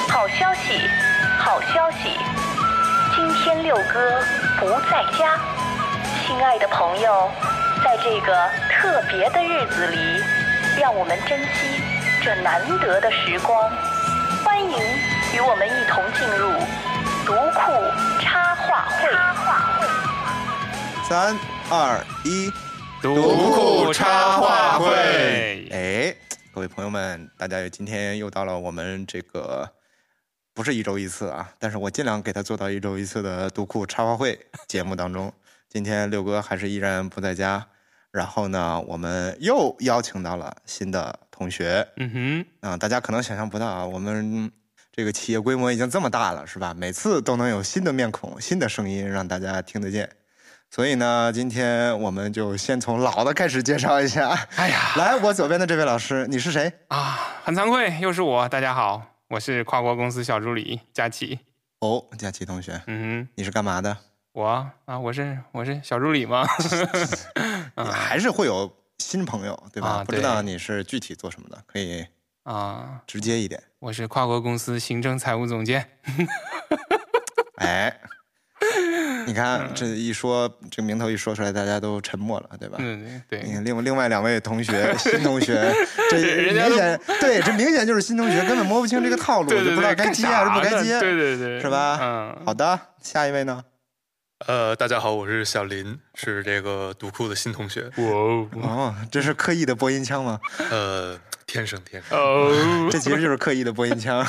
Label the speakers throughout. Speaker 1: 息，好消息，今天六哥不在家。亲爱的朋友，在这个特别的日子里，让我们珍惜这难得的时光。欢迎与我们一同进入读库插画会。
Speaker 2: 三二一，
Speaker 3: 独库插画会，
Speaker 2: 哎，各位朋友们，大家也今天又到了我们这个不是一周一次啊，但是我尽量给它做到一周一次的读库插画会节目当中。今天六哥还是依然不在家，然后呢，我们又邀请到了新的同学，
Speaker 3: 嗯
Speaker 2: 啊、大家可能想象不到啊，我们这个企业规模已经这么大了，是吧？每次都能有新的面孔、新的声音让大家听得见。所以呢，今天我们就先从老的开始介绍一下。哎呀，来，我左边的这位老师，你是谁？
Speaker 3: 哼啊，很惭愧，又是我。大家好，我是跨国公司小助理佳琪。
Speaker 2: 哦，佳琪同学，
Speaker 3: 嗯哼，
Speaker 2: 你是干嘛的？
Speaker 3: 我啊，我是我是小助理吗？
Speaker 2: 你还是会有新朋友，对吧？
Speaker 3: 嗯啊
Speaker 2: 不知道
Speaker 3: 对
Speaker 2: 你是具体做什么的，可以
Speaker 3: 啊，
Speaker 2: 直接一点。
Speaker 3: 我是跨国公司行政财务总监。
Speaker 2: 哎， 你
Speaker 3: 嗯
Speaker 2: 看这一说，这名头一说出来，大家都沉默了，对吧？
Speaker 3: 嗯，对
Speaker 2: 你
Speaker 3: 对，
Speaker 2: 看哎另另外两位同学，新同学，这
Speaker 3: 人家
Speaker 2: 明显对，这明显就是新同学，根本摸不清这个套路，
Speaker 3: 对
Speaker 2: 就
Speaker 3: 对
Speaker 2: 不知道
Speaker 3: 对，
Speaker 2: 该
Speaker 3: 干
Speaker 2: 接还
Speaker 3: 啥
Speaker 2: 是不该
Speaker 3: 呢
Speaker 2: 接，啊
Speaker 3: 对对对，
Speaker 2: 是吧？
Speaker 3: 嗯，
Speaker 2: 好的，下一位呢？
Speaker 4: 呃，大家好，我是小林，是这个读库的新同学。
Speaker 3: 我
Speaker 2: 哦，这是刻意的播音腔吗？
Speaker 4: 呃，天生天生。
Speaker 3: 哦，
Speaker 2: 这其实就是刻意的播音腔。来，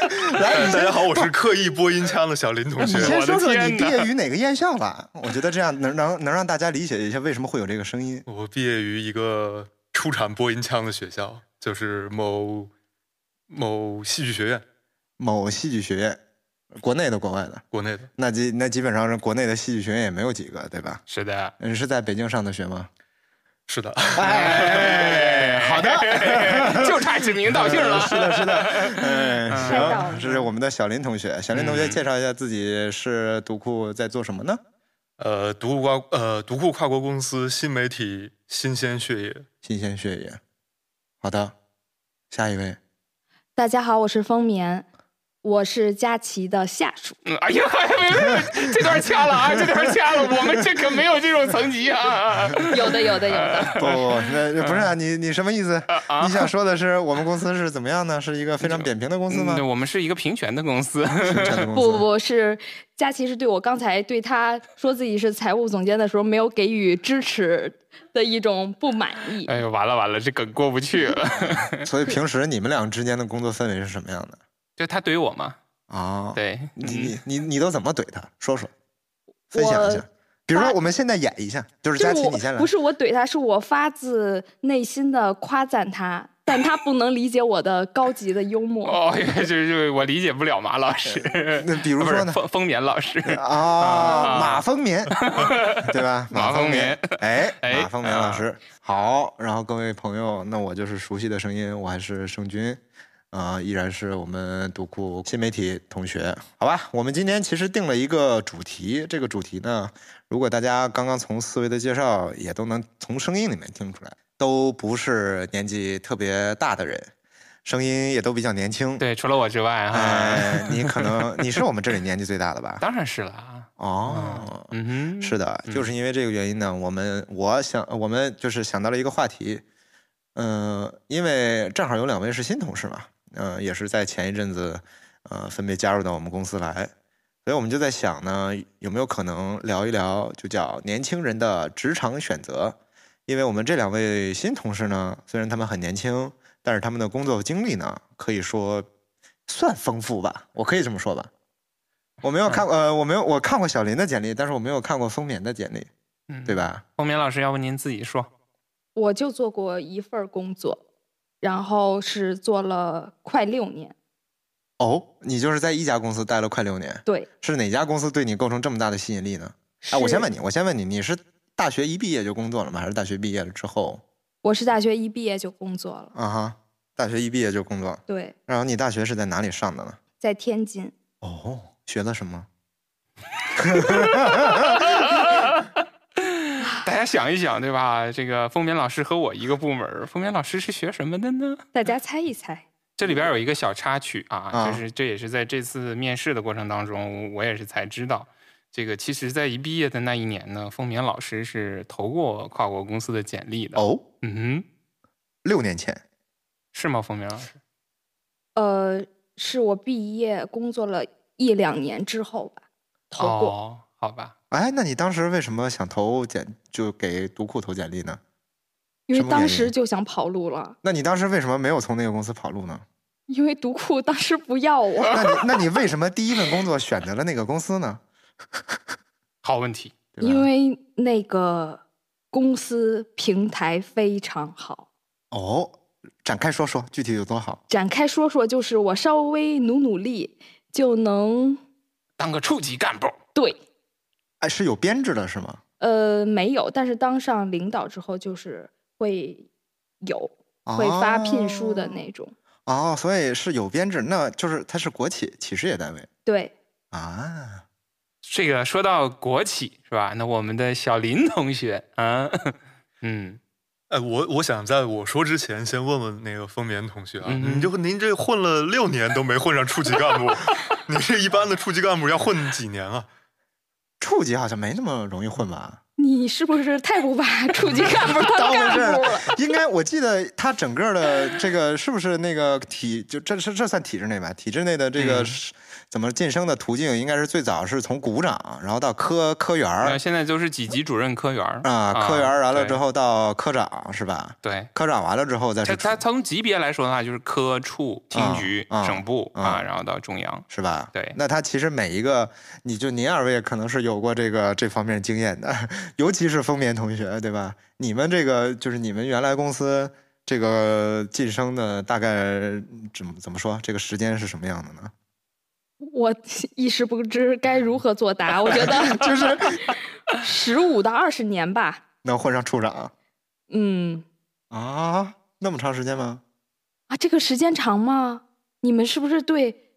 Speaker 4: 呃
Speaker 2: 你
Speaker 4: 大
Speaker 2: 先
Speaker 4: 家，好，我是刻意播音腔的小林同学
Speaker 2: 你。先
Speaker 3: 我的
Speaker 2: 说说你
Speaker 3: 天
Speaker 2: 毕
Speaker 3: 哪
Speaker 2: 业于哪个院校吧？我觉得这样能能能让大家理解一下为什么会有这个声音。
Speaker 4: 我毕业于一个出产播音腔的学校，就是某某戏剧学院，
Speaker 2: 某戏剧学院，国内的、国外的，
Speaker 4: 国内的。
Speaker 2: 那基那基本上是国内的戏剧学院也没有几个，对吧？
Speaker 3: 是的，
Speaker 2: 你 是在北京上的学 吗？
Speaker 4: 是的，
Speaker 2: 哎，好的，
Speaker 3: 就差指名道姓了。
Speaker 2: 是的， 是的，嗯，
Speaker 5: 太
Speaker 2: 行，
Speaker 5: 棒了
Speaker 2: 这是我们的小林同学。小林同学，
Speaker 3: 嗯
Speaker 2: 介绍一下自己是读库在做什么呢？
Speaker 4: 呃，读库跨呃读库跨国公司新媒体新鲜血液。
Speaker 2: 新鲜血液。好的，下一 位，
Speaker 5: 大家好，我是风眠，我是佳琪的下属。
Speaker 3: 嗯，哎呀，没没，这段掐了啊，这段掐了，我们这可没有这种层级啊啊。
Speaker 5: 有的，有的，有的。
Speaker 2: 不不不，那不是
Speaker 3: 嗯
Speaker 2: 啊，你你什么意思？
Speaker 3: 啊
Speaker 2: 你想说的是我们公司是怎么样呢？是一个非常扁平的公司吗
Speaker 3: 嗯，对？我们是一个平权的公司。
Speaker 2: 平常的公司
Speaker 5: 不不不是，佳琪是对我刚才对他说自己是财务总监的时候没有给予支持的一种不满意。
Speaker 3: 哎呦，完了完了，这梗过不去了。
Speaker 2: 所以平时你们俩之间的工作氛围是什么样的？
Speaker 3: 就他怼我嘛，
Speaker 2: 啊，，
Speaker 3: 对，嗯
Speaker 2: 你你你都怎么怼他？说说，分享一下
Speaker 5: 我。
Speaker 2: 比如说，我们现在演一下，就是佳
Speaker 5: 就是
Speaker 2: 琪，
Speaker 5: 我
Speaker 2: 你先来。
Speaker 5: 不是我怼他，是我发自内心的夸赞他，但他不能理解我的高级的幽默。
Speaker 3: 哦，这这我理解不了马老师，
Speaker 2: 那比如
Speaker 3: 啊不是
Speaker 2: 说呢？
Speaker 3: 风风眠老师，
Speaker 2: 啊，
Speaker 3: 啊
Speaker 2: 马蜂 眠，对吧？
Speaker 3: 马
Speaker 2: 蜂
Speaker 3: 蜂
Speaker 2: 眠
Speaker 3: 眠，
Speaker 2: 哎，
Speaker 3: 哎
Speaker 2: 马蜂眠老师，好。然后各位朋友，那我就是熟悉的声音，我还是盛军，啊，依然是我们独库新媒体同学，好吧？我们今天其实定了一个主题，这个主题呢，如果大家刚刚从思维的介绍，也都能从声音里面听出来，都不是年纪特别大的人，声音也都比较年轻。，
Speaker 3: 对，除了我之外哈，
Speaker 2: 哎，你可能你是我们这里年纪最大的吧？
Speaker 3: 当然是了啊，
Speaker 2: 哦，
Speaker 3: 嗯哼，
Speaker 2: 是的，就是因为这个原因呢，我们我想我们就是想到了一个话题，嗯、因为正好有两位是新同事嘛，嗯、也是在前一阵子，呃，分别加入到我们公司来，所以我们就在想呢，有没有可能聊一聊，就叫年轻人的职场选择，因为我们这两位新同事呢，虽然他们很年轻，但是他们的工作经历呢，可以说算丰富吧，我可以这么说吧。我没有看，呃，我没有，我看过小林的简历，但是我没有看过丰眠的简历，
Speaker 3: 嗯
Speaker 2: 对？吧？
Speaker 3: 风眠老师，要不您自己说，
Speaker 5: 我就做过一份儿工作，然后是做了快六年。
Speaker 2: 哦，你就是在一家公司待了快六年，
Speaker 5: 对，
Speaker 2: 是哪家公司对你构成这么大的吸引力呢？啊，我
Speaker 5: 是
Speaker 2: 先问你，我先问你，你是大学一毕业就工作了吗？还是大学毕业了之后？
Speaker 5: 我是大学一毕业就工作了，
Speaker 2: 啊哈，大学一毕业就工作，
Speaker 5: 对，
Speaker 2: 然后你大学是在哪里上的呢？
Speaker 5: 在天津。
Speaker 2: 哦，学了什么？
Speaker 3: 大家想一想，对吧？这个风眠老师和我一个部门儿，风眠老师是学什么的呢？
Speaker 5: 大家猜一猜，
Speaker 3: 这里边有一个小插曲啊，
Speaker 2: 啊
Speaker 3: 就是这也是在这次面试的过程当中，我也是才知道，这个其实在一毕业的那一年呢，凤眠老师是投过跨国公司的简历的。，
Speaker 2: 哦，
Speaker 3: 嗯哼，
Speaker 2: 六年前，
Speaker 3: 是吗？凤眠老师，
Speaker 5: 呃，是我毕业工作了一两年之后吧，投过。
Speaker 3: 哦，好吧，
Speaker 2: 哎，那你当时为什么想投简就给读库投简历呢？
Speaker 5: 因为
Speaker 2: 什么
Speaker 5: 当
Speaker 2: 原
Speaker 5: 时
Speaker 2: 因
Speaker 5: 就想跑路了，
Speaker 2: 那你当时为什么没有从那个公司跑路呢？
Speaker 5: 因为读库当时不要我。
Speaker 2: 那你那你为什么第一份工作选择了那个公司呢？
Speaker 3: 好问题。
Speaker 2: 对吧
Speaker 5: 因为那个公司平台非常好。
Speaker 2: 哦，展开说说具体有多好？
Speaker 5: 展开说说，就是我稍微努努力就能
Speaker 3: 当个处级干部，
Speaker 5: 对，
Speaker 2: 哎，是有编制的是吗？
Speaker 5: 呃，没有，但是当上领导之后，就是会有会发聘书的那种。
Speaker 2: 哦哦，所以是有编制，那就是它是国企企事业单位
Speaker 5: 对，
Speaker 2: 啊。
Speaker 3: 这个说到国企是吧？那我们的小林同学啊， 嗯，
Speaker 4: 哎，我我想在我说之前，先问问那个丰棉同学啊，
Speaker 3: 嗯哼
Speaker 4: 你就您这混了六年都没混上处级 干部，你这一般的处级干部要混几年啊？
Speaker 2: 处级好像没那么容易混吧？
Speaker 5: 你是不是太不把处级干部当
Speaker 2: 当回
Speaker 5: 干
Speaker 2: 事
Speaker 5: 部
Speaker 2: 儿
Speaker 5: 了？
Speaker 2: 应该我记得他整个的这个是不是那个体就这这这算体制内吧？体制内的这个
Speaker 3: 嗯
Speaker 2: 是怎么晋升的途径，应该是最早是从股长，然后到科科员
Speaker 3: 那
Speaker 2: 儿
Speaker 3: 现在就是几级主任科员儿
Speaker 2: 啊，科员儿完了之，后
Speaker 3: 啊
Speaker 2: 到科长是吧？
Speaker 3: 对对，
Speaker 2: 科长完了之后再
Speaker 3: 他
Speaker 2: 是
Speaker 3: 他
Speaker 2: 处
Speaker 3: 从级别来说的话，就是科处、厅局、
Speaker 2: 啊啊
Speaker 3: 省部
Speaker 2: 啊
Speaker 3: 啊，然后到中央。
Speaker 2: 是吧？
Speaker 3: 对
Speaker 2: 那他其实每一个，你就您二位可能是有过这个这方面经验的， 尤其是丰棉同学，对吧？你们这个就是你们原来公司这个晋升的大概怎么怎么说？这个时间是什么样的呢？
Speaker 5: 我一时不知该如何作答。我觉得就是 十五到二十年吧。
Speaker 2: 能混上处长
Speaker 5: 嗯
Speaker 2: 啊？那么长时间吗？
Speaker 5: 啊，这个时间长吗？你们是不是对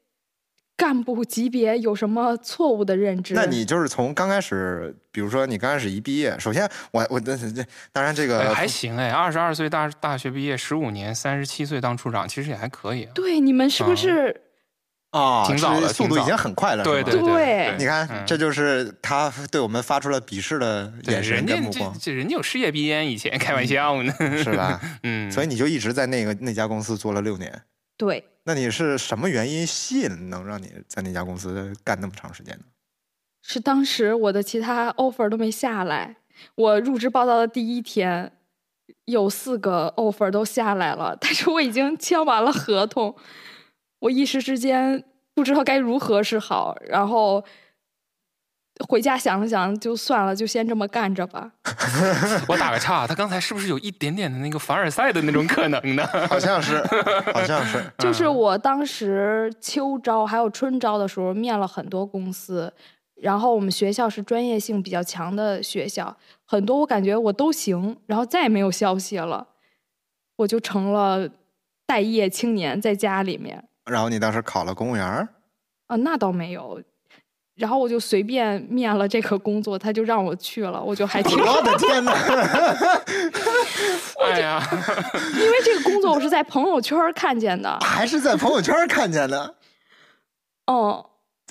Speaker 5: 干部级别有什么错误的认知？
Speaker 2: 那你就是从刚开始，比如说你刚开始一毕业，首先我我这这当然这
Speaker 3: 哎
Speaker 2: 个
Speaker 3: 还行哎，二十二岁大大学毕业，十五年，三十七岁当处长，其实也还可以啊。
Speaker 5: 对你们是不
Speaker 3: 啊
Speaker 5: 是
Speaker 2: 啊，
Speaker 3: 挺早
Speaker 2: 是
Speaker 3: 了
Speaker 2: 速
Speaker 3: 挺
Speaker 2: 度已
Speaker 3: 早
Speaker 2: 经很快了，是
Speaker 3: 对
Speaker 2: 吗
Speaker 3: 对嗯
Speaker 5: 对
Speaker 2: 你看，这
Speaker 3: 就
Speaker 2: 就是他对我们发出了鄙视的眼神
Speaker 3: 人家
Speaker 2: 跟目
Speaker 3: 这
Speaker 2: 光，嗯
Speaker 3: 这人家有事业编，以前开玩笑呢，
Speaker 2: 是？ 吧？
Speaker 3: 嗯，
Speaker 2: 所以你就一直在那个那家公司做了六年。
Speaker 5: 对？
Speaker 2: 那你是什么原因吸引能让你在那家公司干那么长时间呢？
Speaker 5: 是当时我的其他 offer 都没下来，我入职报道的第一天，有四个 offer 都下来了，但是我已经签完了合同，我一时之间不知道该如何是好，然后回家想了想，就算了，就先这么干着吧。
Speaker 3: 我打个岔，啊他刚才是不是有一点点的那个凡尔赛的那种可能 呢？
Speaker 2: 好像是，好像是。
Speaker 5: 就是我当时秋招还有春招的时候面了很多公司，然后我们学校是专业性比较强的学校，很多我感觉我都行，然后再也没有消息了，我就成了待业青年，在家里面
Speaker 2: 然后你当时考了公务员儿
Speaker 5: 啊，那倒没有。然后我就随便面了这个工作，他就让我去了，我就还挺，
Speaker 2: 我的天哪！
Speaker 3: 哎呀，
Speaker 5: 因为这个工作我是在朋友圈儿看见的，
Speaker 2: 还是在朋友圈看见的。
Speaker 5: 哦，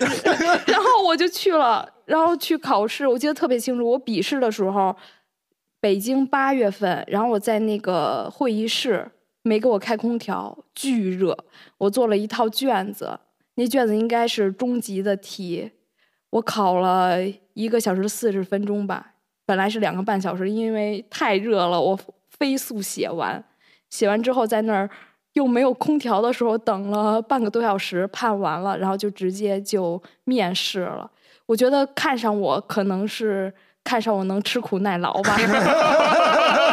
Speaker 5: 然后我就去了，然后去考试，我记得特别清楚。我笔试的时候，北京八月份，然后我在那个会议室没给我开空调，巨热。我做了一套卷子，那卷子应该是中级的题，我考了一个小时四十分钟吧，本来是两个半小时，因为太热了，我飞速写完。写完之后在那儿又没有空调的时候等了半个多小时，判完了，然后就直接就面试了。我觉得看上我可能是看上我能吃苦耐劳吧，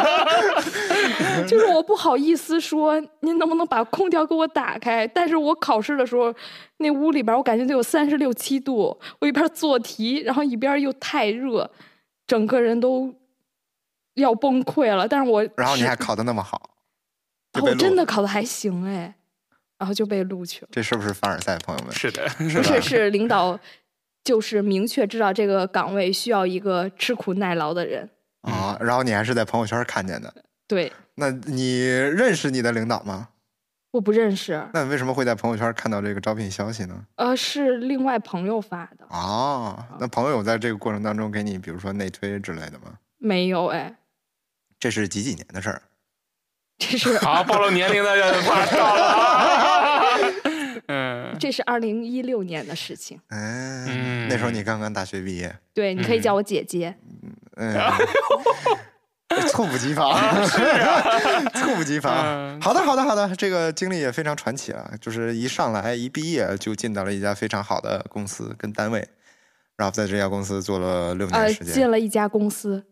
Speaker 5: 就是我不好意思说您能不能把空调给我打开，但是我考试的时候那屋里边我感觉得有三十六七度，我一边做题，然后一边又太热，整个人都要崩溃了。但是我
Speaker 2: 然后你
Speaker 5: 是
Speaker 2: 还考的那么好，就
Speaker 5: 我
Speaker 2: 被录
Speaker 5: 哦真的
Speaker 2: 了。
Speaker 5: 考的还行哎，然后就被录取了。
Speaker 2: 这是不是凡尔赛，朋友们？
Speaker 3: 是 的，
Speaker 5: 不
Speaker 2: 吧
Speaker 5: 是，是领导就是明确知道这个岗位需要一个吃苦耐劳的人。
Speaker 2: 啊，然后你还是在朋友圈看见的。
Speaker 5: 对，
Speaker 2: 那你认识你的领导吗？
Speaker 5: 我不认识，
Speaker 2: 那为什么会在朋友圈看到这个招聘消息呢？
Speaker 5: 呃，是另外朋友发的，
Speaker 2: 哦，那朋友有在这个过程当中给你，比如说内推之类的吗？
Speaker 5: 没有哎，
Speaker 2: 这是几几年的事儿？
Speaker 5: 这是
Speaker 3: 好，暴露年龄的人怕到了啊。 嗯，
Speaker 5: 这是二零一六年的事情。
Speaker 2: 哎，
Speaker 3: 嗯
Speaker 2: 那时候你刚刚大学毕业，
Speaker 5: 对，你可以
Speaker 3: 嗯
Speaker 5: 叫我姐姐。
Speaker 2: 嗯，
Speaker 3: 啊
Speaker 2: 猝不及防，猝不及防。
Speaker 3: 啊嗯
Speaker 2: 好的，好的，好的，这个经历也非常传奇啊，就是一上来一毕业就进到了一家非常好的公司跟单位，然后在这家公司做了六年
Speaker 5: 呃，
Speaker 2: 时间
Speaker 5: 进了一家公司。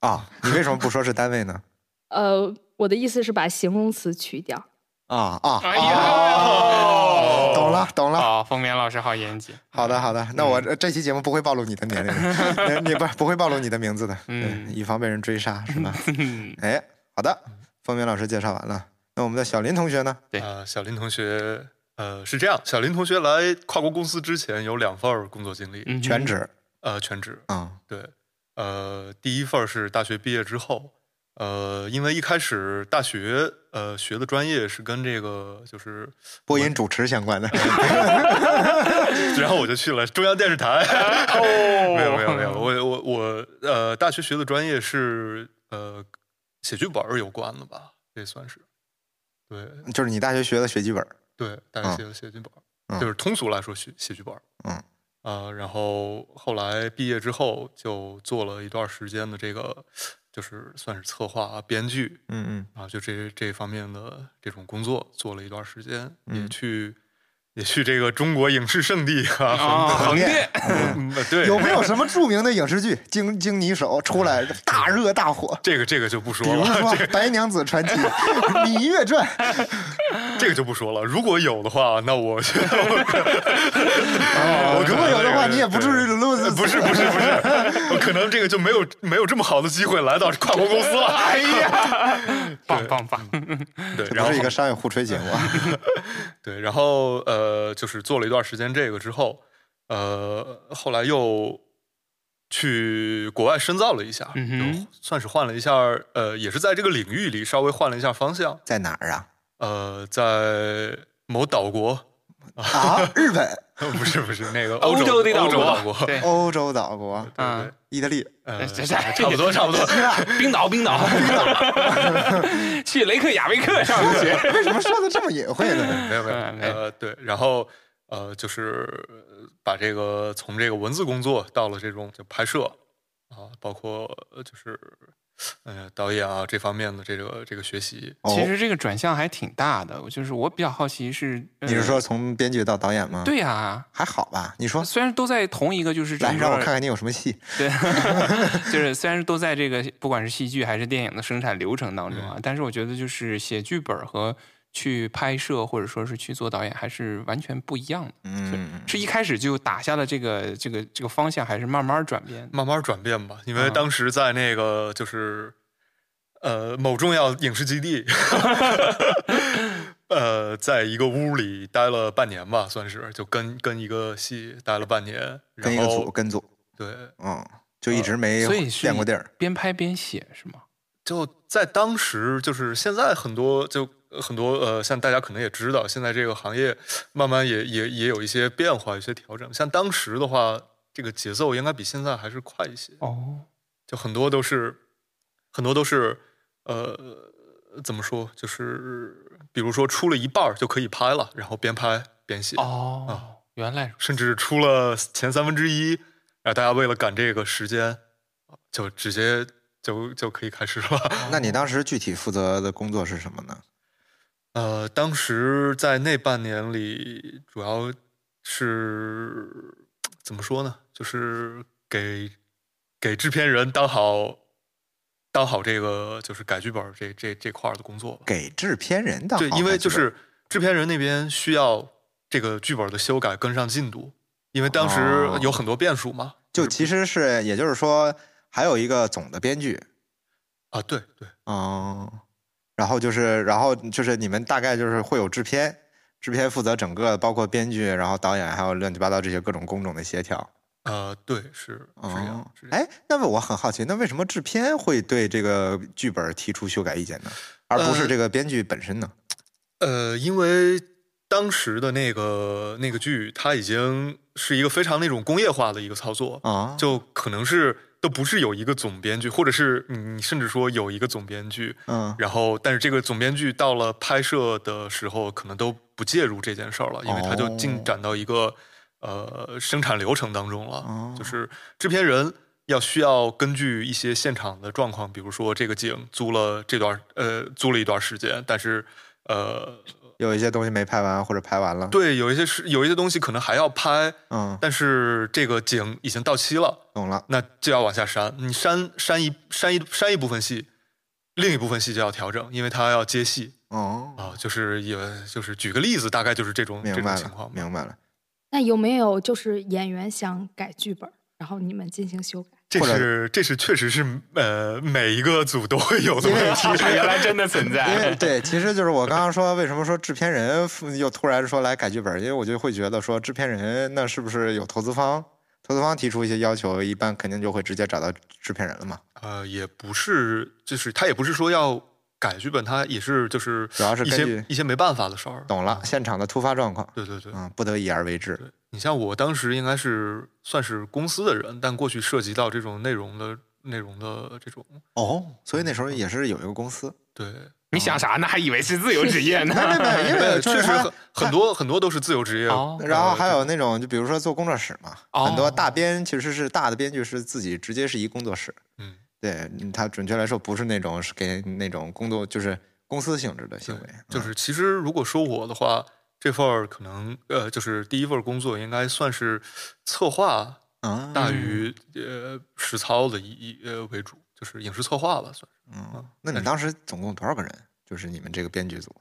Speaker 2: 啊、你为什么不说是单位呢？
Speaker 5: 呃，我的意思是把形容词去掉。
Speaker 2: 啊啊！
Speaker 3: 哎哦啊
Speaker 2: 哦
Speaker 3: 呀，
Speaker 2: 懂了，懂了。
Speaker 3: 好，丰棉老师好严谨。
Speaker 2: 好的，好的，
Speaker 3: 嗯
Speaker 2: 那我这这期节目不会暴露你的年龄 的，你不不会暴露你的名字的，
Speaker 3: 嗯
Speaker 2: 对以防被人追杀，是 吧？
Speaker 3: 嗯，
Speaker 2: 哎，好的，风明老师介绍完了，那我们的小林同学呢？
Speaker 3: 对
Speaker 4: 啊、小林同学，呃，是这样，小林同学来跨国公司之前有两份儿工作经历，
Speaker 3: 嗯
Speaker 2: 全职
Speaker 4: 呃，全职，
Speaker 2: 啊，
Speaker 4: 对，呃，第一份儿是大学毕业之后，呃，因为一开始大学呃学的专业是跟这个就是，
Speaker 2: 播音主持相关的，
Speaker 4: 然后我就去了中央电视台，
Speaker 3: 哦，
Speaker 4: 没有没有没有，我我我呃，大学学的专业是呃写剧本儿有关的吧，这算是，对
Speaker 2: 就是你大学学的学剧本儿，
Speaker 4: 对，大
Speaker 2: 嗯
Speaker 4: 学写的写剧本儿，
Speaker 2: 嗯
Speaker 4: 就是通俗来说写写剧本儿，
Speaker 2: 嗯
Speaker 4: 呃，然后后来毕业之后就做了一段时间的这个，就是算是策划啊编剧
Speaker 2: 嗯嗯
Speaker 4: 啊，就这这方面的这种工作做了一段时间，也
Speaker 2: 嗯
Speaker 4: 去也去这个中国影视圣地啊，
Speaker 3: 啊，横店，
Speaker 4: 嗯对，
Speaker 2: 有没有什么著名的影视剧经经你手出来大热大火？
Speaker 4: 这个这个就不说
Speaker 2: 比如
Speaker 4: 了，
Speaker 2: 说《白娘子传奇》 《芈月传》，
Speaker 4: 这个就不说了。如果有的话，那我
Speaker 2: 我
Speaker 4: 我
Speaker 2: 如果有的话，你也不至于录
Speaker 4: 呃不是不是不是， 我可能这个就没有没有这么好的机会来到跨国公司了。哎呀，
Speaker 3: 棒棒棒！
Speaker 4: 对，
Speaker 2: 这
Speaker 4: 然
Speaker 2: 不
Speaker 4: 后
Speaker 2: 是一个商业互吹节目啊。
Speaker 4: 对，然后呃，就是做了一段时间这个之后，呃，后来又去国外深造了一下，
Speaker 3: 嗯哼
Speaker 4: 就算是换了一下，呃，也是在这个领域里稍微换了一下方向。
Speaker 2: 在哪儿啊？
Speaker 4: 呃，在某岛国，
Speaker 2: 啊，日本、
Speaker 4: 不是不是那个
Speaker 3: 欧洲
Speaker 4: 洲
Speaker 3: 的岛
Speaker 4: 欧洲岛
Speaker 3: 国
Speaker 4: 国，
Speaker 3: 对
Speaker 2: 欧洲岛国、
Speaker 4: 对
Speaker 3: 嗯
Speaker 4: 对
Speaker 2: 意大利，
Speaker 4: 呃，
Speaker 3: 这这
Speaker 4: 差不多差不多。
Speaker 3: 冰 岛，冰岛， 去雷克雅未克上学。
Speaker 2: 为什么说的这么隐晦呢？
Speaker 4: 没有没有
Speaker 3: 嗯没有
Speaker 4: 呃对，然后呃就是呃把这个从这个文字工作到了这种就拍摄啊，包括呃就是呃导演啊这方面的这个这个学习，
Speaker 2: 哦
Speaker 3: 其实这个转向还挺大的，我就是我比较好奇是，
Speaker 2: 哦
Speaker 3: 呃
Speaker 2: 你是说从编剧到导演吗？，
Speaker 3: 对呀、
Speaker 2: 还好吧？你说，
Speaker 3: 虽然都在同一个，就是整
Speaker 2: 来让我
Speaker 3: 个
Speaker 2: 看看你有什么戏。
Speaker 3: 对， 就是虽然都在这个不管是戏剧还是电影的生产流程当中啊，但是我觉得就是写剧本和去拍摄或者说是去做导演还是完全不一样的。
Speaker 2: 嗯，
Speaker 3: 是一开始就打下了这个这个这个方向，还是慢慢转变的？
Speaker 4: 慢慢转变吧，因
Speaker 3: 啊
Speaker 4: 为
Speaker 2: 嗯
Speaker 4: 当时在那个就是呃某重要影视 基地。呃，在一个屋里待了半年吧，算是就跟跟一个戏待了半年，
Speaker 2: 跟
Speaker 4: 然
Speaker 2: 一个组，
Speaker 4: 后
Speaker 2: 跟组，
Speaker 4: 对，
Speaker 2: 嗯，就一直没
Speaker 3: 所以是
Speaker 2: 练过地儿。
Speaker 3: 边拍边写是吗？
Speaker 4: 就在当时，就是现在很多就呃很多呃，像大家可能也知道，现在这个行业慢慢也也也有一些变化，有一些调整。像当时的话，这个节奏应该比现在还是快一些，
Speaker 3: 哦，
Speaker 4: 就很多都是很多都是呃怎么说，就是比如说出了一半儿就可以拍了，然后边拍边写，
Speaker 2: 嗯
Speaker 3: 哦，原来如
Speaker 4: 甚至出了前三分之一，然后大家为了赶这个时间，就直接就就可以开始了。
Speaker 2: 那你当时具体负责的工作是什么呢？
Speaker 4: 呃，当时在那半年里，主要是怎么说呢？就是给给制片人当好当好这个就是改剧本儿这这这块儿的工作吧。
Speaker 2: 给制片人的好
Speaker 4: 对，
Speaker 2: 感觉，
Speaker 4: 因为就是制片人那边需要这个剧本儿的修改跟上进度，因为当时
Speaker 2: 哦
Speaker 4: 有很多变数嘛。
Speaker 2: 就是其实是，也就是说，还有一个总的编剧，
Speaker 4: 啊，对对，
Speaker 2: 嗯，然后就是，然后就是你们大概就是会有制片，制片负责整个包括编剧，然后导演，还有乱七八糟这些各种工种的协调。
Speaker 4: 呃，对是是这样
Speaker 2: 哦。
Speaker 4: 是这样
Speaker 2: 哎，那么我很好奇，那为什么制片会对这个剧本提出修改意见呢？而不是
Speaker 4: 呃
Speaker 2: 这个编剧本身呢？
Speaker 4: 呃，因为当时的那个那个剧，它已经是一个非常那种工业化的一个操作，
Speaker 2: 啊，
Speaker 4: 哦就可能是都不是有一个总编剧，或者是你你甚至说有一个总编剧，
Speaker 2: 嗯
Speaker 4: 然后但是这个总编剧到了拍摄的时候，可能都不介入这件事儿了，因为他就
Speaker 2: 哦
Speaker 4: 进展到一个、呃生产流程当中了，
Speaker 2: 哦
Speaker 4: 就是制片人。要需要根据一些现场的状况，比如说这个景租了这段呃租了一段时间，但是呃
Speaker 2: 有一些东西没拍完或者拍完了，，
Speaker 4: 对有一些是有一些东西可能还要拍，
Speaker 2: 嗯，
Speaker 4: 但是这个景已经到期了，
Speaker 2: 懂了，
Speaker 4: 那就要往下删。你删删一删一删一部分戏，另一部分戏就要调整，因为它要接戏
Speaker 2: 哦，
Speaker 4: 啊、就是也就是举个例子，大概就是这种
Speaker 2: 明
Speaker 4: 这种
Speaker 2: 白
Speaker 4: 情
Speaker 2: 了
Speaker 4: 况，吧。
Speaker 2: 明 白了，
Speaker 5: 那有没有就是演员想改剧本，然后你们进行修改？
Speaker 4: 这
Speaker 2: 或者
Speaker 4: 是这是确实是呃每一个组都会有的
Speaker 2: 因为啊
Speaker 4: 问题。
Speaker 3: 原来真的存
Speaker 2: 因为
Speaker 3: 在。
Speaker 2: 对，其实就是我刚刚说，为什么说制片人又突然说来改剧本？因为我就会觉得说，制片人那是不是有投资方？投资方提出一些要求，一般肯定就会直接找到制片人了嘛。
Speaker 4: 呃，也不是，就是他也不是说要改剧本，他也是就是
Speaker 2: 主要是
Speaker 4: 一
Speaker 2: 根
Speaker 4: 些
Speaker 2: 据
Speaker 4: 一些没办法的事儿。
Speaker 2: 懂了，现场的突发状况，
Speaker 4: 对对对，
Speaker 2: 嗯，不得已而为之。
Speaker 4: 你像我当时应该是算是公司的人，但过去涉及到这种内容的内容的这种，
Speaker 2: 哦，所以那时候也是有一个公司，
Speaker 4: 对，
Speaker 3: 你想啥呢？还以为是自由职业呢。
Speaker 2: 没没，因为
Speaker 4: 对，呃确实很很
Speaker 2: 多。
Speaker 4: 多很多都是自由职业。
Speaker 3: 哦
Speaker 2: 然后还有那种，就比如说做工作室嘛，
Speaker 3: 哦
Speaker 2: 很多大编其实是大的编剧是自己直接是一工作室，
Speaker 4: 嗯，
Speaker 2: 对，嗯它准确来说不是那种是给那种工作就是公司性质的行为，
Speaker 4: 就
Speaker 2: 嗯
Speaker 4: 是其实如果说我的话，这份儿可能呃，就是第一份工作应该算是策划
Speaker 2: 啊，
Speaker 4: 大于、呃实操的一一呃为主，就是影视策划了算是。哦
Speaker 2: 嗯，那你当时总共多少个人？就是你们这个编剧组？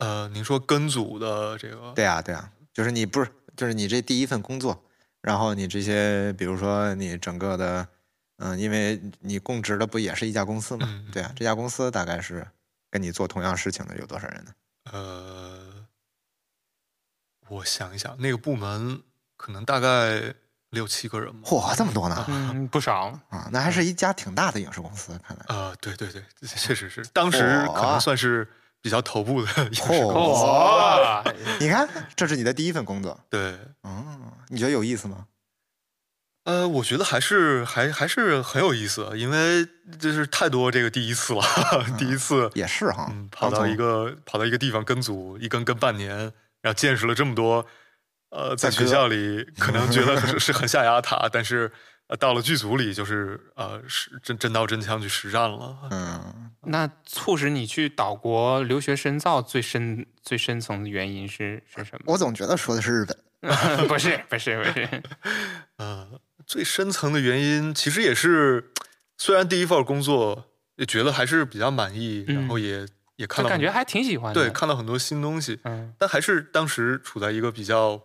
Speaker 4: 呃，您说跟组的这个，
Speaker 2: 对啊，对啊，就是你不是，就是你这第一份工作，然后你这些，比如说你整个的，嗯，因为你供职的不也是一家公司嘛？
Speaker 4: 嗯
Speaker 2: 对啊，这家公司大概是跟你做同样事情的有多少人呢？
Speaker 4: 呃，我想一想，那个部门可能大概六七个人吧。
Speaker 2: 嚯，这么多呢！
Speaker 3: 嗯，不少。
Speaker 2: 啊，那还是一家挺大的影视公司，看来。
Speaker 4: 啊，对对 对，确实是，当时可
Speaker 2: 哇
Speaker 4: 能算是比较头部的 影视公司。
Speaker 3: 哦，
Speaker 4: 嗯
Speaker 2: 你看，这是你的第一份工作，
Speaker 4: 对，
Speaker 2: 哦，你觉得有意思吗？
Speaker 4: 呃，我觉得还是还还是很有意思，因为就是太多这个第一次了， 第一次，
Speaker 2: 也是哈，
Speaker 4: 嗯，跑
Speaker 2: 当
Speaker 4: 到
Speaker 2: 总
Speaker 4: 一个跑到一个地方跟组一跟跟半年，然后见识了这么多，呃，在
Speaker 2: 大
Speaker 4: 学
Speaker 2: 哥
Speaker 4: 校里可能觉得是是很象牙塔，但是呃到了剧组里就是呃是真真刀真枪去实战了，
Speaker 2: 嗯，
Speaker 3: 那促使你去岛国留学深造最深最深层的原因是是什么？
Speaker 2: 我总觉得说的是日本，
Speaker 3: 不是不是不 是，
Speaker 4: 呃，最深层的原因其实也是，虽然第一份工作也觉得还是比较满意，然后
Speaker 3: 嗯
Speaker 4: 也也看
Speaker 3: 就
Speaker 4: 到
Speaker 3: 感
Speaker 4: 很
Speaker 3: 觉还挺喜欢的。
Speaker 4: 对看到很多新东西，
Speaker 3: 嗯，
Speaker 4: 但还是当时处在一个比较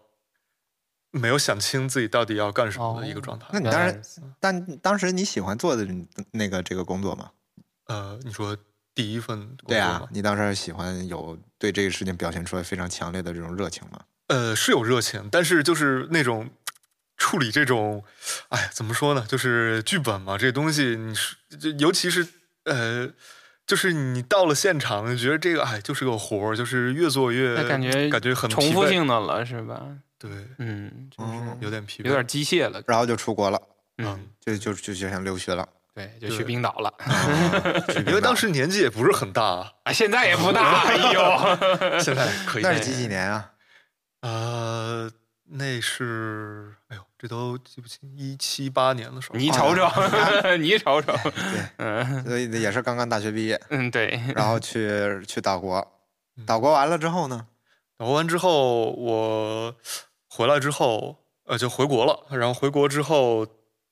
Speaker 4: 没有想清自己到底要干什么的一个
Speaker 3: 哦
Speaker 4: 状态。
Speaker 2: 那你当
Speaker 3: 原来
Speaker 2: 然
Speaker 3: 如此，
Speaker 2: 但当时你喜欢做的那个这个工作吗？
Speaker 4: 呃，你说第一份工
Speaker 2: 对
Speaker 4: 作
Speaker 2: 啊
Speaker 4: 吗，？
Speaker 2: 你当时喜欢有对这个事情表现出来非常强烈的这种热情吗？
Speaker 4: 呃，是有热情，但是就是那种处理这种，哎，怎么说呢？就是剧本嘛，这东西你是，就尤其是呃，就是你到了现场，你觉得这个哎就是个活儿，就是越做越
Speaker 3: 那感觉
Speaker 4: 感觉很
Speaker 3: 重
Speaker 4: 疲
Speaker 3: 复
Speaker 4: 惫，
Speaker 3: 性的了是吧？
Speaker 4: 对，
Speaker 3: 嗯，真是
Speaker 2: 哦
Speaker 4: 有点疲惫，
Speaker 3: 有点机械了。
Speaker 2: 然后就出国了，
Speaker 3: 嗯，
Speaker 2: 就就就就想留学 了，哦
Speaker 3: 对，就去
Speaker 4: 对
Speaker 3: 冰岛了。
Speaker 2: 去
Speaker 4: 因
Speaker 2: 冰
Speaker 4: 为
Speaker 2: 岛
Speaker 4: 当时年纪也不是很大，
Speaker 3: 啊，现在也不 大，哎呦，
Speaker 4: 现在可以
Speaker 2: 那是几几年 啊？
Speaker 4: 呃，那是哎呦，这都记不清一七八年的时候，
Speaker 3: 你瞅
Speaker 4: 啊
Speaker 3: 瞅， 你瞅瞅，嗯
Speaker 2: 所以也是刚刚大学毕业，
Speaker 3: 嗯，对，
Speaker 2: 然后去去岛国，
Speaker 4: 嗯
Speaker 2: 岛国完了之后呢？
Speaker 4: 打完之后，我回来之后，呃，就回国了。然后回国之后，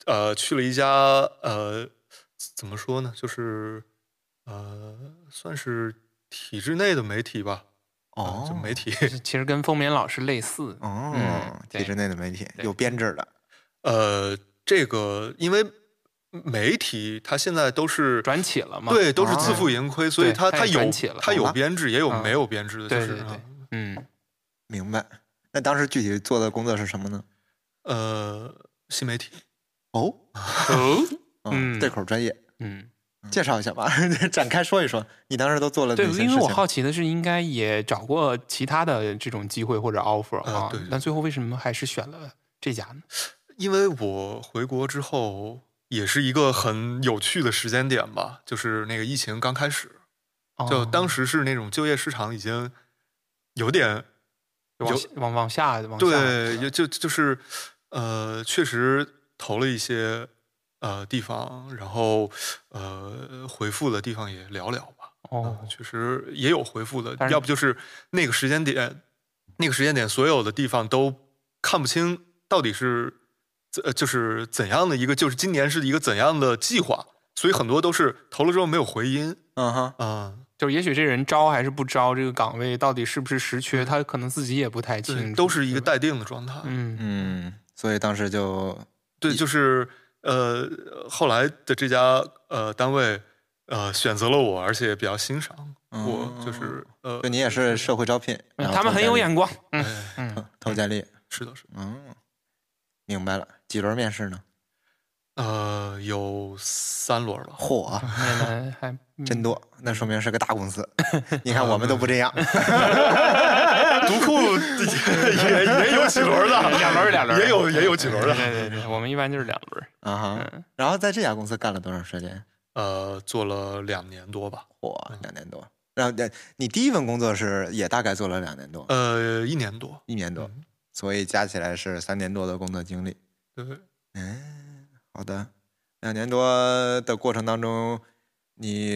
Speaker 4: 呃，去了一家呃，怎么说呢，就是呃，算是体制内的媒体吧。啊就
Speaker 3: 哦
Speaker 4: 媒体。
Speaker 3: 其实跟丰棉老师类似。
Speaker 2: 哦
Speaker 3: 嗯，
Speaker 2: 体制
Speaker 3: 对
Speaker 2: 内的媒体
Speaker 3: 对
Speaker 2: 有编制的，
Speaker 4: 呃，这个因为媒体它现在都是
Speaker 3: 转起了嘛？哦
Speaker 4: 对，都是
Speaker 2: 啊
Speaker 4: 自负盈亏，所以
Speaker 3: 对
Speaker 4: 它
Speaker 3: 它
Speaker 4: 它
Speaker 3: 也
Speaker 4: 有
Speaker 3: 转起了
Speaker 4: 它
Speaker 2: 好
Speaker 4: 有
Speaker 2: 吧
Speaker 4: 编制，也有
Speaker 3: 嗯
Speaker 4: 没有编制的，就
Speaker 3: 对
Speaker 4: 是
Speaker 3: 对
Speaker 4: 啊
Speaker 3: 对，嗯，
Speaker 2: 明白。那当时具体做的工作是什么呢？
Speaker 4: 呃，新媒体。
Speaker 2: 哦，
Speaker 3: 哦，
Speaker 2: 嗯，
Speaker 3: 嗯
Speaker 2: 对口专业，
Speaker 3: 嗯，
Speaker 2: 介绍一下吧， 展开说一说，你当时都做了哪
Speaker 3: 对
Speaker 2: 些事，情？
Speaker 3: 因为我好奇的是，应该也找过其他的这种机会或者 offer
Speaker 4: 呃
Speaker 3: 啊
Speaker 4: 对对，
Speaker 3: 但最后为什么还是选了这家呢？
Speaker 4: 因为我回国之后也是一个很有趣的时间点吧，就是那个疫情刚开始，就
Speaker 3: 哦
Speaker 4: 当时是那种就业市场已经有点
Speaker 3: 往
Speaker 4: 有
Speaker 3: 下往往下往下
Speaker 4: 对，也就就是呃，确实投了一些呃地方，然后呃回复的地方也聊聊吧。
Speaker 3: 哦
Speaker 4: 嗯，确实也有回复的
Speaker 3: 但，是
Speaker 4: 要不就是那个时间点，那个时间点所有的地方都看不清到底是怎呃就是怎样的一个，就是今年是一个怎样的计划，所以很多都是投了之后没有回音
Speaker 2: 嗯哼，
Speaker 4: 啊、
Speaker 3: 就是也许这人招还是不招，这个岗位到底是不是实缺，他可能自己也不太
Speaker 4: 嗯对，
Speaker 3: 清楚，
Speaker 4: 都是一个
Speaker 3: 对吧
Speaker 4: 待定的状态。
Speaker 3: 嗯
Speaker 2: 嗯，所以当时就
Speaker 4: 对，就是呃，后来的这家呃单位呃选择了我，而且也比较欣赏我，就是
Speaker 3: 哦
Speaker 4: 呃，
Speaker 2: 嗯就你也是社会招聘，然
Speaker 3: 嗯，
Speaker 2: 后
Speaker 3: 他们很有眼 光，嗯
Speaker 4: 哎，
Speaker 3: 嗯，
Speaker 2: 投简历，
Speaker 4: 是的，是的，
Speaker 2: 嗯，明白了。几轮面试呢？
Speaker 4: 呃，有三轮吧，
Speaker 2: 嚯，
Speaker 3: 你们还
Speaker 2: 啊 真
Speaker 3: 多，
Speaker 2: 多，那说明是个大公 司。你看我们都不这样，
Speaker 4: 独库也也有几轮的，
Speaker 3: 两轮儿两轮儿
Speaker 4: 也有也有几轮
Speaker 3: 对
Speaker 4: 的，
Speaker 3: 嗯对对，我们一般就是两轮儿，
Speaker 2: 啊哈
Speaker 3: 嗯。
Speaker 2: 然后在这家公司干了多长时间？
Speaker 4: 呃，做了两年多吧，
Speaker 2: 嚯，两年多。然后你你第一份工作是也大概做了两年多，
Speaker 3: 嗯
Speaker 4: 呃，一年多，
Speaker 2: 一年多
Speaker 4: 嗯，
Speaker 2: 所以加起来是三年多的工作经历。
Speaker 4: 对，
Speaker 2: 嗯，好的。两年多的过程当中，你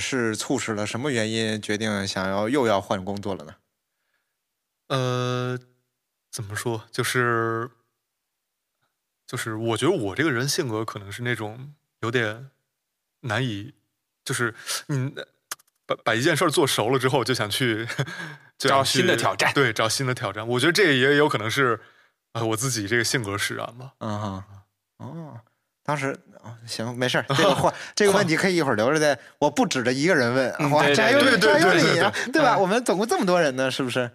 Speaker 2: 是促使了什么原因决定想要又要换工作了呢？
Speaker 4: 呃，怎么说，就是就是，我觉得我这个人性格可能是那种有点难以，就是你把把一件事儿做熟了之后，就想去就想
Speaker 3: 找新的
Speaker 4: 去
Speaker 3: 挑战
Speaker 4: 对，找新的挑战。我觉得这也有可能是呃我自己这个性格使然吧。
Speaker 2: 嗯哈，哦，当时哦行，没 事儿，这个话这个问题可以一会儿留着再，我不指着一个人问，
Speaker 3: 嗯
Speaker 2: 哇，
Speaker 3: 对
Speaker 2: 这还有
Speaker 3: 对
Speaker 2: 你这
Speaker 4: 对
Speaker 2: 还有
Speaker 4: 对对
Speaker 2: 你啊，对吧？
Speaker 3: 嗯
Speaker 2: 我们总共这么多人呢，是不是？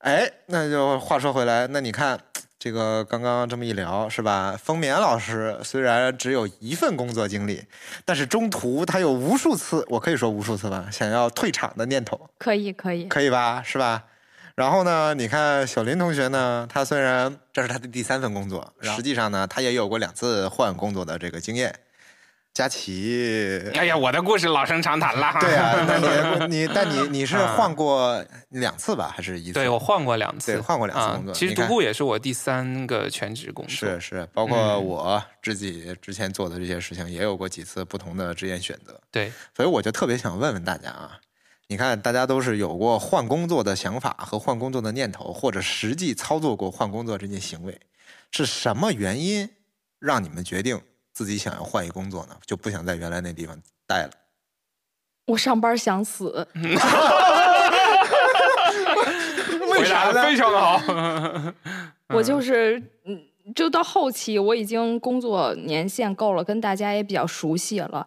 Speaker 2: 哎，那就话说回来，那你看这个刚刚这么一聊，是吧？丰棉老师虽然只有一份工作经历，但是中途他有无数次，我可以说无数次吧，想要退场的念头。
Speaker 5: 可以可以，
Speaker 2: 可以吧？是吧？然后呢，你看小林同学呢，他虽然这是他的第三份工作，
Speaker 3: 是啊
Speaker 2: 实际上呢，他也有过两次换工作的这个经验。佳 琪，
Speaker 3: 哎呀，我的故事老生常谈了，
Speaker 2: 对，啊，那你你但你你是换过两次吧，还是一次？
Speaker 3: 嗯对我换过两次，
Speaker 2: 对换过两次
Speaker 3: 啊
Speaker 2: 工作
Speaker 3: 其实
Speaker 2: 你
Speaker 3: 独
Speaker 2: 看
Speaker 3: 库也是我第三个全职工作，
Speaker 2: 是是，包括
Speaker 3: 嗯
Speaker 2: 我自己之前做的这些事情，也有过几次不同的职业选择。
Speaker 3: 对，
Speaker 2: 所以我就特别想问问大家啊，你看大家都是有过换工作的想法和换工作的念头，或者实际操作过换工作这件行为，是什么原因让你们决定自己想要换一工作呢？就不想在原来那地方待了？
Speaker 5: 我上班想死，
Speaker 3: 回答的非常的好，
Speaker 5: 我就是嗯，就到后期我已经工作年限够了，跟大家也比较熟悉了。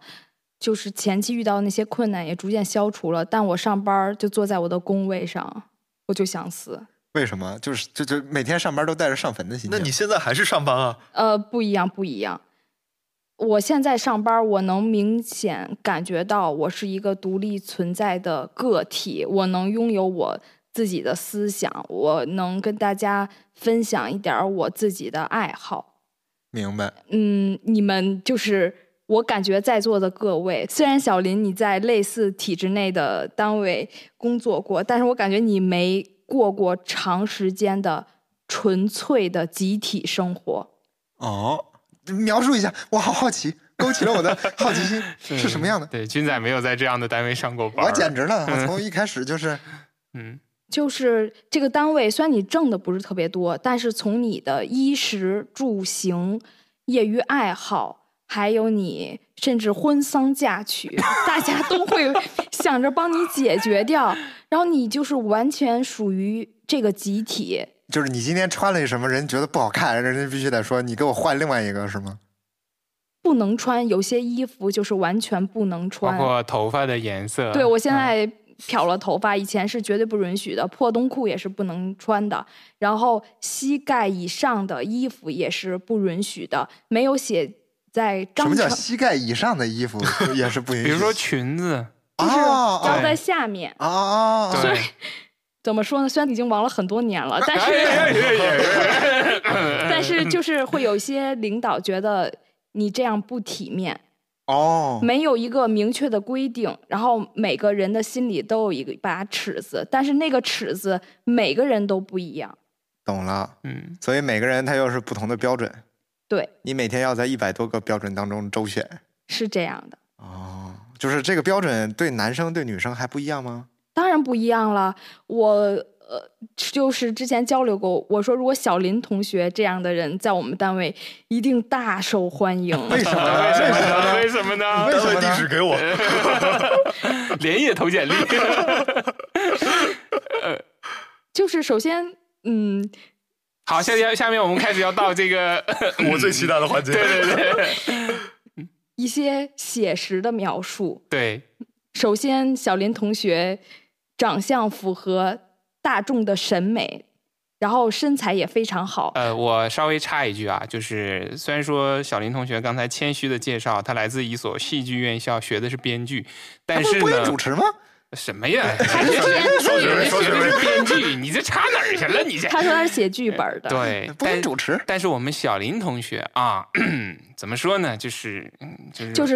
Speaker 5: 就是前期遇到那些困难也逐渐消除了，但我上班儿就坐在我的工位上，我就想死。
Speaker 2: 为什么？就是就就每天上班都带着上坟的心情。
Speaker 4: 那你现在还是上班啊？
Speaker 5: 呃，不一样，不一样。我现在上班儿，我能明显感觉到我是一个独立存在的个体，我能拥有我自己的思想，我能跟大家分享一点儿我自己的爱好。
Speaker 2: 明白？
Speaker 5: 嗯，你们就是我感觉在座的各位，虽然小林你在类似体制内的单位工作过，但是我感觉你没过过长时间的纯粹的集体生活。
Speaker 2: 哦，描述一下，我好好奇，勾起了我的好奇心，
Speaker 3: 嗯
Speaker 2: 是什么样的？
Speaker 3: 对，军仔没有在这样的单位上过班儿，
Speaker 2: 我简直了！我从一开始就是
Speaker 3: 嗯，
Speaker 5: 就是这个单位，虽然你挣的不是特别多，但是从你的衣食住行、业余爱好，还有你甚至婚丧嫁娶，大家都会想着帮你解决掉。然后你就是完全属于这个集体，
Speaker 2: 就是你今天穿了一什么，人觉得不好看，人家必须得说你给我换另外一个，是吗？
Speaker 5: 不能穿有些衣服就是完全不
Speaker 3: 包
Speaker 5: 能穿。
Speaker 3: 括头发的颜色，
Speaker 5: 对我现
Speaker 3: 嗯
Speaker 5: 在漂了头发，以前是绝对不允许的，破冬裤也是不能穿的，然后膝盖以上的衣服也是不允许的，没有写在
Speaker 2: 什
Speaker 5: 章
Speaker 2: 么叫
Speaker 5: 程，
Speaker 2: 膝盖以上的 衣服也是不允许？
Speaker 3: 比如说裙子，
Speaker 5: 就是
Speaker 2: 啊
Speaker 5: 腰
Speaker 2: 啊
Speaker 5: 在下面。
Speaker 2: 啊啊！
Speaker 5: 哦
Speaker 2: 啊
Speaker 3: 对，
Speaker 5: 怎么说呢？虽然已经忘了很多年了，
Speaker 3: 哎
Speaker 5: 但是 但是就是会有一些领导觉得你这样不体面，
Speaker 2: 哦，
Speaker 5: 没有一个明确的规定，然后每个人的心里都有一个把尺子，但是那个尺子每个人都不一样。
Speaker 2: 懂了。
Speaker 3: 嗯，
Speaker 2: 所以每个人他又是不同的标准，
Speaker 5: 对，
Speaker 2: 你每天要在一百多个标准当中周选。
Speaker 5: 是这样的，
Speaker 2: 哦，就是这个标准对男生对女生还不一样吗？
Speaker 5: 当然不一样了。我呃，就是之前交流过，我说如果小林同学这样的人在我们单位一定大受欢迎，
Speaker 2: 为什么呢？ 为什么呢？
Speaker 3: 为什么呢？
Speaker 2: 为什么
Speaker 4: 单位
Speaker 2: 呢
Speaker 4: 地址给我。
Speaker 3: 嗯连夜投简历，
Speaker 5: 就是首先，嗯，
Speaker 3: 好，下面下面我们开始要到这个，
Speaker 4: 我最期待的环节。
Speaker 3: 对对对
Speaker 5: 一些写实的描述，
Speaker 3: 对，
Speaker 5: 首先，小林同学长相符合大众的审美，然后身材也非常好。
Speaker 3: 呃，我稍微插一句啊，就是虽然说小林同学刚才谦虚的介绍，他来自一所戏剧院校，学的是编剧，但
Speaker 2: 不
Speaker 3: 是
Speaker 2: 不也
Speaker 3: 呢，
Speaker 2: 主持吗？
Speaker 3: 什么呀？
Speaker 5: 他是编
Speaker 4: 说
Speaker 5: 剧，
Speaker 4: 学位
Speaker 3: 人家
Speaker 4: 说
Speaker 3: 学
Speaker 4: 学
Speaker 3: 的
Speaker 4: 位
Speaker 3: 是编剧，你这插哪儿去了？你这
Speaker 5: 他说他是写剧本的。，
Speaker 3: 对，
Speaker 2: 不
Speaker 3: 但
Speaker 2: 跟主持
Speaker 3: 但是我们小林同学啊， 怎么说呢？就是嗯就是
Speaker 5: 就是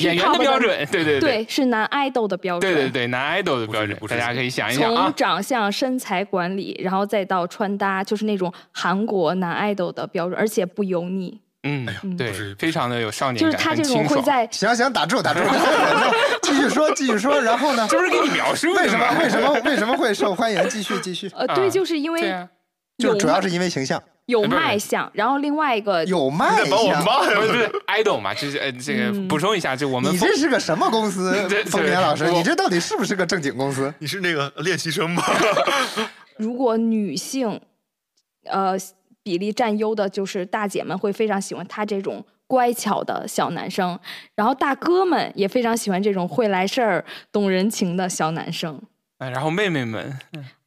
Speaker 3: 演员
Speaker 5: K-pop
Speaker 3: 的标，准，对对对
Speaker 5: 对，是男爱豆的标准。
Speaker 3: 对对对，男 idol 的标准，
Speaker 4: 不是不
Speaker 3: 大
Speaker 4: 是
Speaker 3: 家可以想一想
Speaker 5: 从
Speaker 3: 啊。
Speaker 5: 长相、身材管理，然后再到穿搭，就是那种韩国男爱豆的标准，而且不油腻。
Speaker 3: 嗯，对
Speaker 4: 不是不是，
Speaker 3: 非常的有少年
Speaker 5: 就
Speaker 3: 感，
Speaker 5: 是他
Speaker 3: 很
Speaker 5: 这种
Speaker 3: 清
Speaker 5: 会
Speaker 3: 爽
Speaker 5: 在
Speaker 2: 行行，打住打 住，打住继续说继续说，然后呢？
Speaker 3: 这不是给你描述的
Speaker 2: 为什么
Speaker 3: 吗
Speaker 2: 为什么为什么会受欢迎？继续继续，
Speaker 5: 呃，
Speaker 3: 啊
Speaker 5: 对，就是因
Speaker 3: 对
Speaker 5: 为
Speaker 3: 啊，
Speaker 2: 就
Speaker 5: 有
Speaker 2: 主要是因为形象
Speaker 5: 有
Speaker 3: 不是
Speaker 5: 卖相，然后另外一个
Speaker 2: 有卖
Speaker 4: 把我
Speaker 2: 相。
Speaker 4: 骂
Speaker 3: 不是不
Speaker 4: 呀！
Speaker 3: 是 idol 嘛，就是呃这个
Speaker 5: 嗯
Speaker 3: 补充一下，就我们
Speaker 2: 你
Speaker 3: 风
Speaker 2: 这是个什么公 司
Speaker 3: 对对？
Speaker 2: 丰年老师，
Speaker 3: 我
Speaker 2: 你这到底是不是个正经公司？
Speaker 4: 你是那个练习生吗？
Speaker 5: 如果女性，呃，比例占优的，就是大姐们会非常喜欢他这种乖巧的小男生，然后大哥们也非常喜欢这种会来事儿、懂人情的小男生。
Speaker 3: 呃然后妹妹们，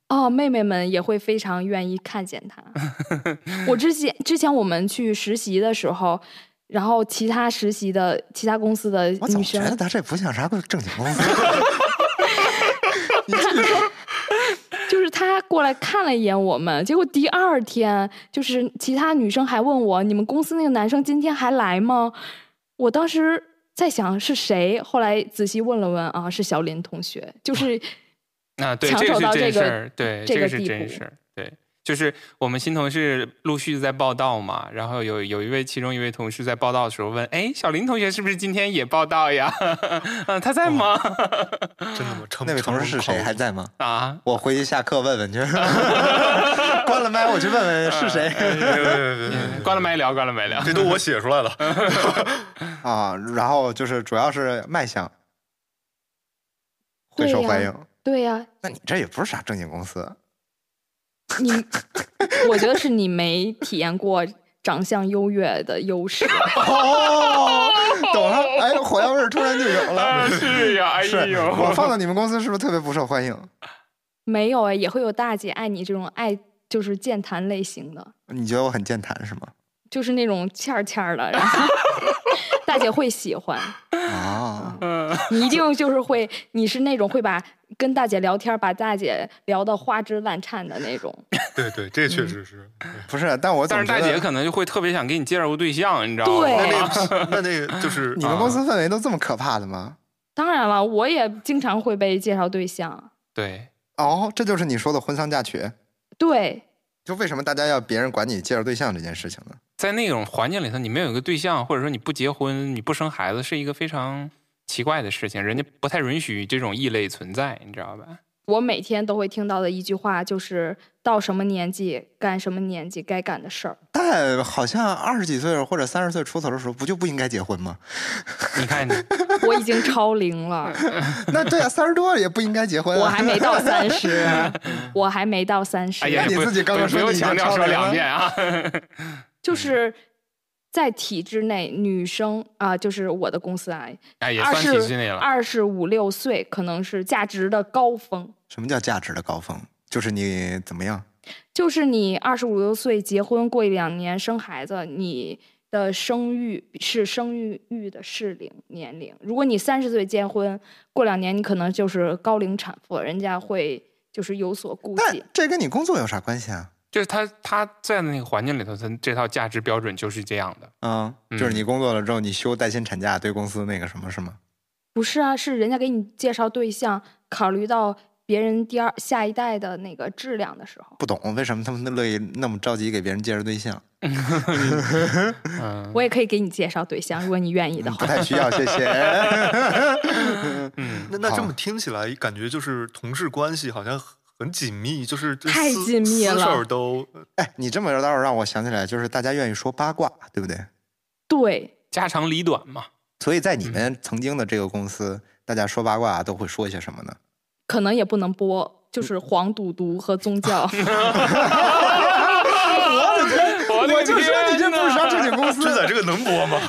Speaker 5: 哦，妹妹们也会非常愿意看见他。 我之前之前我们去实习的时候，然后其他实习的其他公司的
Speaker 2: 我
Speaker 5: 女
Speaker 2: 总觉得
Speaker 5: 生，
Speaker 2: 他这不像啥个正经公司。 你继续说，
Speaker 5: 就是她过来看了一眼我们，结果第二天就是其他女生还问我，你们公司那个男生今天还来吗？我当时在想是谁，后来仔细问了问啊，是小林同学，就是
Speaker 3: 啊，对，
Speaker 5: 抢
Speaker 3: 这
Speaker 5: 手
Speaker 3: 是
Speaker 5: 到
Speaker 3: 真
Speaker 5: 这
Speaker 3: 事
Speaker 5: 个
Speaker 3: 儿，对，
Speaker 5: 这
Speaker 3: 这
Speaker 5: 个
Speaker 3: 是
Speaker 5: 地
Speaker 3: 真
Speaker 5: 步
Speaker 3: 事儿，对，就是我们新同事陆续在报道嘛，然后有有一位其中一位同事在报道的时候问，哎，小林同学是不是今天也报道呀？ 嗯，他在吗？
Speaker 4: 真的吗？成
Speaker 2: 那位同事是谁还？在吗？
Speaker 3: 啊，
Speaker 2: 我回去下课问 问去，关了麦我去问问是谁
Speaker 4: 成成别别别别别别
Speaker 3: 啊关了麦聊，关了麦 聊，
Speaker 4: 这都我写出来了。
Speaker 2: 啊。然后就是主要是卖相会
Speaker 5: 对
Speaker 2: 受
Speaker 5: 呀
Speaker 2: 欢迎。
Speaker 5: 对呀、
Speaker 2: 那你这也不是啥正经公司，
Speaker 5: 你， 我觉得是你没体验过长相优越的优势。
Speaker 2: 哦，懂了，哎，火药味儿突然就有
Speaker 3: 啊，
Speaker 2: 了。
Speaker 3: 是呀，哎
Speaker 2: 是
Speaker 3: 呦，
Speaker 2: 我放到你们公司是不是特别不受欢迎？
Speaker 5: 没有哎，也会有大姐爱你这种爱就是健谈类型的，
Speaker 2: 你觉得我很健谈是吗？
Speaker 5: 就是那种欠儿欠儿的，然后 大姐会喜欢
Speaker 2: 啊，
Speaker 3: 嗯，
Speaker 5: 你，一定就是会，你是那种会把跟大姐聊天，把大姐聊得花枝乱颤的那种。
Speaker 4: 对对，这确实是。
Speaker 2: 不是，但我总
Speaker 3: 但是
Speaker 2: 觉
Speaker 3: 大
Speaker 2: 得
Speaker 3: 姐可能就会特别想给你介绍个对象，你知道吗？
Speaker 5: 对
Speaker 4: 那那个那那个就是啊
Speaker 2: 你们公
Speaker 3: 啊
Speaker 2: 司氛围都这么可怕的吗？
Speaker 5: 当然了，我也经常会被介绍对象，
Speaker 3: 对，
Speaker 2: 哦，这就是你说的婚丧嫁娶，
Speaker 5: 对，
Speaker 2: 就为什么大家要别人管你介绍对象这件事情呢？
Speaker 3: 在那种环境里头，你没有一个对象，或者说你不结婚、你不生孩子，是一个非常奇怪的事情，人家不太允许这种异类存在，你知道吧？
Speaker 5: 我每天都会听到的一句话就是：到什么年纪干什么年纪该干的事儿。
Speaker 2: 但好像二十几岁或者三十岁出头的时候，不就不应该结婚吗？
Speaker 3: 你看你，
Speaker 5: 我已经超龄了，
Speaker 2: 那对啊，三十多了也不应该结婚、啊。
Speaker 5: 我还没到三十，我还没到三十。
Speaker 3: 哎呀，
Speaker 2: 那你
Speaker 3: 不
Speaker 2: 自己刚刚
Speaker 3: 不
Speaker 2: 说
Speaker 3: 不
Speaker 2: 你已
Speaker 3: 用
Speaker 2: 经
Speaker 3: 强调
Speaker 2: 超
Speaker 3: 说
Speaker 2: 龄了
Speaker 3: 两遍 啊， 嗯
Speaker 5: 就是在体制内，女生啊、就是我的公司啊，
Speaker 3: 哎，也
Speaker 5: 二
Speaker 3: 算体制
Speaker 5: 十
Speaker 3: 内了。
Speaker 5: 二十五六岁可能是价值的高峰，
Speaker 2: 什么叫价值的高峰？就是你怎么样？
Speaker 5: 就是你二十五六岁结婚，过一两年生孩子，你的生育是生育育的适龄年龄。如果你三十岁结婚，过两年你可能就是高龄产妇了，人家会就是有所顾忌
Speaker 2: 但。这跟你工作有啥关系啊？
Speaker 3: 就是他他在那个环境里头，他这套价值标准就是这样的。
Speaker 2: 嗯，就是你工作了之后，你休带薪产假，对公司那个什么是吗？
Speaker 5: 不是啊，是人家给你介绍对象，考虑到别人第二下一代的那个质量的时候，
Speaker 2: 不懂为什么他们乐意那么着急给别人介绍对象，
Speaker 3: 嗯
Speaker 5: 我也可以给你介绍对象，如果你愿意的
Speaker 2: 嗯不
Speaker 5: 话。
Speaker 2: 太需要，谢谢。
Speaker 3: 嗯，
Speaker 4: 那那这
Speaker 2: 好
Speaker 4: 么听起来，感觉就是同事关系好像很很紧密，就是这
Speaker 5: 太
Speaker 4: 私
Speaker 5: 紧密
Speaker 4: 私事
Speaker 5: 了
Speaker 4: 儿都
Speaker 2: 哎，你这么着倒是让我想起来，就是大家愿意说八卦，对不对？
Speaker 5: 对，
Speaker 3: 家长里短嘛，
Speaker 2: 所以在你们曾经的这个公司，大家说八卦都会说一些什么呢？
Speaker 5: 可能也不能播，就是
Speaker 2: 嗯
Speaker 5: 黄赌毒和宗教。
Speaker 3: 我的
Speaker 2: 我就说你这
Speaker 3: 天
Speaker 2: 不
Speaker 3: 呐
Speaker 2: 是啥正经公司，
Speaker 4: 这在这个能播吗？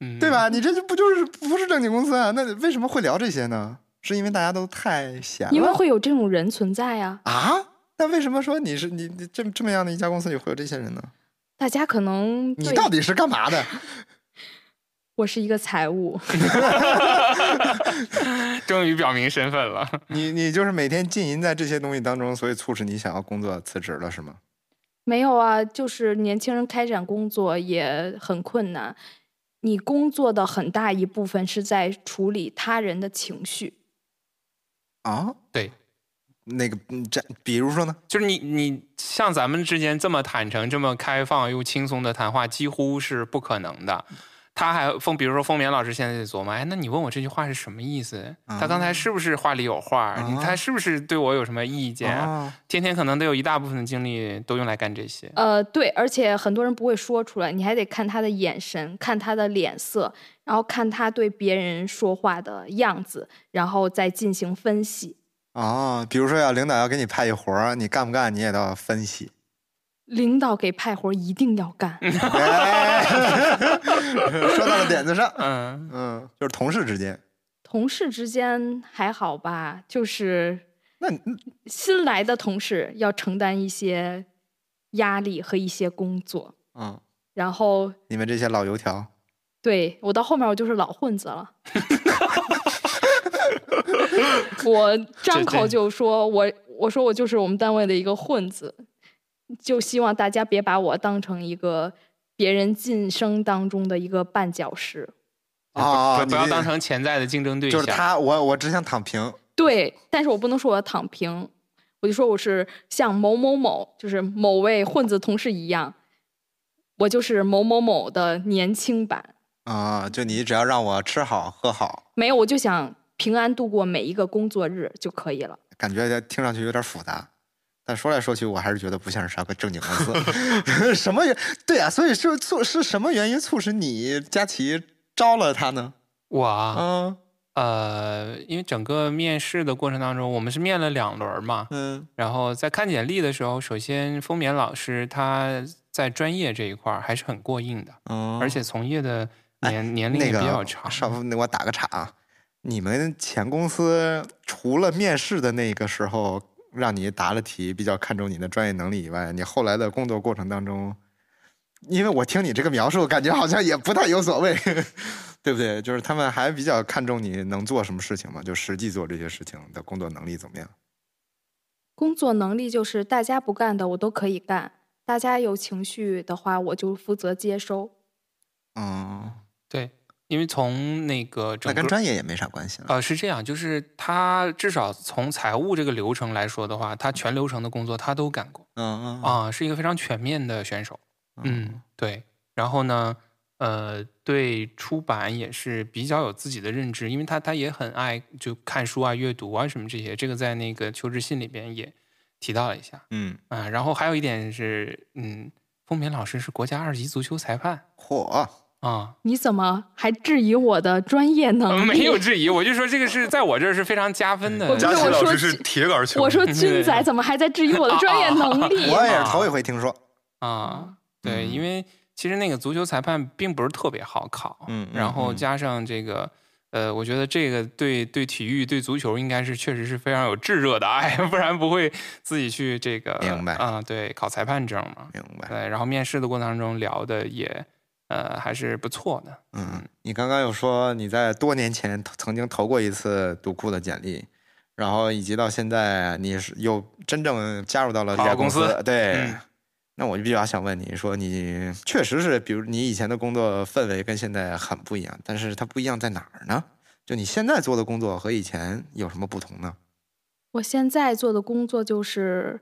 Speaker 3: 嗯
Speaker 2: 对？吧？你这就不就是不是正经公司啊？那为什么会聊这些呢？是因为大家都太闲了，
Speaker 5: 因为会有这种人存在啊，
Speaker 2: 啊？那为什么说你是你你这这么样的一家公司里会有这些人呢？
Speaker 5: 大家可能
Speaker 2: 你
Speaker 5: 对
Speaker 2: 到底是干嘛的？
Speaker 5: 我是一个财务，
Speaker 3: 终于表明身份 了。
Speaker 2: 你你就是每天浸淫在这些东西当中，所以促使你想要工作辞职了是吗？
Speaker 5: 没有啊，就是年轻人开展工作也很困难。你工作的很大一部分是在处理他人的情绪，
Speaker 2: 啊，
Speaker 3: 对，
Speaker 2: 那个嗯这比如说呢？
Speaker 3: 就是你你像咱们之间这么坦诚、这么开放又轻松的谈话，几乎是不可能的。他还凤，比如说凤眠老师现在在琢磨，哎，那你问我这句话是什么意思？他
Speaker 2: 嗯
Speaker 3: 刚才是不是话里有话？你他是不是对我有什么意见？
Speaker 2: 啊，
Speaker 3: 天天可能都有一大部分的精力都用来干 这些。
Speaker 5: 呃，对，而且很多人不会说出来，你还得看他的眼神，看他的脸色，然后看他对别人说话的样子，然后再进行分析。
Speaker 2: 哦，比如说要领导要给你派一活儿，你干不干你也都要分 析。
Speaker 5: 领导给派活儿一定要干，
Speaker 2: 哎说到了点子上，
Speaker 3: 嗯，
Speaker 2: 嗯，就是同事之间，
Speaker 5: 同事之间还好吧，就是
Speaker 2: 那你
Speaker 5: 新来的同事要承担一些压力和一些工作，
Speaker 2: 嗯，
Speaker 5: 然后
Speaker 2: 你们这些老油
Speaker 3: 啊
Speaker 2: 条，
Speaker 5: 对我到后面我就是老混子了。我张口就说，我我说我就是我们单位的一个混子，就希望大家别把我当成一个别人晋升当中的一个绊脚石。
Speaker 2: 啊
Speaker 3: 不不要
Speaker 2: 你
Speaker 3: 当成潜在的竞争对
Speaker 2: 就
Speaker 3: 象。
Speaker 2: 是他，我我只想躺平，
Speaker 5: 对，但是我不能说我躺平，我就说我是像某某某，就是某位混子同事一样，我就是某某某的年轻版。
Speaker 2: 啊，就你只要让我吃好喝好，
Speaker 5: 没有，我就想平安度过每一个工作日就可以了。
Speaker 2: 感觉听上去有点复杂。但说来说去，我还是觉得不像是啥个正经公司。什么原？对啊，所以是促是什么原因促使你佳琪招了他呢？
Speaker 3: 我啊，
Speaker 2: 啊，
Speaker 3: 呃，因为整个面试的过程当中，我们是面了两轮嘛，
Speaker 2: 嗯
Speaker 3: 然后在看简历的时候，首先丰眠老师他在专业这一块儿还是很过硬的，
Speaker 2: 嗯，
Speaker 3: 而且从业的年、年龄
Speaker 2: 哎那
Speaker 3: 也
Speaker 2: 个
Speaker 3: 比较长。
Speaker 2: 稍微我打个岔啊，你们前公司除了面试的那个时候让你答了题，比较看重你的专业能力以外，你后来的工作过程当中，因为我听你这个描述，感觉好像也不太有所谓， 对不对？就是他们还比较看重你能做什么事情嘛，就实际做这些事情的工作能力怎么样？
Speaker 5: 工作能力就是大家不干的我都可以干，大家有情绪的话我就负责接收。
Speaker 2: 嗯，
Speaker 3: 对，因为从那个
Speaker 2: 那
Speaker 3: 整
Speaker 2: 跟
Speaker 3: 个
Speaker 2: 专业也没啥关系了。
Speaker 3: 呃是这样，就是他至少从财务这个流程来说的话，他全流程的工作他都干过
Speaker 2: 嗯嗯
Speaker 3: 啊、是一个非常全面的选手。嗯，对。然后呢，呃，对出版也是比较有自己的认知，因为他他也很爱就看书啊、阅读啊什么这些，这个在那个求职信里边也提到了一下
Speaker 2: 嗯，
Speaker 3: 啊、然后还有一点是，嗯，丰田老师是国家二级足球裁判
Speaker 2: 嚯，
Speaker 3: 啊、
Speaker 5: 你怎么还质疑我的专业能力？
Speaker 3: 没有质疑，我就说这个是在我这儿是非常加分的。
Speaker 5: 我不
Speaker 4: 佳
Speaker 5: 是
Speaker 4: 琪
Speaker 5: 我
Speaker 4: 老
Speaker 5: 说
Speaker 4: 师是
Speaker 5: 起
Speaker 4: 铁杆球迷，
Speaker 5: 我说
Speaker 3: 对
Speaker 5: 君仔怎么还在质疑我的专业能 力？
Speaker 2: 我也是头一回听说。
Speaker 3: 啊，对，
Speaker 2: 嗯
Speaker 3: 因为其实那个足球裁判并不是特别好考，
Speaker 2: 嗯嗯
Speaker 3: 然后
Speaker 2: 嗯
Speaker 3: 加上这个呃，我觉得这个对对体育、对足球应该是确实是非常有炙热的爱，不然不会自己去这个
Speaker 2: 明白
Speaker 3: 啊、对，考裁判证嘛。
Speaker 2: 明白。
Speaker 3: 对，然后面试的过程当中聊的也呃还是不错的。
Speaker 2: 嗯，你刚刚有说你在多年前投曾经投过一次读库的简历，然后以及到现在你是又真正加入到了这
Speaker 3: 好
Speaker 2: 家
Speaker 3: 公
Speaker 2: 司。
Speaker 3: 司
Speaker 2: 对，
Speaker 3: 嗯
Speaker 2: 那我就比较想问你说，你确实是，比如你以前的工作氛围跟现在很不一样，但是它不一样在哪儿呢？就你现在做的工作和以前有什么不同呢？
Speaker 5: 我现在做的工作就是，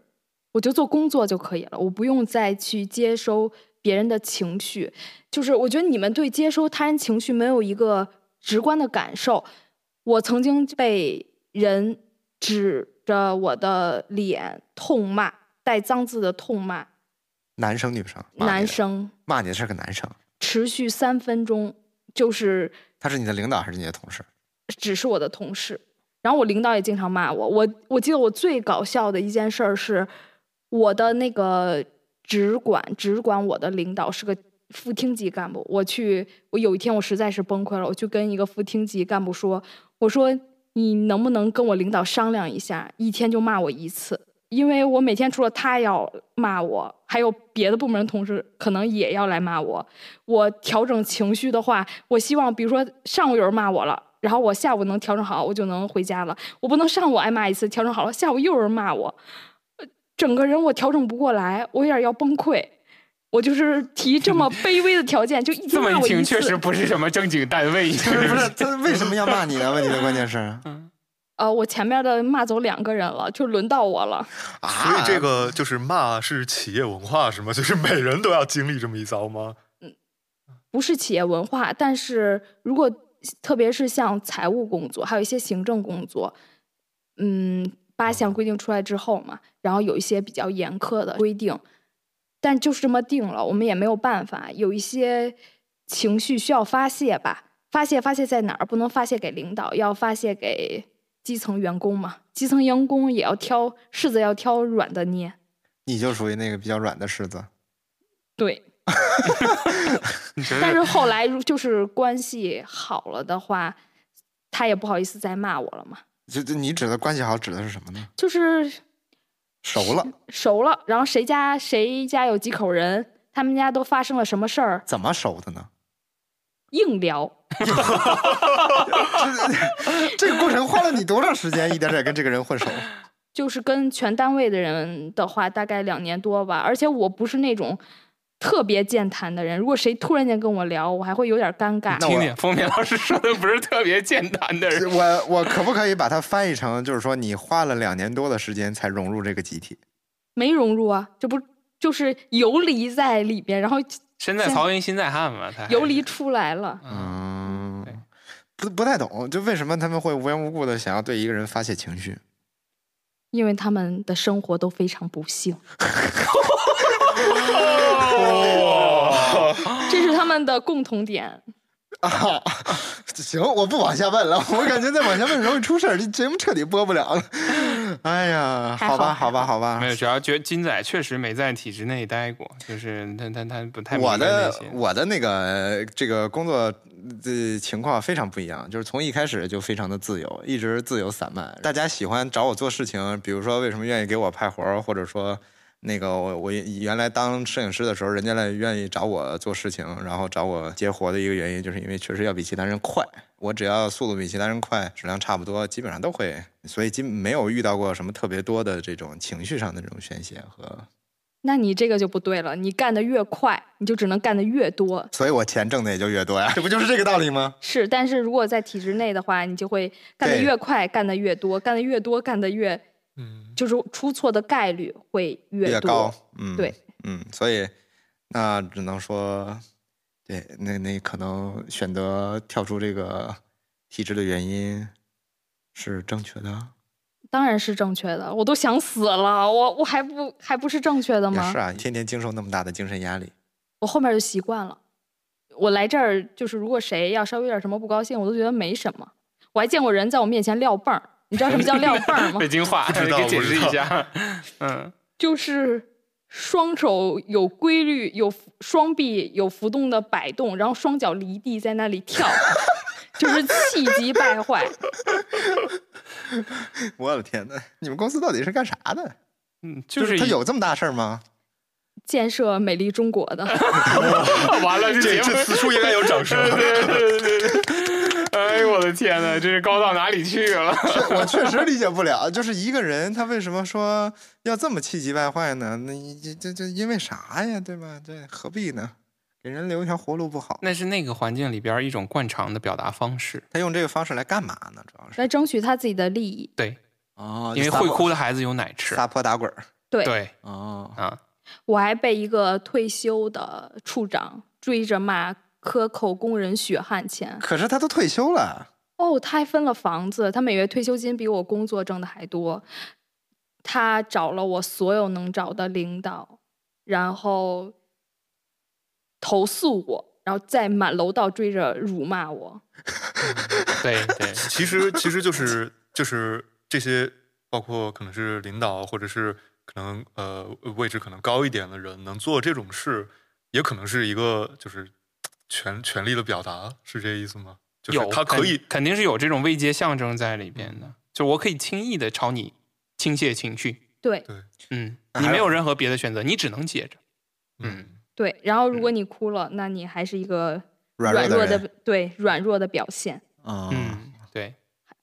Speaker 5: 我就做工作就可以了，我不用再去接收别人的情绪。就是我觉得你们对接收他人情绪没有一个直观的感受。我曾经被人指着我的脸痛骂，带脏字的痛骂，
Speaker 2: 男生女生？骂你
Speaker 5: 男
Speaker 2: 的
Speaker 5: 生
Speaker 2: 骂你的是个男生，
Speaker 5: 持续三分钟，就是
Speaker 2: 他是你的领导还是你的同事？
Speaker 5: 只是我的同事。然后我领导也经常骂我。我我记得我最搞笑的一件事儿是，我的那个只管只管我的领导是个副厅级干部。我去，我有一天我实在是崩溃了，我去跟一个副厅级干部说，我说你能不能跟我领导商量一下，一天就骂我一次。因为我每天除了他要骂我，还有别的部门同事可能也要来骂我，我调整情绪的话，我希望比如说上午有人骂我了，然后我下午能调整好，我就能回家了。我不能上午挨骂一次，调整好了，下午又有人骂我，呃整个人我调整不过来，我有点要崩溃。我就是提这么卑微的条件，就一
Speaker 3: 这
Speaker 5: 天
Speaker 3: 么
Speaker 5: 骂
Speaker 3: 一
Speaker 5: 我
Speaker 3: 听，
Speaker 5: 次
Speaker 3: 确。实不是什么正经单位，
Speaker 2: 不是 不是，他为什么要骂你呢？问题的关键是
Speaker 5: 呃，我前面的骂走两个人了，就轮到我了。
Speaker 2: 啊，
Speaker 4: 所以这个就是骂是企业文化是吗？就是每人都要经历这么一遭吗？
Speaker 5: 不是企业文化，但是如果特别是像财务工作，还有一些行政工作，嗯，八项规定出来之后嘛，然后有一些比较严苛的规定，但就是这么定了，我们也没有办法。有一些情绪需要发泄吧，发泄发泄在哪儿？不能发泄给领导，要发泄给基层员工嘛。基层员工也要挑柿子，要挑软的捏。
Speaker 2: 你就属于那个比较软的柿子。
Speaker 5: 对，
Speaker 3: 你觉
Speaker 5: 但
Speaker 3: 得
Speaker 5: 是后来如就是关系好了的话，他也不好意思再骂我了嘛，
Speaker 2: 就就你指的关系好指的是什么呢？
Speaker 5: 就是
Speaker 2: 熟了，
Speaker 5: 熟了，然后谁家谁家有几口人，他们家都发生了什么事儿，
Speaker 2: 怎么熟的呢？
Speaker 5: 硬聊。
Speaker 2: 这 个过程花了你多长时间，一点点跟这个人混熟？
Speaker 5: 就是跟全单位的人的话，大概两年多吧。而且我不是那种特别健谈的人，如果谁突然间跟我聊，我还会有点尴尬。
Speaker 2: 那我
Speaker 3: 听听封面老师说的不是特别健谈的 人，
Speaker 2: 我我可不可以把它翻译成，就是说你花了两年多的时间才融入这个集体？
Speaker 5: 没融入啊，这不就是游离在里边，然后
Speaker 3: 身在曹营心在汉嘛，他还
Speaker 5: 游离
Speaker 3: 是
Speaker 5: 出来了。
Speaker 2: 嗯
Speaker 3: 嗯，对，
Speaker 2: 不不太懂，就为什么他们会无缘无故的想要对一个人发泄情绪？
Speaker 5: 因为他们的生活都非常不幸，这是他们的共同点。
Speaker 2: 啊， 行，我不往下问了，我感觉再往下问容易出事儿，这节目彻底播不了了。 哎呀，
Speaker 5: 还
Speaker 2: 好吧，
Speaker 5: 好
Speaker 2: 好吧，好吧
Speaker 3: 没，有，主要觉得金仔确实没在体制内待过，就是他他他不太明
Speaker 2: 我
Speaker 3: 白那
Speaker 2: 的
Speaker 3: 些
Speaker 2: 我的那个呃这个工作的情况非常不一样，就是从一开始就非常的自由，一直自由散漫。大家喜欢找我做事情，比如说为什么愿意给我派活儿，或者说那个我我原来当摄影师的时候，人家来愿意找我做事情，然后找我接活的一个原因，就是因为确实要比其他人快。我只要速度比其他人快，质量差不多，基本上都会，所以基本没有遇到过什么特别多的这种情绪上的这种宣泄和
Speaker 5: 那你这个就不对了，你干得越快，你就只能干得越多。
Speaker 2: 所以我钱挣的也就越多呀，这不就是这个道理吗？
Speaker 5: 是，但是如果在体制内的话，你就会干得
Speaker 2: 对
Speaker 5: 越快，干得越多，干得越多，干得越
Speaker 4: 嗯，
Speaker 5: 就是出错的概率会越多。
Speaker 2: 高，嗯，
Speaker 5: 对，
Speaker 2: 嗯，所以那只能说，对，那那可能选择跳出这个体制的原因是正确的，
Speaker 5: 当然是正确的，我都想死了，我我还不还不是正确的
Speaker 2: 也
Speaker 5: 吗？
Speaker 2: 是啊，天天经受那么大的精神压力，
Speaker 5: 我后面就习惯了。我来这儿就是，如果谁要稍微有点什么不高兴，我都觉得没什么。我还见过人在我面前撂蹦儿，你知道什么叫撂蹦儿吗
Speaker 3: 北？京话，
Speaker 4: 不知道
Speaker 3: 给解释一
Speaker 4: 不知
Speaker 3: 下，嗯，
Speaker 5: 就是双手有规律、有浮双臂有浮动的摆动，然后双脚离地在那里跳， 就是气急败坏。
Speaker 2: 我的天呐，你们公司到底是干啥的？
Speaker 3: 嗯，就
Speaker 2: 就是他
Speaker 3: 以
Speaker 2: 有这么大事儿吗？
Speaker 5: 建设美丽中国的，
Speaker 3: 完了，这节
Speaker 4: 这
Speaker 3: 目
Speaker 4: 这此处应该有掌声。
Speaker 3: 对对对对对，哎呦我的天呐，这是高到哪里去了？
Speaker 2: 确我确实理解不了，就是一个人他为什么说要这么气急败坏呢？那这这这因为啥呀？对吧？这何必呢？给人留一条活路不好？
Speaker 3: 那是那个环境里边一种惯常的表达方式，
Speaker 2: 他用这个方式来干嘛呢？主要是
Speaker 5: 来争取他自己的利益。
Speaker 3: 对，
Speaker 2: 哦
Speaker 4: 啊
Speaker 3: 因为会哭的孩子有奶吃，
Speaker 2: 撒泼打滚儿
Speaker 5: 对
Speaker 3: 对
Speaker 2: 哦，
Speaker 3: 啊，
Speaker 5: 我还被一个退休的处长追着骂克扣工人血汗钱。
Speaker 2: 可是他都退休了，
Speaker 5: 哦，他还分了房子，他每月退休金比我工作挣的还多。他找了我所有能找的领导，然后投诉我，然后再满楼道追着辱骂我。
Speaker 3: 对对，
Speaker 4: 其实其实就是就是这些，包括可能是领导，或者是可能呃位置可能高一点的人，能做这种事，也可能是一个就是权权力的表达，是这意思吗？ 就是
Speaker 3: 有
Speaker 4: 他可
Speaker 3: 肯
Speaker 4: 以，嗯
Speaker 3: 肯定是有这种慰藉象征在里边的，就我可以轻易的朝你倾泻情绪，
Speaker 5: 对
Speaker 3: 嗯，
Speaker 2: 那
Speaker 3: 你
Speaker 2: 还
Speaker 3: 没
Speaker 2: 有
Speaker 3: 有任何别的选择，你只能接着，
Speaker 4: 嗯，
Speaker 5: 对，然后如果你哭了，那你还是一个
Speaker 2: 软弱
Speaker 5: 弱
Speaker 2: 的人
Speaker 5: 对软弱的表现，
Speaker 2: 啊
Speaker 3: 嗯，对，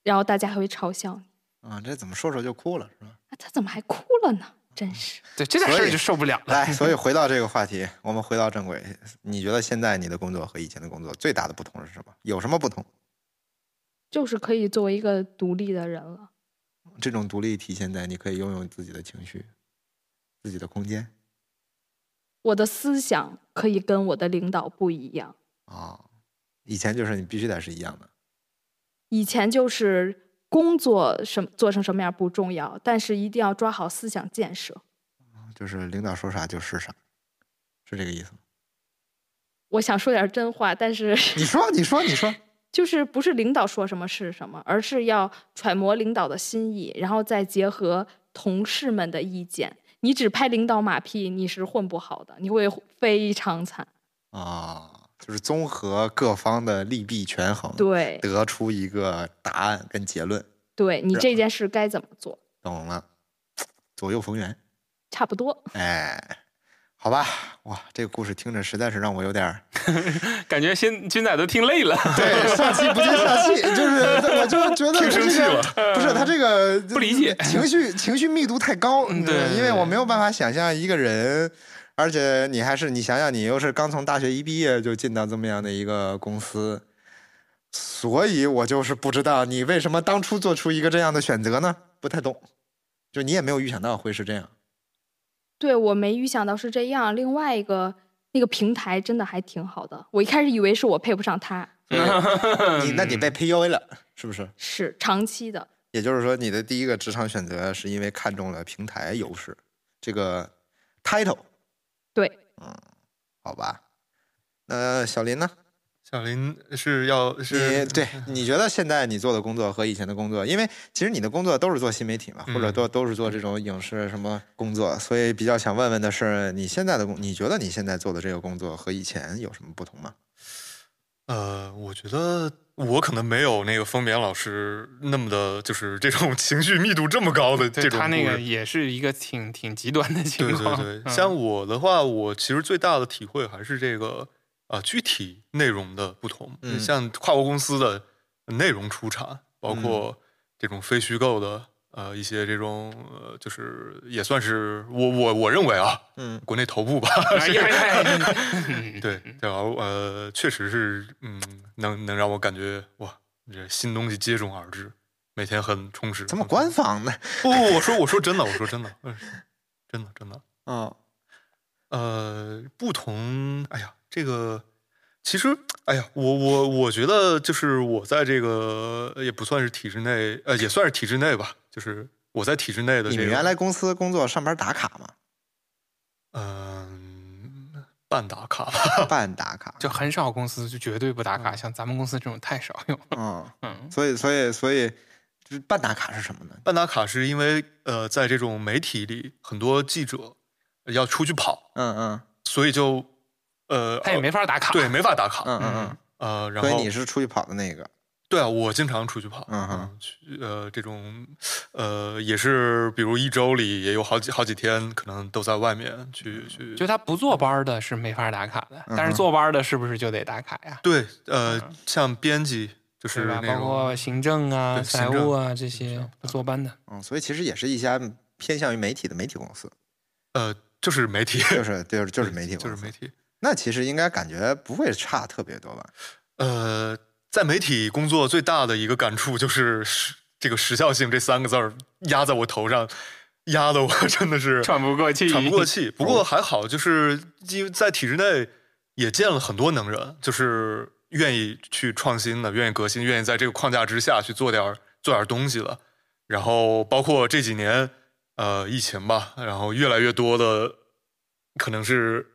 Speaker 5: 然后大家还会嘲笑你
Speaker 2: 啊，这怎么说说就哭了是吧？
Speaker 5: 啊，他怎么还哭了呢？真是。
Speaker 2: 嗯
Speaker 3: 对，这点
Speaker 2: 所
Speaker 3: 事儿
Speaker 2: 以
Speaker 3: 就受不了 了。
Speaker 2: 来，所以回到这个话题， 我们回到正轨，你觉得现在你的工作和以前的工作最大的不同是什么？有什么不同？
Speaker 5: 就是可以作为一个独立的人了。
Speaker 2: 这种独立体现在你可以拥有自己的情绪、自己的空间
Speaker 5: 我的思想可以跟我的领导不一样。
Speaker 2: 啊、以前就是你必须得是一样的，
Speaker 5: 以前就是工作什么做成什么样不重要，但是一定要抓好思想建设。
Speaker 2: 就是领导说啥就是啥，是这个意思吗。
Speaker 5: 我想说点真话，但是
Speaker 2: 你说，你说，你说，
Speaker 5: 就是不是领导说什么是什么，而是要揣摩领导的心意，然后再结合同事们的意见。你只拍领导马屁，你是混不好的，你会非常惨。
Speaker 2: 啊、就是综合各方的利弊权衡，
Speaker 5: 对
Speaker 2: 得出一个答案跟结论，
Speaker 5: 对，你
Speaker 2: 是
Speaker 5: 这件事该怎么做，
Speaker 2: 懂了，左右逢源。
Speaker 5: 差不多。
Speaker 2: 哎，好吧，哇，这个故事听着实在是让我有点儿
Speaker 3: 感觉现军仔都听累了，
Speaker 2: 对上气不接下气，就是我就觉得他
Speaker 4: 听生气
Speaker 2: 这
Speaker 4: 了
Speaker 2: 个。不是他这个不
Speaker 3: 理解
Speaker 2: 情绪情绪密度太高，
Speaker 3: 嗯
Speaker 2: 你
Speaker 3: 对对
Speaker 2: 因为
Speaker 3: 对
Speaker 2: 我没有办法想象一个人，而且你还是你想想，你又是刚从大学一毕业就进到这么样的一个公司，所以我就是不知道你为什么当初做出一个这样的选择呢？不太懂，就你也没有预想到会是这样。
Speaker 5: 对我没预想到是这样。另外一个那个平台真的还挺好的，我一开始以为是我配不上他，
Speaker 2: 你那你被 PUA 了，是不是？
Speaker 5: 是长期的。
Speaker 2: 也就是说，你的第一个职场选择是因为看中了平台优势，这个 title，嗯
Speaker 5: 对，
Speaker 2: 好吧？那小林呢？
Speaker 4: 小林是要是
Speaker 2: 你对，你觉得现在你做的工作和以前的工作，因为其实你的工作都是做新媒体嘛，或者
Speaker 4: 嗯
Speaker 2: 都都是做这种影视什么工作，所以比较想问问的是，你现在的工，你觉得你现在做的这个工作和以前有什么不同吗？
Speaker 4: 呃，我觉得我可能没有那个丰棉老师那么的，就是这种 情绪密度这么高的 这
Speaker 3: 对
Speaker 4: 种
Speaker 3: 他那
Speaker 4: 故
Speaker 3: 个
Speaker 4: 事
Speaker 3: 也是一个挺挺极端的情
Speaker 4: 对
Speaker 3: 况。
Speaker 4: 对对，
Speaker 3: 嗯
Speaker 4: 像我的话，我其实最大的体会还是这个呃具体内容的不同。
Speaker 2: 嗯
Speaker 4: 像跨国公司的内容出产，包括
Speaker 2: 嗯
Speaker 4: 这种非虚构的呃一些这种呃，就是也算是我我我认为啊，
Speaker 2: 嗯，
Speaker 4: 国内头部吧。
Speaker 3: 哎呀哎呀哎 呀
Speaker 4: 对，然后呃，确实是嗯，能能让我感觉哇，这新东西接踵而至，每天很充实。
Speaker 2: 怎么
Speaker 4: 很充
Speaker 2: 官方呢？
Speaker 4: 不不，不我说我说真的，我说真的，嗯真的真的。
Speaker 2: 啊、
Speaker 4: 呃，不同，哎呀，这个其实，哎呀，我我我觉得就是我在这个也不算是体制内，呃，也算是体制内吧，就是我在体制内的
Speaker 2: 你
Speaker 4: 这
Speaker 2: 们
Speaker 4: 个，
Speaker 2: 原来公司工作上班打卡吗？
Speaker 4: 嗯、半打卡吧，
Speaker 2: 半打卡，
Speaker 3: 就很少公司就绝对不打
Speaker 4: 嗯
Speaker 3: 卡，像咱们公司这种太少有。
Speaker 2: 嗯，
Speaker 3: 嗯，
Speaker 4: 哦
Speaker 2: 所以，所以，所以，就是半打卡是什么呢？
Speaker 4: 半打卡是因为呃，在这种媒体里，很多记者要出去跑，
Speaker 2: 嗯嗯
Speaker 4: 所以就呃，哦
Speaker 3: 他也没法打卡。
Speaker 4: 对没法打卡，
Speaker 2: 嗯嗯
Speaker 4: 呃，
Speaker 2: 嗯。
Speaker 4: 然
Speaker 2: 所以
Speaker 4: 后
Speaker 2: 你是出去跑的那个，
Speaker 4: 对啊，我经常出去跑，
Speaker 2: 嗯哼
Speaker 4: 去呃这种呃也是，比如一周里也有好几好几天可能都在外面去去，
Speaker 3: 就他不坐班儿的是没法打卡的，
Speaker 2: 嗯
Speaker 3: 但是
Speaker 2: 哼
Speaker 3: 坐班儿的是不是就得打卡呀？
Speaker 4: 对呃
Speaker 3: 嗯
Speaker 4: 像编辑就是
Speaker 3: 对吧？
Speaker 4: 那
Speaker 3: 包
Speaker 4: 种
Speaker 3: 括行政啊、
Speaker 4: 对
Speaker 3: 财
Speaker 4: 行政
Speaker 3: 务啊这些
Speaker 4: 政
Speaker 3: 不坐班的。
Speaker 2: 嗯，所以其实也是一家偏向于媒体的媒体公司，
Speaker 4: 呃就是媒体，
Speaker 2: 就是就是就是媒体公
Speaker 4: 就
Speaker 2: 司，
Speaker 4: 是媒体，
Speaker 2: 那其实应该感觉不会差特别多吧？
Speaker 4: 呃，在媒体工作最大的一个感触就是时这个时效性这三个字儿压在我头上，压的我 真的是
Speaker 3: 喘不过气哦
Speaker 4: 喘不过气。不过还好，就是因为在体制内也见了很多能人，就是愿意去创新的，愿意革新，愿意在这个框架之下去做点儿做点儿东西了。然后包括这几年，呃，疫情吧，然后越来越多的可能是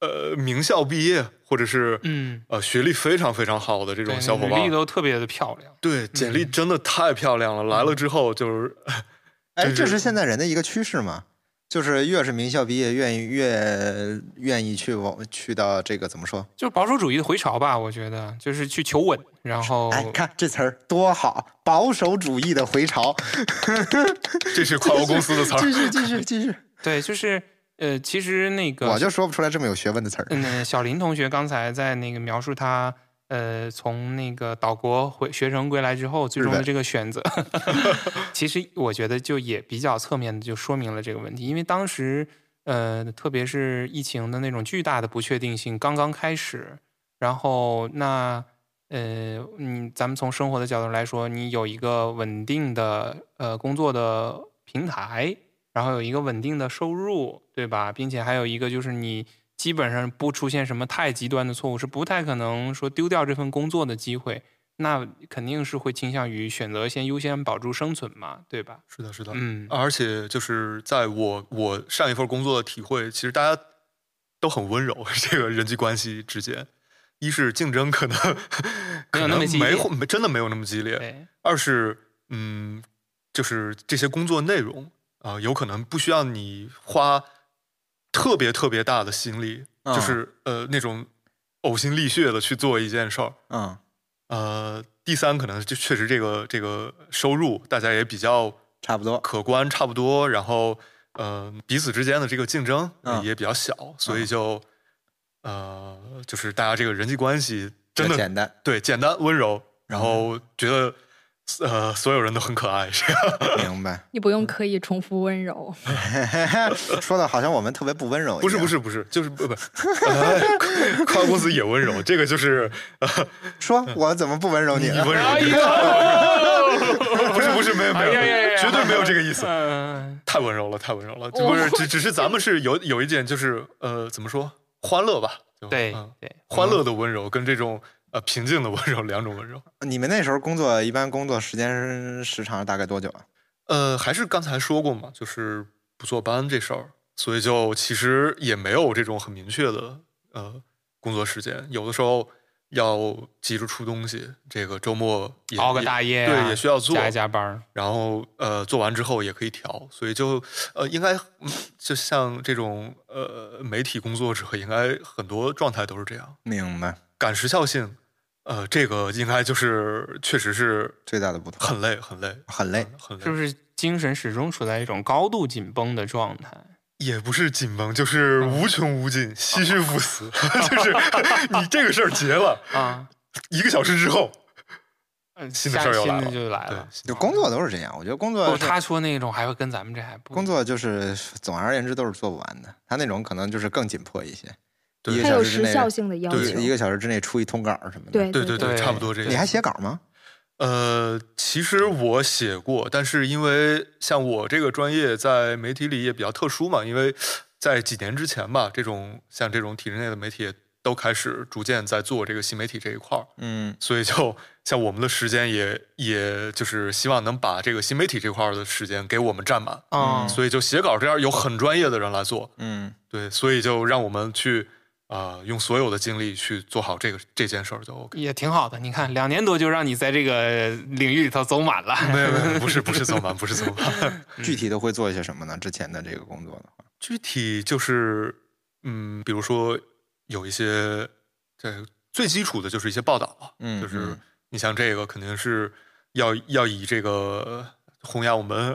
Speaker 4: 呃名校毕业，或者是
Speaker 3: 嗯，
Speaker 4: 呃，学历非常非常好的这
Speaker 3: 对
Speaker 4: 种小伙
Speaker 3: 履历
Speaker 4: 伴，
Speaker 3: 都嗯特别的漂亮。
Speaker 4: 对简历真的太漂亮了。来了之后就是，
Speaker 2: 哎，
Speaker 4: 对
Speaker 2: 这
Speaker 4: 对
Speaker 2: 是现在人的一个趋势嘛？就是越是名校毕业，愿意越愿意去往去到这个怎么说？
Speaker 3: 就是保守主义的回潮吧，我觉得就是去求稳，然
Speaker 4: 哦
Speaker 3: 后
Speaker 2: 哎，看这词儿多好，保守主义的回潮。
Speaker 4: 这是 跨国公司的词
Speaker 2: 继
Speaker 4: 儿。
Speaker 2: 续，继续，继续。
Speaker 3: 对，就是呃，其实那个
Speaker 2: 我就说不出来这么有学问的词儿。
Speaker 3: 嗯，小林同学刚才在那个描述他呃从那个岛国回学成归来之后最
Speaker 2: 日
Speaker 3: 终的
Speaker 2: 本
Speaker 3: 这个 选择，其实我觉得就也比较侧面的就说明了这个问题，因为当时呃特别是疫情的那种巨大的不确定性刚刚开始，然后那。呃，嗯，咱们从生活的角度来说，你有一个稳定的呃工作的平台，然后有一个稳定的收入，对吧？并且还有一个就是你基本上不出现什么太极端的错误，是不太可能说丢掉这份工作的机会。那肯定是会倾向于选择先优先保住生存嘛，对吧？
Speaker 4: 是的，是的，
Speaker 3: 嗯，
Speaker 4: 而且就是在我我上一份工作的体会，其实大家都很温柔， 这个人际关系之间，一是竞争可能
Speaker 3: 没有那
Speaker 4: 可
Speaker 3: 么
Speaker 4: 能
Speaker 3: 激
Speaker 4: 没
Speaker 3: 烈
Speaker 4: 会真的没有那么激烈，
Speaker 3: 对，
Speaker 4: 二是，嗯，就是这些工作内容啊、有可能不需要你花特别特别大的心力，
Speaker 2: 啊
Speaker 4: 就是呃那种呕心沥血的去做一件事儿。
Speaker 2: 嗯，
Speaker 4: 呃，第三可能就确实这个这个收入大家也比较
Speaker 2: 差不多。
Speaker 4: 可观，差不多，然后呃彼此之间的这个竞争
Speaker 2: 嗯
Speaker 4: 也比较小，所以就呃就是大家这个人际关系真
Speaker 2: 比较
Speaker 4: 的
Speaker 2: 简 单。
Speaker 4: 对，简单温柔，然后觉得、呃所有人都很可爱，这样。
Speaker 2: 明白。
Speaker 6: 你不用刻意重复温柔，
Speaker 2: 说的好像我们特别不温柔一样。
Speaker 4: 不是不，是不是，就是不不， 呃跨跨国公司也温柔，这个就是呃
Speaker 2: 说我怎么不温柔
Speaker 4: 你
Speaker 2: 你
Speaker 4: 你
Speaker 2: 了？
Speaker 4: 温柔，
Speaker 3: 哎呦，
Speaker 4: 不是不是没有没有，
Speaker 3: 哎呀呀呀
Speaker 4: 绝对没有这个意 思，
Speaker 3: 嗯、
Speaker 4: 太温柔了太温柔了，不是只只是咱们是有有一点就是呃怎么说欢乐吧，就
Speaker 3: 对
Speaker 4: 嗯
Speaker 3: 对，
Speaker 4: 欢乐的温柔跟这种呃平静的温柔两种温柔，
Speaker 2: 你们那时候工作一般工作时间时长大概多久啊？
Speaker 4: 呃，还是刚才说过嘛，就是不坐班这事儿，所以就其实也没有这种很明确的呃工作时间，有的时候要急着出东西，这个周末也
Speaker 3: 熬个大夜、啊，
Speaker 4: 对也需要做
Speaker 3: 加一加班儿。
Speaker 4: 然后呃做完之后也可以调，所以就呃应该嗯就像这种呃媒体工作者，应该很多状态都是这样，
Speaker 2: 明白，
Speaker 4: 赶时效性，呃这个应该就是确实是
Speaker 2: 最大的不同，
Speaker 4: 很累很累嗯
Speaker 2: 很累。
Speaker 4: 很累，
Speaker 3: 是不是精神始终处在一种高度紧绷的状态？
Speaker 4: 也不是紧绷，就是
Speaker 2: 嗯
Speaker 4: 无穷无尽，唏嘘不死。 就是你这个事儿结了，
Speaker 3: 啊，
Speaker 4: 一个小时之后，
Speaker 3: 嗯
Speaker 4: 新的
Speaker 3: 下
Speaker 4: 事儿又来
Speaker 3: 新的
Speaker 4: 了
Speaker 3: 就来
Speaker 4: 对
Speaker 3: 了。，
Speaker 2: 就工作都是这样，我觉得工作
Speaker 4: 哦
Speaker 3: 不，
Speaker 2: 是
Speaker 3: 他说那种还会跟咱们这还不
Speaker 2: 工作就是总而言之都是做不完的，他那种可能就是更紧迫一些，
Speaker 4: 对
Speaker 2: 一个
Speaker 5: 它
Speaker 2: 小
Speaker 5: 有
Speaker 2: 时之
Speaker 5: 时
Speaker 2: 内
Speaker 5: 效性的要
Speaker 4: 对
Speaker 5: 求
Speaker 2: 一。一个小时之内出一通稿什么的。
Speaker 5: 对
Speaker 4: 对对对，
Speaker 5: 对
Speaker 3: 对
Speaker 4: 差不多这
Speaker 2: 嗯你还
Speaker 4: 样。
Speaker 2: 写稿吗？
Speaker 4: 呃，其实我写过，但是因为像我这个专业在媒体里也比较特殊嘛，因为在几年之前吧，这种像这种体制内的媒体也都开始逐渐在做这个新媒体这一块儿，
Speaker 2: 嗯，
Speaker 4: 所以就像我们的时间也也就是希望能把这个新媒体这块儿的时间给我们占满。
Speaker 2: 哦
Speaker 3: 啊，
Speaker 4: 所以就写稿这样有很专业的人来做，
Speaker 2: 嗯，
Speaker 4: 对，所以就让我们去啊、呃用所有的精力去做好这个这件事儿就 OK。
Speaker 3: 也挺好的。你看，两年多就让你在这个领域里头 走满了。
Speaker 4: 没有没有，不是不是走满，不是走满，
Speaker 2: 具体都会做一些什么呢？之前的这个工作的话，
Speaker 4: 具体就是嗯，比如说有一些这最基础的就是一些报道啊，
Speaker 2: 嗯
Speaker 4: 就是
Speaker 2: 嗯
Speaker 4: 你像这个肯定是要要以这个弘扬我们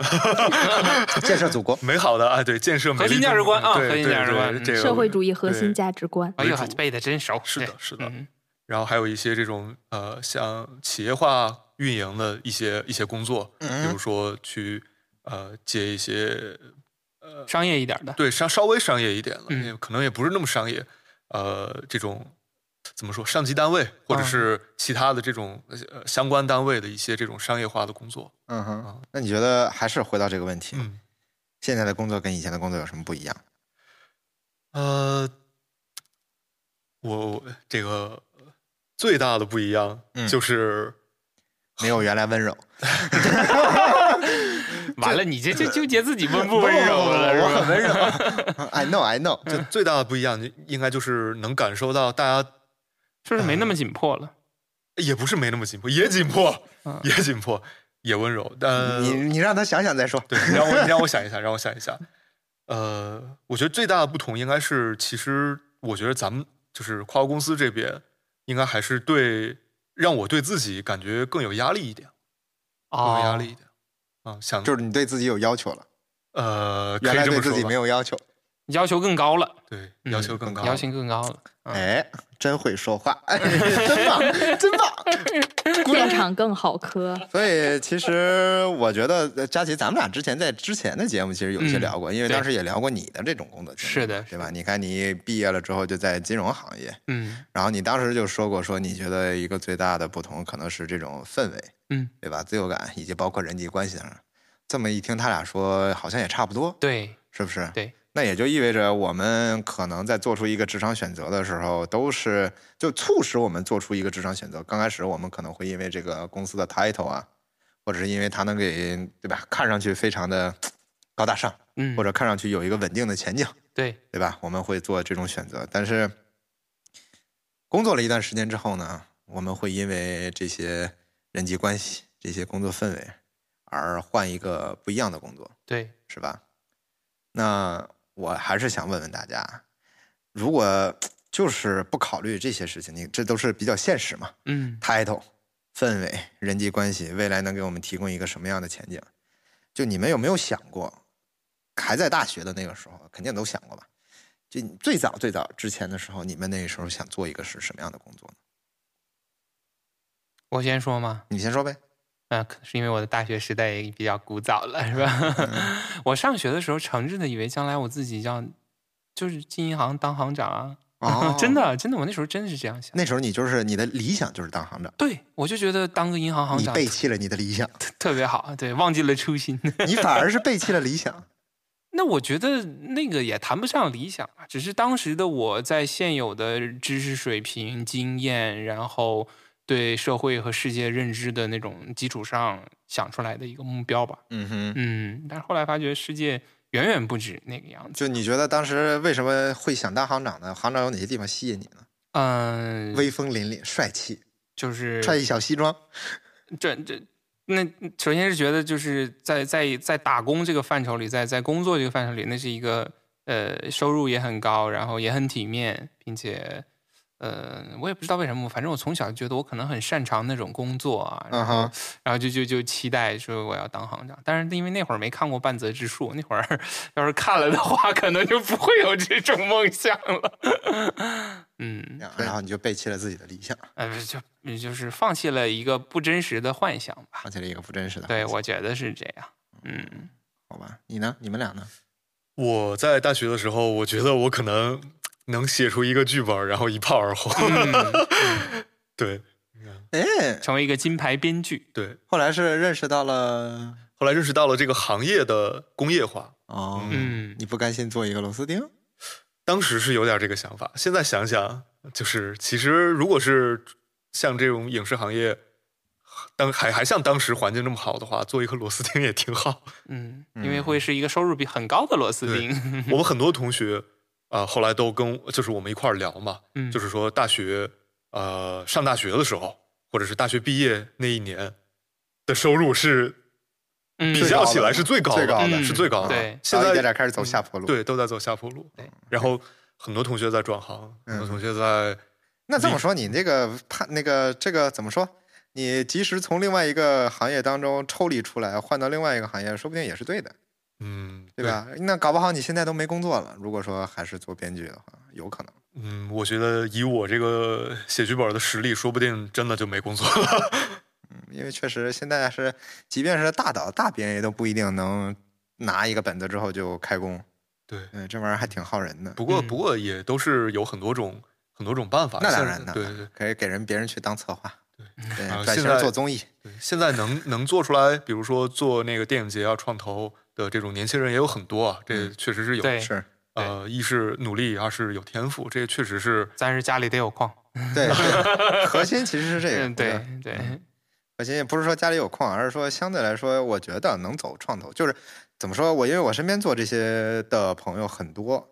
Speaker 2: 建设祖国。
Speaker 4: 美好的啊，对建设美
Speaker 3: 核
Speaker 4: 丽
Speaker 3: 心价
Speaker 4: 中
Speaker 3: 值观
Speaker 4: 国
Speaker 3: 啊
Speaker 4: 对
Speaker 3: 核心
Speaker 4: 对
Speaker 3: 价值
Speaker 4: 对
Speaker 3: 观
Speaker 4: 这个
Speaker 5: 社会主义核心
Speaker 4: 对
Speaker 5: 价值观。
Speaker 3: 哎呦
Speaker 4: 为主，
Speaker 3: 背的真熟。
Speaker 4: 是的
Speaker 3: 对
Speaker 4: 是的
Speaker 3: 嗯
Speaker 4: 然后还有一些这种呃，像企业化运营的一些一些工作，
Speaker 2: 嗯
Speaker 4: 比如说去呃接一些呃
Speaker 3: 商业一点的，
Speaker 4: 对商稍微商业一点了，
Speaker 3: 嗯
Speaker 4: 也可能也不是那么商业，呃，这种怎么说上级单位或者
Speaker 3: 嗯
Speaker 4: 是其他的这种呃相关单位的一些这种商业化的工作，
Speaker 2: 嗯哼，那你觉得还是回到这个问题，
Speaker 4: 嗯
Speaker 2: 现在的工作跟以前的工作有什么不一样？
Speaker 4: 呃，我我这个最大的不一样、
Speaker 2: 嗯
Speaker 4: 就是
Speaker 2: 没有原来温 柔，
Speaker 3: 完了你这就纠结自己温不温柔了，
Speaker 2: 哦我
Speaker 3: 是吧
Speaker 2: 很温柔。I know, I know。
Speaker 4: 就最大的不一样，就应该就是能感受到大家
Speaker 3: 是不是没那么紧迫了？
Speaker 4: 也不是没那么紧迫，也紧迫，
Speaker 3: 嗯
Speaker 4: 也紧迫，也温柔。但
Speaker 2: 你你让他想想再说。
Speaker 4: 对，你让我你让我想一下，让我想一下。呃，我觉得最大的不同应该是，其实我觉得咱们就是跨国公司这边，应该还是对让我对自己感觉更有压力一点，更
Speaker 3: 哦
Speaker 4: 有压力一点。啊、想
Speaker 2: 哦就是你对自己有要求了，
Speaker 4: 呃，可
Speaker 2: 原
Speaker 4: 以
Speaker 2: 来
Speaker 4: 这
Speaker 2: 对
Speaker 4: 么
Speaker 2: 自
Speaker 4: 说
Speaker 2: 己
Speaker 4: 吧
Speaker 2: 没有要求。
Speaker 3: 要求更高了，
Speaker 4: 对
Speaker 3: 嗯
Speaker 4: 要求更高，
Speaker 3: 要求更高了。嗯
Speaker 2: 哎，真会说话，哎真棒，真棒。
Speaker 6: 现场更好磕。
Speaker 2: 所以其实我觉得，呃佳琪，咱们俩之前在之前的节目其实有一些聊过，因为
Speaker 3: 对
Speaker 2: 当时也聊过你嗯的这种工作经历，
Speaker 3: 是的
Speaker 2: 对吧？你看你毕业了之后就在金融行业，
Speaker 3: 嗯
Speaker 2: 然后你当时就说过，说你觉得一个最大的不同可能是这种氛围，
Speaker 3: 嗯，
Speaker 2: 对吧？自由感以及包括人际关系上。这么一听，他俩说好像也差不多，
Speaker 3: 对
Speaker 2: 是不是？
Speaker 3: 对，
Speaker 2: 那也就意味着我们可能在做出一个职场选择的时候，都是就促使我们做出一个职场选择。刚开始我们可能会因为这个公司的 title 啊，或者是因为它能给对吧，看上去非常的高大上，
Speaker 3: 嗯，
Speaker 2: 或者看上去有一个稳定的前景，
Speaker 3: 对
Speaker 2: 对吧？我们会做这种选择。但是工作了一段时间之后呢，我们会因为这些人际关系、这些工作氛围而换一个不一样的工作。
Speaker 3: 对，
Speaker 2: 是吧？那我还是想问问大家，如果就是不考虑这些事情，你这都是比较现实嘛
Speaker 3: 嗯
Speaker 2: ？title、氛围、人际关系，未来能给我们提供一个什么样的前景？就你们有没有想过，还在大学的那个时候，肯定都想过吧？就你最早最早之前的时候，你们那时候想做一个是什么样的工作呢？
Speaker 3: 我先说嘛，
Speaker 2: 你先说呗。
Speaker 3: 那可能是因为我的大学时代也比较古早了，是吧？ 我上学的时候诚挚的以为将来我自己要就是进银行当行长啊，
Speaker 2: 哦
Speaker 3: 真，的真的，我那时候真是这样想。
Speaker 2: 那时候你就是你的理想就是当行长，
Speaker 3: 对，我就觉得当个银行行
Speaker 2: 你
Speaker 3: 长
Speaker 2: 背弃了你的 理想，
Speaker 3: 特别好，对，忘记了初心。
Speaker 2: 你反而是背弃了理想。
Speaker 3: 那我觉得那个也谈不上理想啊，只是当时的我在现有的知识水平、经验，然后对社会和世界认知的那种基础上想出来的一个目标吧。
Speaker 2: 嗯哼，
Speaker 3: 嗯，但是后来发觉世界远远不止那个样子。
Speaker 2: 就你觉得当时为什么会想当行长呢？行长有哪些地方吸引你呢？
Speaker 3: 嗯，
Speaker 2: 威风凛凛、帅气，
Speaker 3: 就是
Speaker 2: 穿一小西装。
Speaker 3: 这这。那首先是觉得就是在在在打工这个范畴里，在在工作这个范畴里，那是一个呃收入也很高，然后也很体面，并且呃我也不知道为什么，反正我从小就觉得我可能很擅长那种工作啊，然
Speaker 2: 嗯
Speaker 3: 后、
Speaker 2: 哼，
Speaker 3: 然后就就就期待说我要当行长，但是因为那会儿没看过半泽直树，那会儿要是看了的话，可能就不会有这种梦想了。 嗯，
Speaker 2: 然后你就背弃了自己的理想，
Speaker 3: 呃，不是就就是放弃了一个不真实的幻想吧。
Speaker 2: 放弃了一个不真实的
Speaker 3: 对，
Speaker 2: 幻想
Speaker 3: 我觉得是这样。嗯，
Speaker 2: 好吧？你呢？你们俩呢？
Speaker 4: 我在大学的时候，我觉得我可能能写出一个剧本，然后一炮而红。
Speaker 2: 嗯
Speaker 4: 对
Speaker 2: 哎，
Speaker 3: 嗯成为一个金牌编剧，
Speaker 4: 对，
Speaker 2: 后来是认识到了
Speaker 4: 后来认识到了这个行业的工业化，
Speaker 2: 哦，
Speaker 3: 嗯，
Speaker 2: 你不甘心做一个螺丝钉？
Speaker 4: 当时是有点这个想法，现在想想，就是其实如果是像这种影视行业，当还还像当时环境那么好的话，做一颗螺丝钉也挺好。
Speaker 3: 嗯，因为会是一个收入比很高的螺丝
Speaker 4: 对
Speaker 3: 钉，
Speaker 4: 我们很多同学啊、呃后来都跟就是我们一块儿聊嘛，
Speaker 3: 嗯，
Speaker 4: 就是说大学呃上大学的时候，或者是大学毕业那一年的收入是
Speaker 3: 嗯
Speaker 4: 比较起来是最高
Speaker 2: 最高
Speaker 3: 的嗯
Speaker 4: 是最高的。
Speaker 3: 对
Speaker 4: 现
Speaker 2: 然后
Speaker 4: 在
Speaker 2: 一点点开始走下坡路。，
Speaker 4: 对，都在走下坡路。
Speaker 3: 对
Speaker 4: 然后很多同学
Speaker 2: 嗯
Speaker 4: 在转行，很多同学在
Speaker 2: 那这么说，你这个判那个这个怎么说？你及时从另外一个行业当中抽离出来，换到另外一个行业，说不定也是对的，
Speaker 4: 嗯，
Speaker 2: 对吧？那搞不好你现在都没工作了，如果说还是做编剧的话，有可能。
Speaker 4: 嗯，我觉得以我这个写剧本的实力，说不定真的就没工作了。
Speaker 2: 嗯因为确实现在是，即便是大导、大编也都不一定能拿一个本子之后就开工。
Speaker 4: 对，
Speaker 2: 嗯，这玩意儿还挺耗人的。
Speaker 4: 不过
Speaker 3: 嗯
Speaker 4: 不过也都是有很多种很多种办法。
Speaker 2: 那当
Speaker 4: 现
Speaker 2: 然，那
Speaker 4: 对
Speaker 2: 当
Speaker 4: 对
Speaker 2: 然可以给人别人去当策划，对
Speaker 4: 啊，
Speaker 2: 转
Speaker 4: 现
Speaker 2: 型
Speaker 4: 在
Speaker 2: 做综艺。
Speaker 4: 对，现在能能做出来，比如说做那个电影节啊、创投的这种年轻人也有很多啊，这
Speaker 2: 嗯
Speaker 4: 确实是有。
Speaker 3: 对，
Speaker 2: 是
Speaker 4: 呃，一是努力，二是有天赋，这确实是
Speaker 3: 咱是家里得有矿。
Speaker 2: 对，对啊核心其实是这个。
Speaker 3: 嗯，对
Speaker 2: 吧
Speaker 3: 对，
Speaker 2: 核心也不是说家里有矿，而是说相对来说，我觉得能走创投，就是怎么说我因为我身边做这些的朋友很多，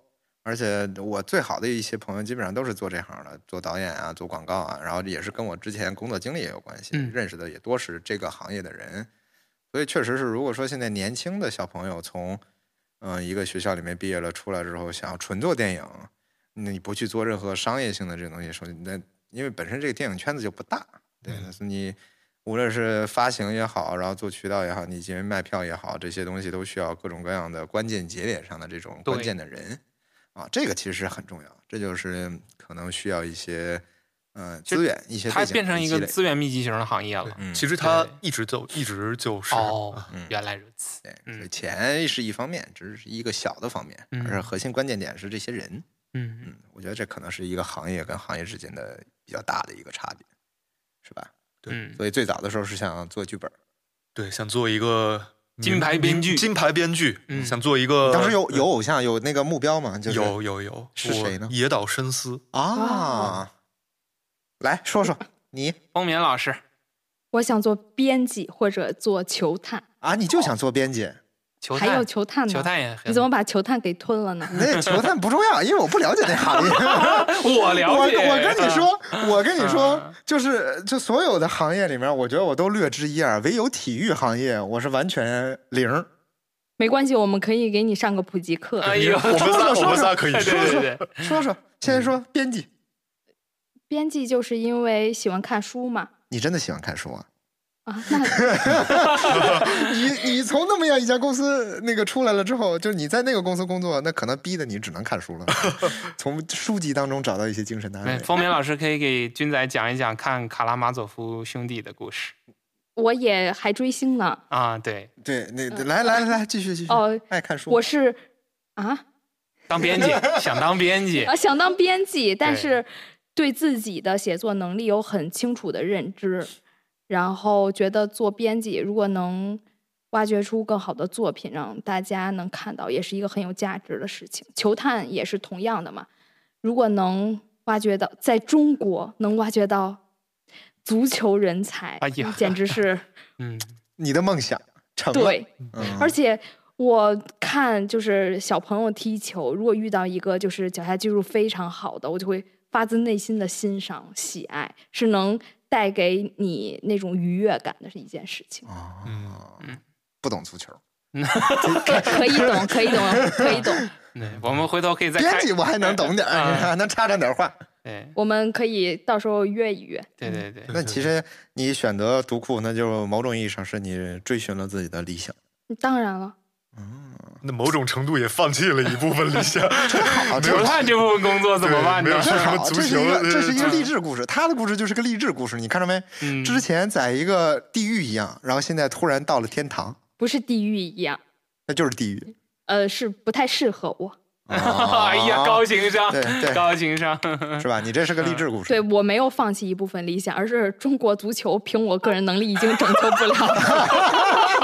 Speaker 2: 而且我最好的一些朋友基本上都是做这行的，做导演啊，做广告啊，然后也是跟我之前工作经历也有关系，
Speaker 3: 嗯
Speaker 2: 认识的也多是这个行业的人，所以确实是，如果说现在年轻的小朋友从嗯、呃一个学校里面毕业了出来之后，想要纯做电影，那你不去做任何商业性的这个东西，首先那因为本身这个电影圈子就不大，对，
Speaker 4: 嗯
Speaker 2: 所以你无论是发行也好，然后做渠道也好，你进行卖票也好，这些东西都需要各种各样的关键节点上的这种关
Speaker 3: 对
Speaker 2: 键的人啊，这个其实是很重要，这就是可能需要一些呃
Speaker 3: 就
Speaker 2: 资源，一些
Speaker 3: 它
Speaker 2: 背景
Speaker 3: 变成
Speaker 2: 去
Speaker 3: 一
Speaker 2: 积
Speaker 3: 个
Speaker 2: 累
Speaker 3: 资源密集型的行业了。
Speaker 2: 嗯
Speaker 4: 其实他
Speaker 3: 对
Speaker 4: 一直就一直就是
Speaker 3: 哦
Speaker 2: 嗯，
Speaker 3: 原来如此。
Speaker 2: 对，
Speaker 3: 嗯
Speaker 2: 所以钱是一方面，只是一个小的方面，
Speaker 3: 嗯
Speaker 2: 而是核心关键点是这些人。
Speaker 3: 嗯，
Speaker 2: 嗯，我觉得这可能是一个行业跟行业之间的比较大的一个差别，是吧？
Speaker 4: 对
Speaker 3: 嗯，
Speaker 2: 所以最早的时候是想做剧本，
Speaker 4: 对，想做一个
Speaker 3: 金
Speaker 4: 名
Speaker 3: 牌编
Speaker 4: 名
Speaker 3: 剧
Speaker 4: 金牌编剧，
Speaker 3: 嗯
Speaker 4: 想做一个。
Speaker 2: 当时有有偶像有那个目标吗？就是
Speaker 4: 有有有，
Speaker 2: 是谁呢
Speaker 4: 我野岛伸司，
Speaker 2: 啊，来说 说你
Speaker 3: 风眠老师，
Speaker 5: 我想做编辑或者做球探，
Speaker 2: 啊，你就想做编 辑，
Speaker 3: 球
Speaker 5: 还有
Speaker 3: 探，
Speaker 5: 球探呢？
Speaker 3: 球探也很
Speaker 5: 你怎么把球探给吞了呢？
Speaker 2: 那球探不重要，因为我不了解那行业。
Speaker 3: 我了解。
Speaker 2: 我我跟你说，我跟你说
Speaker 3: 嗯，
Speaker 2: 就是就所有的行业里面，我觉得我都略知一二，唯有体育行业我是完全零儿。
Speaker 5: 没关系，我们可以给你上个普及课。
Speaker 3: 哎呦，
Speaker 4: 我们仨
Speaker 2: 说
Speaker 4: 我们仨可以
Speaker 3: 对
Speaker 4: 说，
Speaker 3: 对对对，
Speaker 2: 说说，先说编辑，
Speaker 5: 编辑就是因为喜欢看书嘛。
Speaker 2: 你真的喜欢看书啊？
Speaker 5: 啊，那
Speaker 2: 你你从那么样一家公司那个出来了之后，就是你在那个公司工作，那可能逼的你只能看书了， 从书籍当中找到一些精神的安
Speaker 3: 没
Speaker 2: 慰。
Speaker 3: 风眠老师可以给军仔讲一讲看卡拉马佐夫兄弟的故事
Speaker 5: 我也还追 星呢。
Speaker 3: 啊。对，
Speaker 2: 对，那来来来来，继续继续。
Speaker 5: 哦
Speaker 2: 爱看书。
Speaker 5: 我是啊
Speaker 3: 当 编辑想当编 辑
Speaker 5: 啊，，想当编辑，但
Speaker 3: 对
Speaker 5: 是对自己的写作能力有很清楚的认知，然后觉得做编辑如果能挖掘出更好的作品，让大家能看到，也是一个很有价值的事情。球探也是同样的嘛，如果能挖掘到在中国能挖掘到足球人才，
Speaker 3: 哎呀
Speaker 5: 简 直是
Speaker 3: 嗯，
Speaker 2: 你的梦想成了，
Speaker 5: 对。
Speaker 2: 嗯、。
Speaker 5: 而且我看就是小朋友踢球，如果遇到一个就是脚下技术非常好的，我就会发自内心的欣赏、喜爱，是能带给你那种愉悦感的是一件事情
Speaker 2: 啊
Speaker 3: 嗯
Speaker 2: 不懂足球。
Speaker 5: 可可以懂，可以懂，可以懂。
Speaker 3: 对，我们回头可以再
Speaker 2: 编
Speaker 3: 开
Speaker 2: 辑我还能懂点儿，
Speaker 3: 啊
Speaker 2: 还 能插上点儿话。
Speaker 3: 对
Speaker 5: 我们可以到时候约一约。
Speaker 3: 对对对，
Speaker 2: 那其实你选择读库，那就某种意义上是你追寻了自己的理想。
Speaker 5: 嗯当然了，
Speaker 4: 那某种程度也放弃了一部分 理想。
Speaker 2: 好，这
Speaker 3: 球探这部分工作怎么办呢
Speaker 4: 对没？有
Speaker 2: 这
Speaker 4: 说什么
Speaker 2: 好，
Speaker 4: 足
Speaker 2: 这是一个
Speaker 4: 球
Speaker 2: 这是一个励志故事，他的故事就是个励志故事，你看着没？
Speaker 3: 嗯
Speaker 2: 之前在一个地狱一样，然后现在突然到了天堂，
Speaker 5: 不是地狱一样，
Speaker 2: 那就是地狱。
Speaker 5: 呃，是不太适合我。
Speaker 3: 哎呀，高情商
Speaker 2: 对，对
Speaker 3: 高情商，
Speaker 2: 哦是吧？你这是个励志故事
Speaker 5: 对。我没有放弃一部分理想，而是中国足球凭我个人能力已经拯救不了了。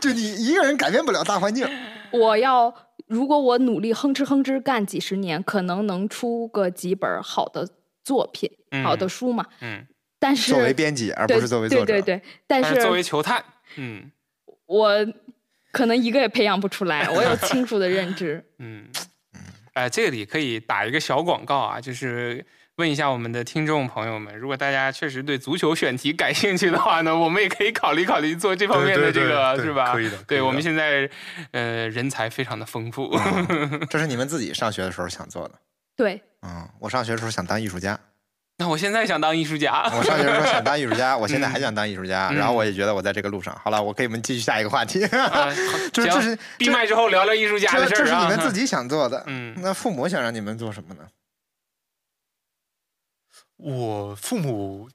Speaker 2: 就你一个人改变不了大环境，
Speaker 5: 我要如果我努力哼哧哼哧干几十年，可能能出个几本好的作品、好的
Speaker 3: 嗯
Speaker 5: 书嘛。
Speaker 3: 嗯，
Speaker 5: 但是
Speaker 2: 作为 编辑而不
Speaker 5: 对
Speaker 2: 是作为作者。
Speaker 5: 对对对，但
Speaker 3: 但
Speaker 5: 是
Speaker 3: 作为球探，嗯
Speaker 5: 我可能一个也培养不出来，我有清楚的 认知。
Speaker 3: 嗯，呃，这里可以打一个小广告啊，就是。问一下我们的听众朋友们，如果大家确实对足球选题感兴趣的话呢，我们也可以考虑考虑做这方
Speaker 4: 对
Speaker 3: 面的
Speaker 4: 对
Speaker 3: 这
Speaker 4: 对
Speaker 3: 个，
Speaker 4: 对
Speaker 3: 是吧？
Speaker 4: 可以的可以
Speaker 3: 对我们
Speaker 4: 的
Speaker 3: 现在，呃，人才非常的丰富。
Speaker 2: 这是你们自己上学的时候想做的。
Speaker 5: 对，
Speaker 2: 嗯，我上学的时候想当艺术家，
Speaker 3: 那我现在想当艺术家，
Speaker 2: 我上学时候想当艺术家，我现在还想当艺术
Speaker 3: 嗯
Speaker 2: 家，然后我也觉得我在这个路上。好了，我给你们继续下一个话题，
Speaker 3: 啊
Speaker 2: 就是这
Speaker 3: 行
Speaker 2: 是
Speaker 3: 闭麦之后聊聊艺术家
Speaker 2: 这
Speaker 3: 的事
Speaker 2: 这
Speaker 3: 儿
Speaker 2: 是
Speaker 3: 啊。
Speaker 2: 你 们自己想做的。
Speaker 3: 嗯
Speaker 2: 那父母想让你们做什么呢？
Speaker 4: 我父母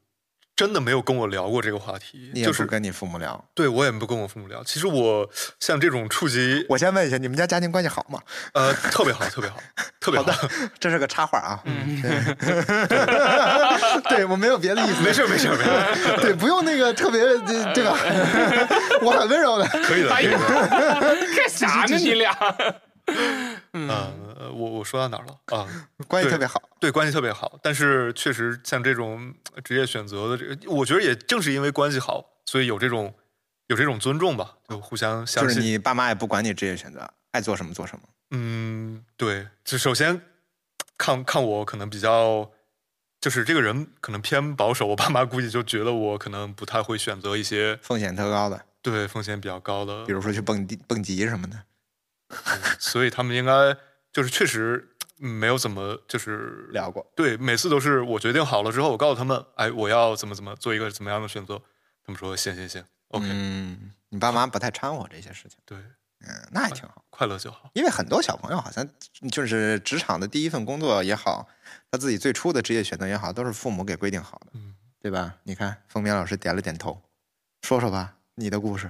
Speaker 4: 真的没有跟我聊过这个话题，
Speaker 2: 你也
Speaker 4: 就
Speaker 2: 不
Speaker 4: 是
Speaker 2: 跟你父母聊。
Speaker 4: 对我也不跟我父母聊。其实我像这种触及，
Speaker 2: 我先问一下，你们家家庭关系好吗？
Speaker 4: 呃，特别好，特别好，特别好。
Speaker 2: 这是个插话啊。
Speaker 3: 嗯
Speaker 2: 对对，我没有别的 意思。
Speaker 4: 没事，没事，没事，
Speaker 2: 对，不用那个特别，对对吧？我很温柔的。
Speaker 4: 可
Speaker 3: 哎
Speaker 4: 以的，可以的。
Speaker 3: 干啥呢？你俩？
Speaker 4: 嗯，呃我我说到哪儿了啊？
Speaker 2: 关系
Speaker 4: 对
Speaker 2: 特别好。
Speaker 4: 对，关系特别好，但是确实像这种呃职业选择的这个，我觉得也正是因为关系好，所以有这种有这种尊重吧，就互相相
Speaker 2: 就
Speaker 4: 信。
Speaker 2: 是你爸妈也不管你职业选择，爱做什么做什么。
Speaker 4: 嗯，对，就首先看看我可能比较，就是这个人可能偏保守，我爸妈估计就觉得我可能不太会选择一些
Speaker 2: 风险特高的，
Speaker 4: 对风险比较高的
Speaker 2: 比，如说去蹦迪、蹦极什么的。
Speaker 4: 所以他们应该就是确实嗯没有怎么就是
Speaker 2: 聊过，
Speaker 4: 对，每次都是我决定好了之后，我告诉他们，哎，我要怎么怎么做一个怎么样的选择，他们说行行行，OK，、
Speaker 2: 嗯，你爸妈不太掺和这些事情，
Speaker 4: 对，
Speaker 2: 嗯，那还挺好。
Speaker 4: 快乐就好。
Speaker 2: 因为很多小朋友好像就是职场的第一份工作也好，他自己最初的职业选择也好，都是父母给规定好的，
Speaker 4: 嗯，
Speaker 2: 对吧？你看，封面老师点了点头，说说吧，你的故事。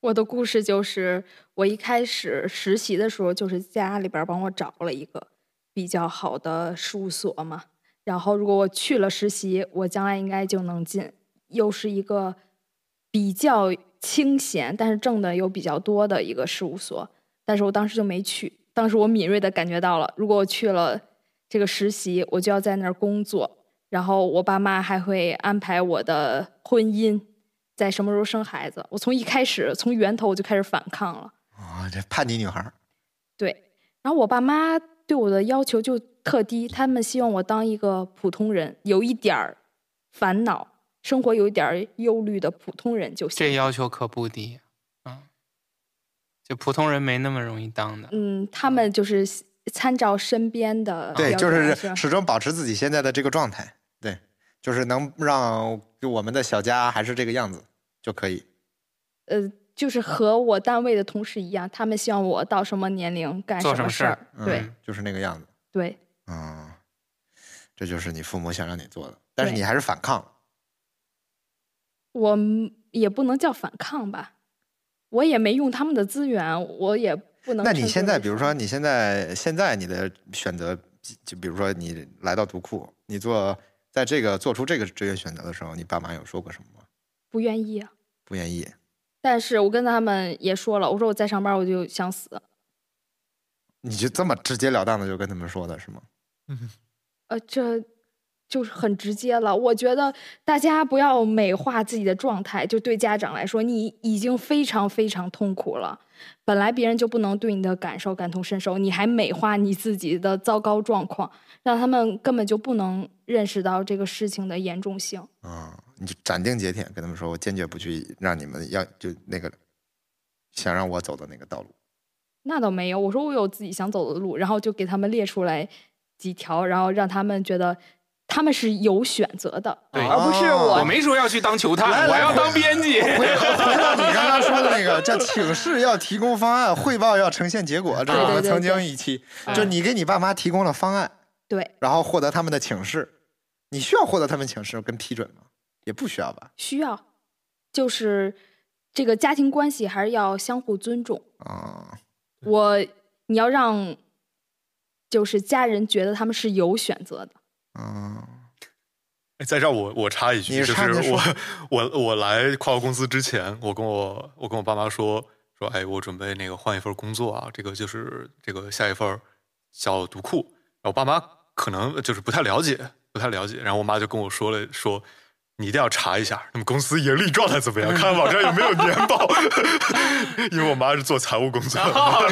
Speaker 5: 我的故事就是，我一开始实习的时候，就是家里边儿帮我找了一个比较好的事务所嘛。然后，如果我去了实习，我将来应该就能进。又是一个比较清闲，但是挣的又比较多的一个事务所，但是我当时就没去。当时我敏锐的感觉到了，如果我去了这个实习，我就要在那儿工作，然后我爸妈还会安排我的婚姻，在什么时候生孩子。我从一开始，从源头我就开始反抗了。
Speaker 2: 啊、这叛逆女孩儿，
Speaker 5: 对，然后我爸妈对我的要求就特低，他们希望我当一个普通人，有一点儿烦恼，生活有一点儿忧虑的普通人就行。
Speaker 3: 这要求可不低啊，就普通人没那么容易当
Speaker 2: 啊
Speaker 3: 的。
Speaker 5: 嗯，他们就是参照身边的
Speaker 2: 对，
Speaker 5: 标
Speaker 2: 就
Speaker 5: 准来
Speaker 2: 是
Speaker 5: 说
Speaker 2: 始终保持自己现在的这个状态，对，就是能让我们的小家还是这个样子就可以。
Speaker 5: 呃，就是和我单位的同事一样，他们希望我到什么年龄干
Speaker 3: 做什么
Speaker 5: 么
Speaker 3: 事
Speaker 5: 事
Speaker 3: 儿
Speaker 5: 儿。对、
Speaker 2: 嗯，就是那个样子。
Speaker 5: 对，
Speaker 2: 嗯，这就是你父母想让你做的，但是
Speaker 5: 对
Speaker 2: 你还是反抗了。
Speaker 5: 我们也不能叫反抗吧，我也没用他们的资源，我也不能。
Speaker 2: 那你现在，比如说，你现在现在你的选择，就比如说你来到读库，你做在这个做出这个职业选择的时候，你爸妈有说过什么吗？
Speaker 5: 不愿意啊，
Speaker 2: 不愿意
Speaker 5: 但是我跟他们也说了，我说我再上班我就想死，
Speaker 2: 你就这么直截了当的就跟他们说的是吗？
Speaker 4: 嗯，
Speaker 5: 呃，这就是很直接了。我觉得大家不要美化自己的状态，就对家长来说，你已经非常非常痛苦了。本来别人就不能对你的感受感同身受，你还美化你自己的糟糕状况，让他们根本就不能认识到这个事情的严重性。
Speaker 2: 啊、你就斩钉截铁跟他们说，我坚决不去让你们要就那个想让我走的那个道路。
Speaker 5: 那倒没有，我说我有自己想走的路，然后就给他们列出来几条，然后让他们觉得他们是有选择的，
Speaker 3: 对
Speaker 5: 而不是我
Speaker 3: 哦我没说要去当球探，我要当编 辑。
Speaker 2: 回回到你刚刚说的那个，叫请示要提供方案，汇报要呈现结果，这是
Speaker 5: 对
Speaker 2: 我
Speaker 5: 对
Speaker 2: 们
Speaker 5: 对
Speaker 2: 曾经
Speaker 5: 对
Speaker 2: 一期，
Speaker 3: 嗯
Speaker 2: 就你给你爸妈提供了方案，
Speaker 5: 对
Speaker 2: 然后获得他们的请示，你需要获得他们请示跟批准吗？也不需要吧？
Speaker 5: 需要，就是这个家庭关系还是要相互尊重。
Speaker 2: 啊、
Speaker 5: 我你要让就是家人觉得他们是有选择的，
Speaker 2: 啊、
Speaker 4: 哎在这儿我我插一句，
Speaker 2: 你
Speaker 4: 就
Speaker 2: 插
Speaker 4: 是
Speaker 2: 你说
Speaker 4: 我我我来跨国公司之前，我跟我我跟我爸妈说说，哎，我准备那个换一份工作啊，这个就是这个下一份小读库。然后我爸妈可能就是不太了解，不太了解。然后我妈就跟我说了说。你一定要查一下他们公司盈利状态怎
Speaker 2: 嗯
Speaker 4: 么样，看看网上有没有年报。 因为我妈是做财务工作的，
Speaker 3: 哦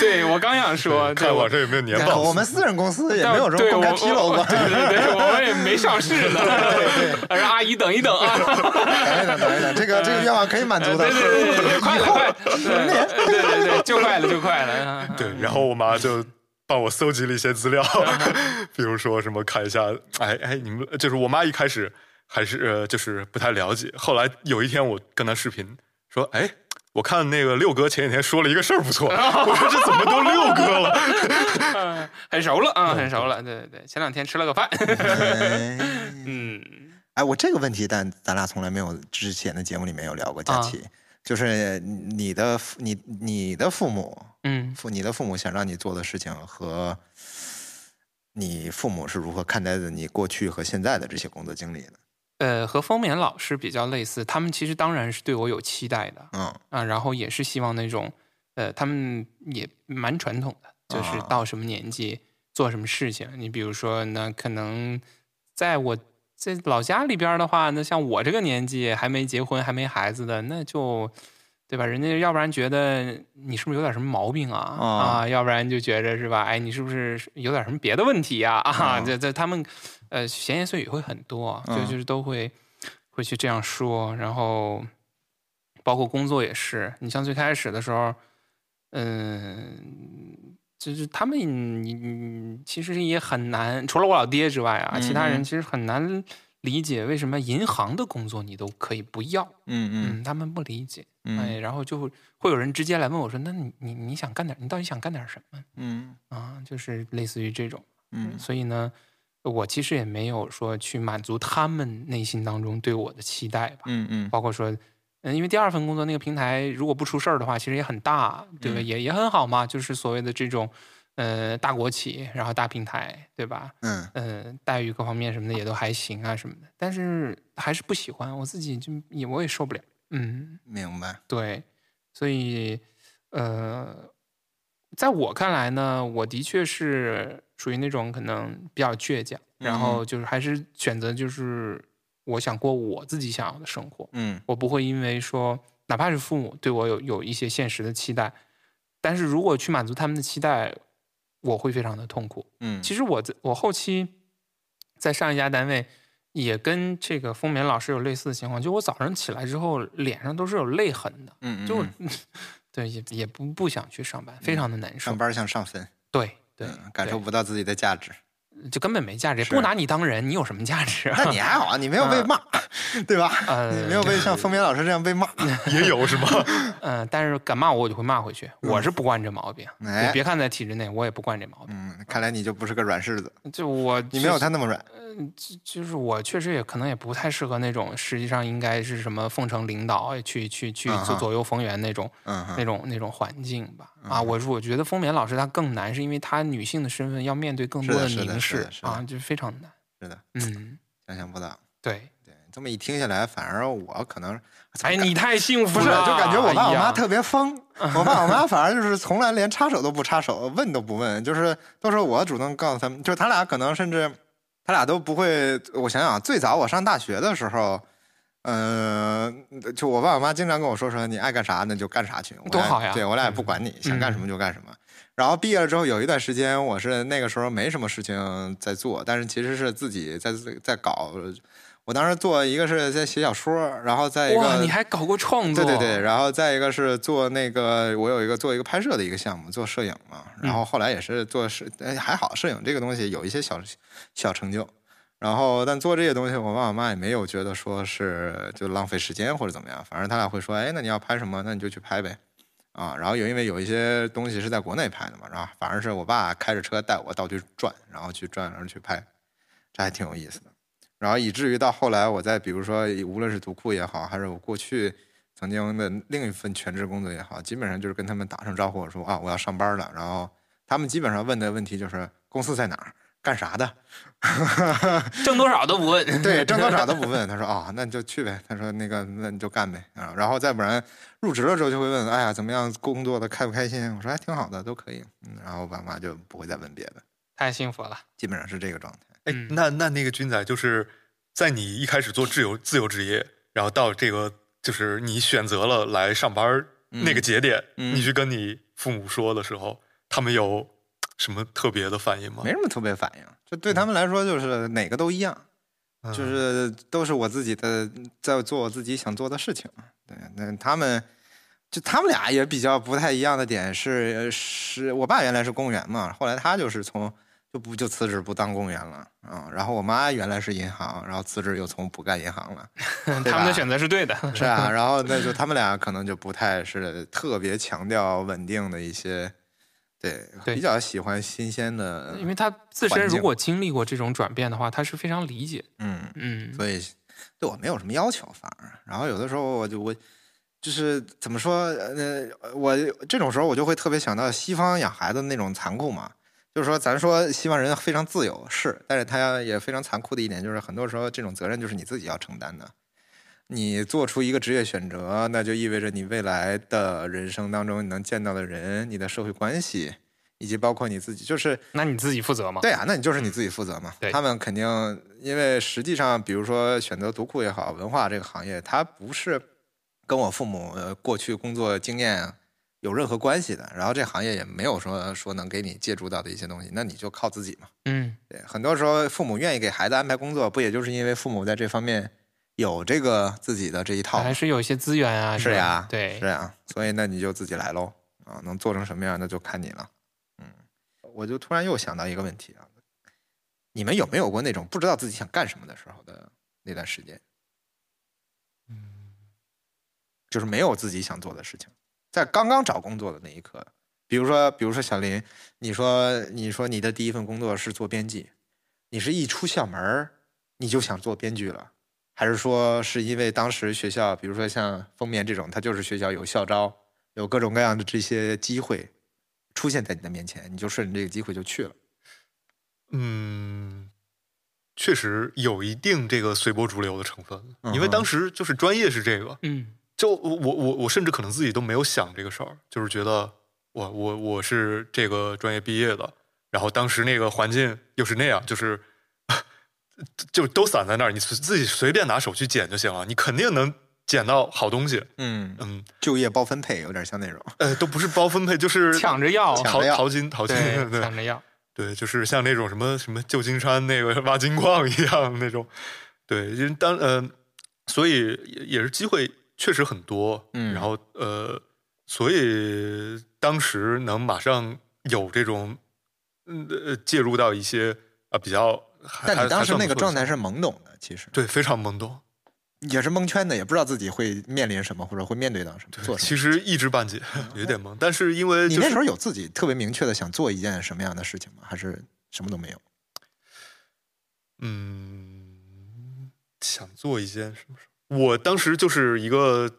Speaker 3: 对，我刚想说，对
Speaker 4: 看
Speaker 3: 我
Speaker 4: 网上有没有年
Speaker 2: 然
Speaker 4: 报。
Speaker 2: 后我们私人公司也没有什么
Speaker 3: 对
Speaker 2: 公开
Speaker 3: 我
Speaker 2: 披露过
Speaker 3: 我。对对对，我们也没上市 呢。我说阿姨等一等啊，
Speaker 2: 等一等，等一哎等，这个这个愿望可以满足的。
Speaker 3: 对对对对对，快了快了，对对对对，就快了就快了。啊
Speaker 4: 对，然后我妈就帮我搜集了一些资料， 比如说什么看一下，哎哎，你们就是我妈一开始还是呃就是不太了解，后来有一天我跟她视频说，哎。我看那个六哥前几天说了一个事儿不错，我说这怎么都六哥了？
Speaker 3: 嗯很熟了啊，很熟了。对对对，前两天吃了个饭。
Speaker 2: 哎
Speaker 3: 嗯，
Speaker 2: 哎，我这个问题，但咱俩从来没有之前的节目里面有聊过。佳
Speaker 3: 啊
Speaker 2: 琪，就是你的父你你的父母
Speaker 3: 嗯，
Speaker 2: 父你的父母想让你做的事情和你父母是如何看待的你过去和现在的这些工作经历的？
Speaker 3: 呃，和丰棉老师比较类似，他们其实当然是对我有期待的
Speaker 2: 嗯，
Speaker 3: 啊，然后也是希望那种，呃，他们也蛮传统的，就是
Speaker 2: 啊
Speaker 3: 到什么年纪做什么事情。你比如说，那可能在我在老家里边儿的话，那像我这个年纪还没结婚、还没孩子的，那就。对吧？人家要不然觉得你是不是有点什么毛病啊？
Speaker 2: 啊
Speaker 3: 啊，要不然就觉着是吧？哎，你是不是有点什么别的问题呀、啊？
Speaker 2: 啊
Speaker 3: 这这他们呃闲言碎语会很多，啊就
Speaker 2: 嗯
Speaker 3: 就是都会会去这样说，然后包括工作也是。你像最开始的时候，嗯、就是他们你你其实也很难，除了我老爹之外啊，其
Speaker 2: 嗯
Speaker 3: 他
Speaker 2: 嗯
Speaker 3: 人其实很难理解为什么银行的工作你都可以不要。
Speaker 2: 嗯
Speaker 3: 嗯，他们不理解。
Speaker 2: 嗯
Speaker 3: 哎，然后就会会有人直接来问我说：“那你你你想干点，你到底想干点什么
Speaker 2: 嗯
Speaker 3: 啊？”就是类似于这种。
Speaker 2: 嗯
Speaker 3: 所以呢，我其实也没有说去满足他们内心当中对我的期待吧，
Speaker 2: 嗯嗯
Speaker 3: 包括说。嗯，因为第二份工作那个平台如果不出事儿的话，其实也很大，对吧？
Speaker 2: 嗯
Speaker 3: 也也很好嘛，就是所谓的这种，呃，大国企，然后大平台，对吧？
Speaker 2: 嗯
Speaker 3: 呃，待遇各方面什么的也都还行啊什么的，但是还是不喜欢，我自己就也我也受不了，嗯。
Speaker 2: 明白。
Speaker 3: 对，所以呃，在我看来呢，我的确是属于那种可能比较倔强，然后就是还是选择就是我想过我自己想要的生活，
Speaker 2: 嗯
Speaker 3: 我不会因为说哪怕是父母对我有有一些现实的期待，但是如果去满足他们的期待，我会非常的痛苦。
Speaker 2: 嗯
Speaker 3: 其实我在我后期在上一家单位也跟这个丰棉老师有类似的情况，就我早上起来之后脸上都是有泪痕的，
Speaker 2: 嗯
Speaker 3: 就、
Speaker 2: 嗯
Speaker 3: 对也也不不想去上班，非常的难受。
Speaker 2: 上班像上坟，
Speaker 3: 对对
Speaker 2: 嗯，感受
Speaker 3: 对
Speaker 2: 不到自己的价值。
Speaker 3: 就根本没价值，也
Speaker 2: 是
Speaker 3: 不拿你当人，你有什么价 值、啊？
Speaker 2: 那你还好啊，你没有被
Speaker 3: 嗯
Speaker 2: 骂， 对吧？
Speaker 3: 呃嗯
Speaker 2: 你没有被像风眠老师这样被骂。
Speaker 4: 也有是吗？
Speaker 3: 呃，但是敢骂我，我就会骂回去。我是不惯这毛病，
Speaker 2: 嗯哎
Speaker 3: 你别看在体制内，我也不惯这毛病。
Speaker 2: 嗯，看来你就不是个软柿子，
Speaker 3: 就我
Speaker 2: 嗯你没有
Speaker 3: 就是
Speaker 2: 他那么软。
Speaker 3: 就是我确实也可能也不太适合那种，实际上应该是什么奉承领导，哎去去去
Speaker 2: 啊哈
Speaker 3: 左左右逢源那种、
Speaker 2: 嗯
Speaker 3: 那
Speaker 2: 哼，
Speaker 3: 种那种环境吧。啊，我我觉得丰棉老师她更难，是因为她女性的身份要面对更
Speaker 2: 是
Speaker 3: 多
Speaker 2: 的是的是
Speaker 3: 凝视
Speaker 2: 的是的
Speaker 3: 啊，就非常难。
Speaker 2: 是的，
Speaker 3: 嗯，
Speaker 2: 想象不到。
Speaker 3: 对。
Speaker 2: 对，这么一听下来，反而我可能，怎么
Speaker 3: 哎，
Speaker 2: 感
Speaker 3: 你太幸福
Speaker 2: 不是，
Speaker 3: 了，
Speaker 2: 就感觉我爸
Speaker 3: 哎
Speaker 2: 我
Speaker 3: 呀
Speaker 2: 妈特别疯。 我爸我妈反而就是从来连插手都不插手，问都不问，就是都是我主动告诉他们。就是他俩可能甚至他俩都不会。我想想啊，最早我上大学的时候，嗯、就我爸我妈经常跟我说说你爱干啥那就干啥去，我
Speaker 3: 多
Speaker 2: 俩
Speaker 3: 好呀嗯
Speaker 2: 对我俩也不管你，想干什么就干什么。然后毕业了之后，有一段时间我是那个时候没什么事情在做，但是其实是自己在在搞。我当时做一个是在写小说，然后在一个
Speaker 3: 哇，你还搞过创作？
Speaker 2: 对对对，然后再一个是做那个，我有一个做一个拍摄的一个项目，做摄影嘛，
Speaker 3: 嗯
Speaker 2: 然后后来也是做摄，哎还好，摄影这个东西有一些小小成就。然后，但做这些东西，我爸我妈也没有觉得说是就浪费时间或者怎么样，反正他俩会说，哎，那你要拍什么，那你就去拍呗，啊，然后有因为有一些东西是在国内拍的嘛，然后反而是我爸开着车带我到处转，然后去转，然后去拍，这还挺有意思的。然后以至于到后来，我在比如说，无论是读库也好，还是我过去曾经的另一份全职工作也好，基本上就是跟他们打声招呼，我说啊，我要上班了。然后他们基本上问的问题就是公司在哪儿，干啥的，
Speaker 3: 挣多少都不问。
Speaker 2: 对，挣多少都不问。他说啊，那你就去呗。他说那个，那你就干呗啊。然后再不然入职了之后就会问，哎呀，怎么样，工作的开不开心？我说还挺好的，都可以。嗯，然后我爸妈就不会再问别的，
Speaker 3: 太幸福 了。
Speaker 2: 基本上是这个状态。
Speaker 4: 哎
Speaker 3: 嗯，
Speaker 4: 那那那个军仔就是在你一开始做自由自由职业，然后到这个就是你选择了来上班儿
Speaker 2: 嗯
Speaker 4: 那个节点，
Speaker 2: 嗯
Speaker 4: 你去跟你父母说的时候，他们有什么特别的反
Speaker 3: 啊
Speaker 4: 应吗？
Speaker 2: 没什么特别反应，就对他们来说就是哪个都一样。
Speaker 4: 嗯，
Speaker 2: 就是都是我自己的，在做我自己想做的事情。对，那他们，就他们俩也比较不太一样的点是，呃是我爸原来是公务员嘛，后来他就是从就不就辞职不当公务员了啊、然后我妈原来是银行，然后辞职又从不干银 行了，对
Speaker 3: 他们
Speaker 2: 吧
Speaker 3: 的选择是对的。
Speaker 2: 是啊，然后那就他们俩可能就不太是特别强调稳定的一些，对，
Speaker 3: 对
Speaker 2: 比较喜欢新鲜的，
Speaker 3: 因为他自身
Speaker 2: 环境
Speaker 3: 如果经历过这种转变的话，他是非常理解。
Speaker 2: 嗯，
Speaker 3: 嗯，
Speaker 2: 所以对我没有什么要求，反而，然后有的时候我就我就是怎么说，呃，我这种时候我就会特别想到西方养孩子那种残酷嘛，就是说咱说西方人非常自由是，但是他也非常残酷的一点就是，很多时候这种责任就是你自己要承担的。你做出一个职业选择，那就意味着你未来的人生当中你能见到的人、你的社会关系，以及包括你自己，就是
Speaker 3: 那你自己负责嘛？
Speaker 2: 对啊，那你就是你自己负责嘛。
Speaker 3: 对
Speaker 2: 他们肯定，因为实际上，比如说选择读库也好，文化这个行业，它不是跟我父母呃过去工作经验有任何关系的。然后这行业也没有说说能给你借助到的一些东西，那你就靠自己嘛。
Speaker 3: 嗯，
Speaker 2: 对，很多时候父母愿意给孩子安排工作，不也就是因为父母在这方面有这个自己的这一套
Speaker 3: 还
Speaker 2: 吗？
Speaker 3: 是有一些资源啊。
Speaker 2: 是
Speaker 3: 吧
Speaker 2: 呀，
Speaker 3: 对
Speaker 2: 是，呀，所以那你就自己来喽啊，能做成什么样那就看你了。嗯，我就突然又想到一个问题啊，你们有没有过那种不知道自己想干什么的时候的那段时间？嗯，
Speaker 3: 嗯
Speaker 2: 就是没有自己想做的事情，在刚刚找工作的那一刻，比如说，比如说小林，你说你说你的第一份工作是做编辑，你是一出校门儿你就想做编剧了。还是说是因为当时学校，比如说像封面这种，它就是学校有校招，有各种各样的这些机会出现在你的面前，你就顺着这个机会就去了。
Speaker 4: 嗯，确实有一定这个随波逐流的成分，因为
Speaker 2: 嗯哼
Speaker 4: 当时就是专业是这个，
Speaker 3: 嗯，
Speaker 4: 就我我我我甚至可能自己都没有想这个事儿，就是觉得我我我是这个专业毕业的，然后当时那个环境又是那样，就是。就都散在那儿，你随自己随便拿手去捡就行了，你肯定能捡到好东西。
Speaker 2: 嗯，
Speaker 4: 嗯，
Speaker 2: 就业包分配有点像那种。
Speaker 4: 呃，都不是包分配，就是
Speaker 3: 抢着要，
Speaker 2: 抢
Speaker 4: 淘
Speaker 2: 着要
Speaker 4: 淘金淘 金，
Speaker 3: 对，
Speaker 4: 对
Speaker 3: 抢着要。
Speaker 4: 对，就是像那种什么什么旧金山那个挖金矿一样那种，对，因为当呃，所以也也是机会确实很多，
Speaker 2: 嗯
Speaker 4: 然后呃，所以当时能马上有这种嗯呃介入到一些啊、比较，还
Speaker 2: 但你当时那个状，态
Speaker 4: 还还算不错的
Speaker 2: 是懵懂的，其实
Speaker 4: 对，非常懵懂，
Speaker 2: 也是蒙圈的，也不知道自己会面临什么，或者会面对到什么，做什
Speaker 4: 其
Speaker 2: 么。
Speaker 4: 实一知半解， 有点懵，但是因为
Speaker 2: 你
Speaker 4: 就
Speaker 2: 那
Speaker 4: 是
Speaker 2: 时候有自己特别明确的想做一件什么样的事情吗？还是什么都没有？
Speaker 4: 嗯，想做一件什么事？我当时就是一个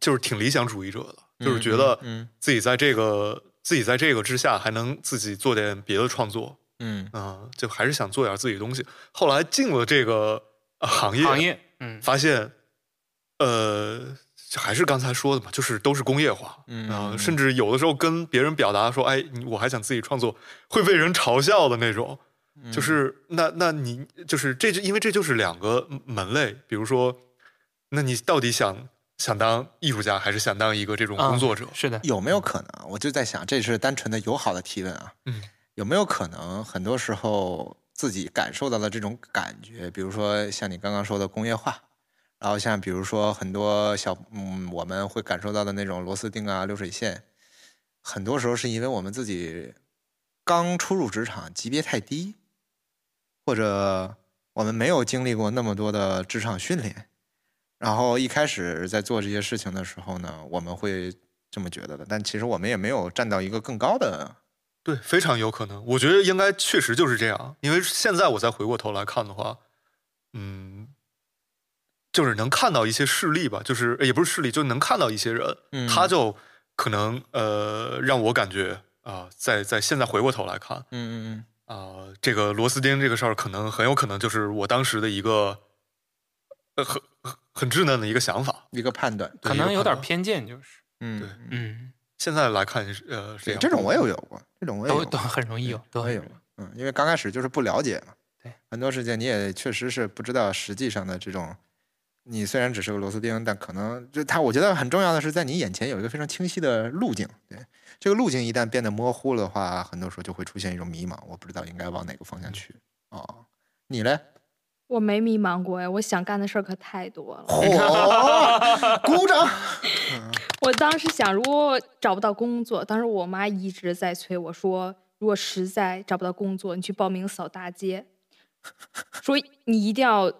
Speaker 4: 就是挺理想主义者的，就是觉得
Speaker 2: 嗯
Speaker 4: 自己在这个、自己在这个之下还能自己做点别的创作，
Speaker 2: 嗯
Speaker 4: 嗯、就还是想做点自己的东西。后来进了这个、呃行业，
Speaker 3: 行业，嗯，
Speaker 4: 发现，呃，还是刚才说的嘛，就是都是工业化，
Speaker 2: 嗯
Speaker 4: 啊、
Speaker 2: 嗯
Speaker 4: 甚至有的时候跟别人表达说，哎，你我还想自己创作，会被人嘲笑的那种，
Speaker 2: 嗯
Speaker 4: 就是那那你就是这就因为这就是两个门类，比如说，那你到底想想当艺术家，还是想当一个这种
Speaker 3: 啊
Speaker 4: 工作者？
Speaker 3: 是的，
Speaker 2: 有没有可能啊？我就在想，这是单纯的友好的提问啊。
Speaker 4: 嗯，
Speaker 2: 有没有可能很多时候自己感受到的这种感觉，比如说像你刚刚说的工业化，然后像比如说很多小嗯我们会感受到的那种螺丝钉啊、流水线，很多时候是因为我们自己刚初入职场，级别太低，或者我们没有经历过那么多的职场训练。然后一开始在做这些事情的时候呢，我们会这么觉得的，但其实我们也没有站到一个更高的，
Speaker 4: 对，非常有可能。我觉得应该确实就是这样，因为现在我再回过头来看的话，嗯，就是能看到一些事例吧，就是呃也不是事例，就能看到一些人，
Speaker 2: 嗯
Speaker 4: 他就可能呃让我感觉啊、在在现在回过头来看啊、
Speaker 2: 嗯嗯
Speaker 4: 这个螺丝钉这个事儿，可能很有可能就是我当时的一个呃很很很稚嫩的一个想法。
Speaker 2: 嗯，一个判断，
Speaker 4: 对
Speaker 3: 可能有点，
Speaker 4: 一个判断
Speaker 3: 偏见，就是，
Speaker 2: 嗯，
Speaker 4: 对
Speaker 3: 嗯，
Speaker 4: 现在来看是呃是
Speaker 2: 对，
Speaker 4: 样
Speaker 2: 这种我也有过，这嗯种我也
Speaker 3: 都
Speaker 2: 有
Speaker 3: 都
Speaker 2: 过，
Speaker 3: 很容易有，都
Speaker 2: 我
Speaker 3: 很
Speaker 2: 也
Speaker 3: 容
Speaker 2: 有
Speaker 3: 易
Speaker 2: 过，嗯，因为刚开始就是不了解嘛，
Speaker 3: 对，
Speaker 2: 很多事情你也确实是不知道实际上的这种，你虽然只是个螺丝钉，但可能就它，我觉得很重要的是在你眼前有一个非常清晰的路径，对，这个路径一旦变得模糊的话，很多时候就会出现一种迷茫，我不知道应该往哪个方向去，哦，你嘞？
Speaker 5: 我没迷茫过呀，我想干的事儿可太多了。
Speaker 2: 哦，鼓掌，
Speaker 5: 我当时想，如果我找不到工作，当时我妈一直在催我说，如果实在找不到工作，你去报名扫大街，说你一定要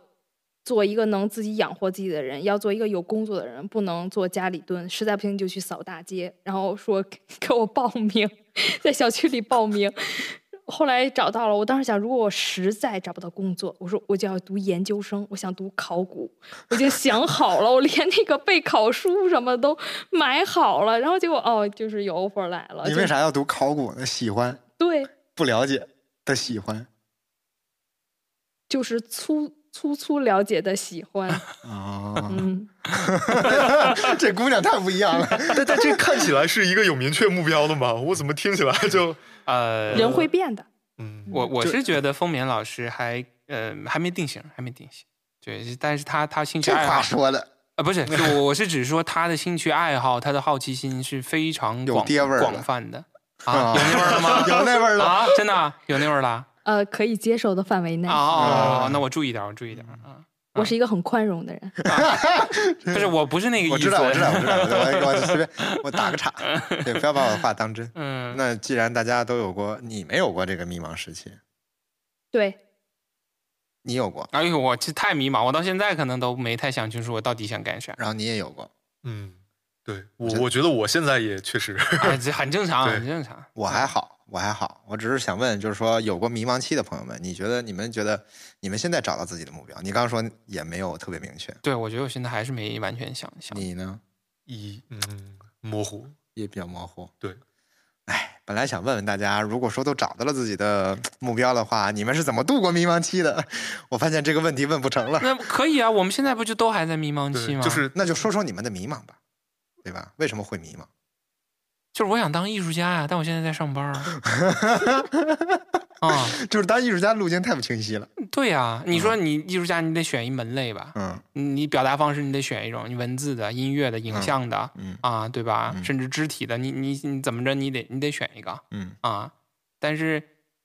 Speaker 5: 做一个能自己养活自己的人，要做一个有工作的人，不能做家里蹲。实在不行就去扫大街，然后说给 给我报名，在小区里报名。后来找到了，我当时想，如果我实在找不到工作，我说我就要读研究生，我想读考古，我已经想好了，我连那个备考书什么都买好了。然后结果哦，就是有 offer 来了。
Speaker 2: 你
Speaker 5: 就
Speaker 2: 为啥要读考古呢？喜欢
Speaker 5: 对，
Speaker 2: 不了解的喜欢
Speaker 5: 就是粗粗粗了解的喜欢，
Speaker 2: 哦，
Speaker 5: 嗯，
Speaker 2: 这姑娘太不一样了。
Speaker 4: 啊但但这看起来是一个有明确目标的嘛？我怎么听起来就
Speaker 3: 呃，
Speaker 5: 人会变的。
Speaker 4: 嗯，
Speaker 3: 我我是觉得丰棉老师还呃还没定型，还没定型。对，但是他他兴 趣
Speaker 2: 这
Speaker 3: 爱好
Speaker 2: 话说的，
Speaker 3: 啊、不是，就我我是指说他的兴趣爱好，他的好奇心是非常
Speaker 2: 有
Speaker 3: 广
Speaker 2: 爹味儿了
Speaker 3: 广泛的
Speaker 2: 啊
Speaker 3: 啊，有那味儿了 吗？
Speaker 2: 有那味儿了
Speaker 3: 啊，真的啊有那味儿了啊
Speaker 5: 呃，可以接受的范围内，
Speaker 3: 哦哦，
Speaker 2: 啊
Speaker 3: 哦那我注意点儿，我注意点儿
Speaker 2: 嗯
Speaker 3: 啊。
Speaker 5: 我是一个很宽容的人。
Speaker 3: 不是，我不是那个意
Speaker 2: 我知
Speaker 3: 思。
Speaker 2: 道，我知道，我知道，我我随便我打 个岔，对，不要把我的话当真。
Speaker 3: 嗯，
Speaker 2: 那既然大家都有过，你没有过这个迷茫时期，
Speaker 5: 对，
Speaker 2: 你有过，
Speaker 3: 哎呦，我这太迷茫，我到现在可能都没太想清楚我到底想 干啥。
Speaker 2: 然后你也有过，
Speaker 4: 嗯，对我我觉得我现在也确实，
Speaker 3: 哎，这很正常，
Speaker 4: 对
Speaker 3: 很正常。
Speaker 2: 我还好，我还好，我只是想问，就是说有过迷茫期的朋友们，你觉得你们觉得你们现在找到自己的目标？你刚刚说也没有特别明确，
Speaker 3: 对，我觉得我现在还是没完全想想。
Speaker 2: 你呢
Speaker 4: 一嗯模糊，
Speaker 2: 也比较模糊。
Speaker 4: 对，
Speaker 2: 哎，本来想问问大家，如果说都找到了自己的目标的话，你们是怎么度过迷茫期的？ 我发现这个问题问不成了，
Speaker 3: 那可以啊，我们现在不就都还在迷茫期
Speaker 4: 对，
Speaker 3: 吗？
Speaker 4: 就是
Speaker 2: 那就说说你们的迷茫吧，对吧？为什么会迷茫？
Speaker 3: 就是我想当艺术家呀、但我现在在上班 啊。啊、
Speaker 2: 就是当艺术家路径太不清晰了。
Speaker 3: 对呀、你说你艺术家，你得选一门类吧？
Speaker 2: 嗯
Speaker 3: 你表达方式，你得选一种，你文字的、音乐的、影像的、
Speaker 2: 嗯
Speaker 3: 啊，对吧？
Speaker 2: 嗯
Speaker 3: 甚至肢体的，你你你怎么着，你得你得选一个
Speaker 2: 嗯
Speaker 3: 啊。但是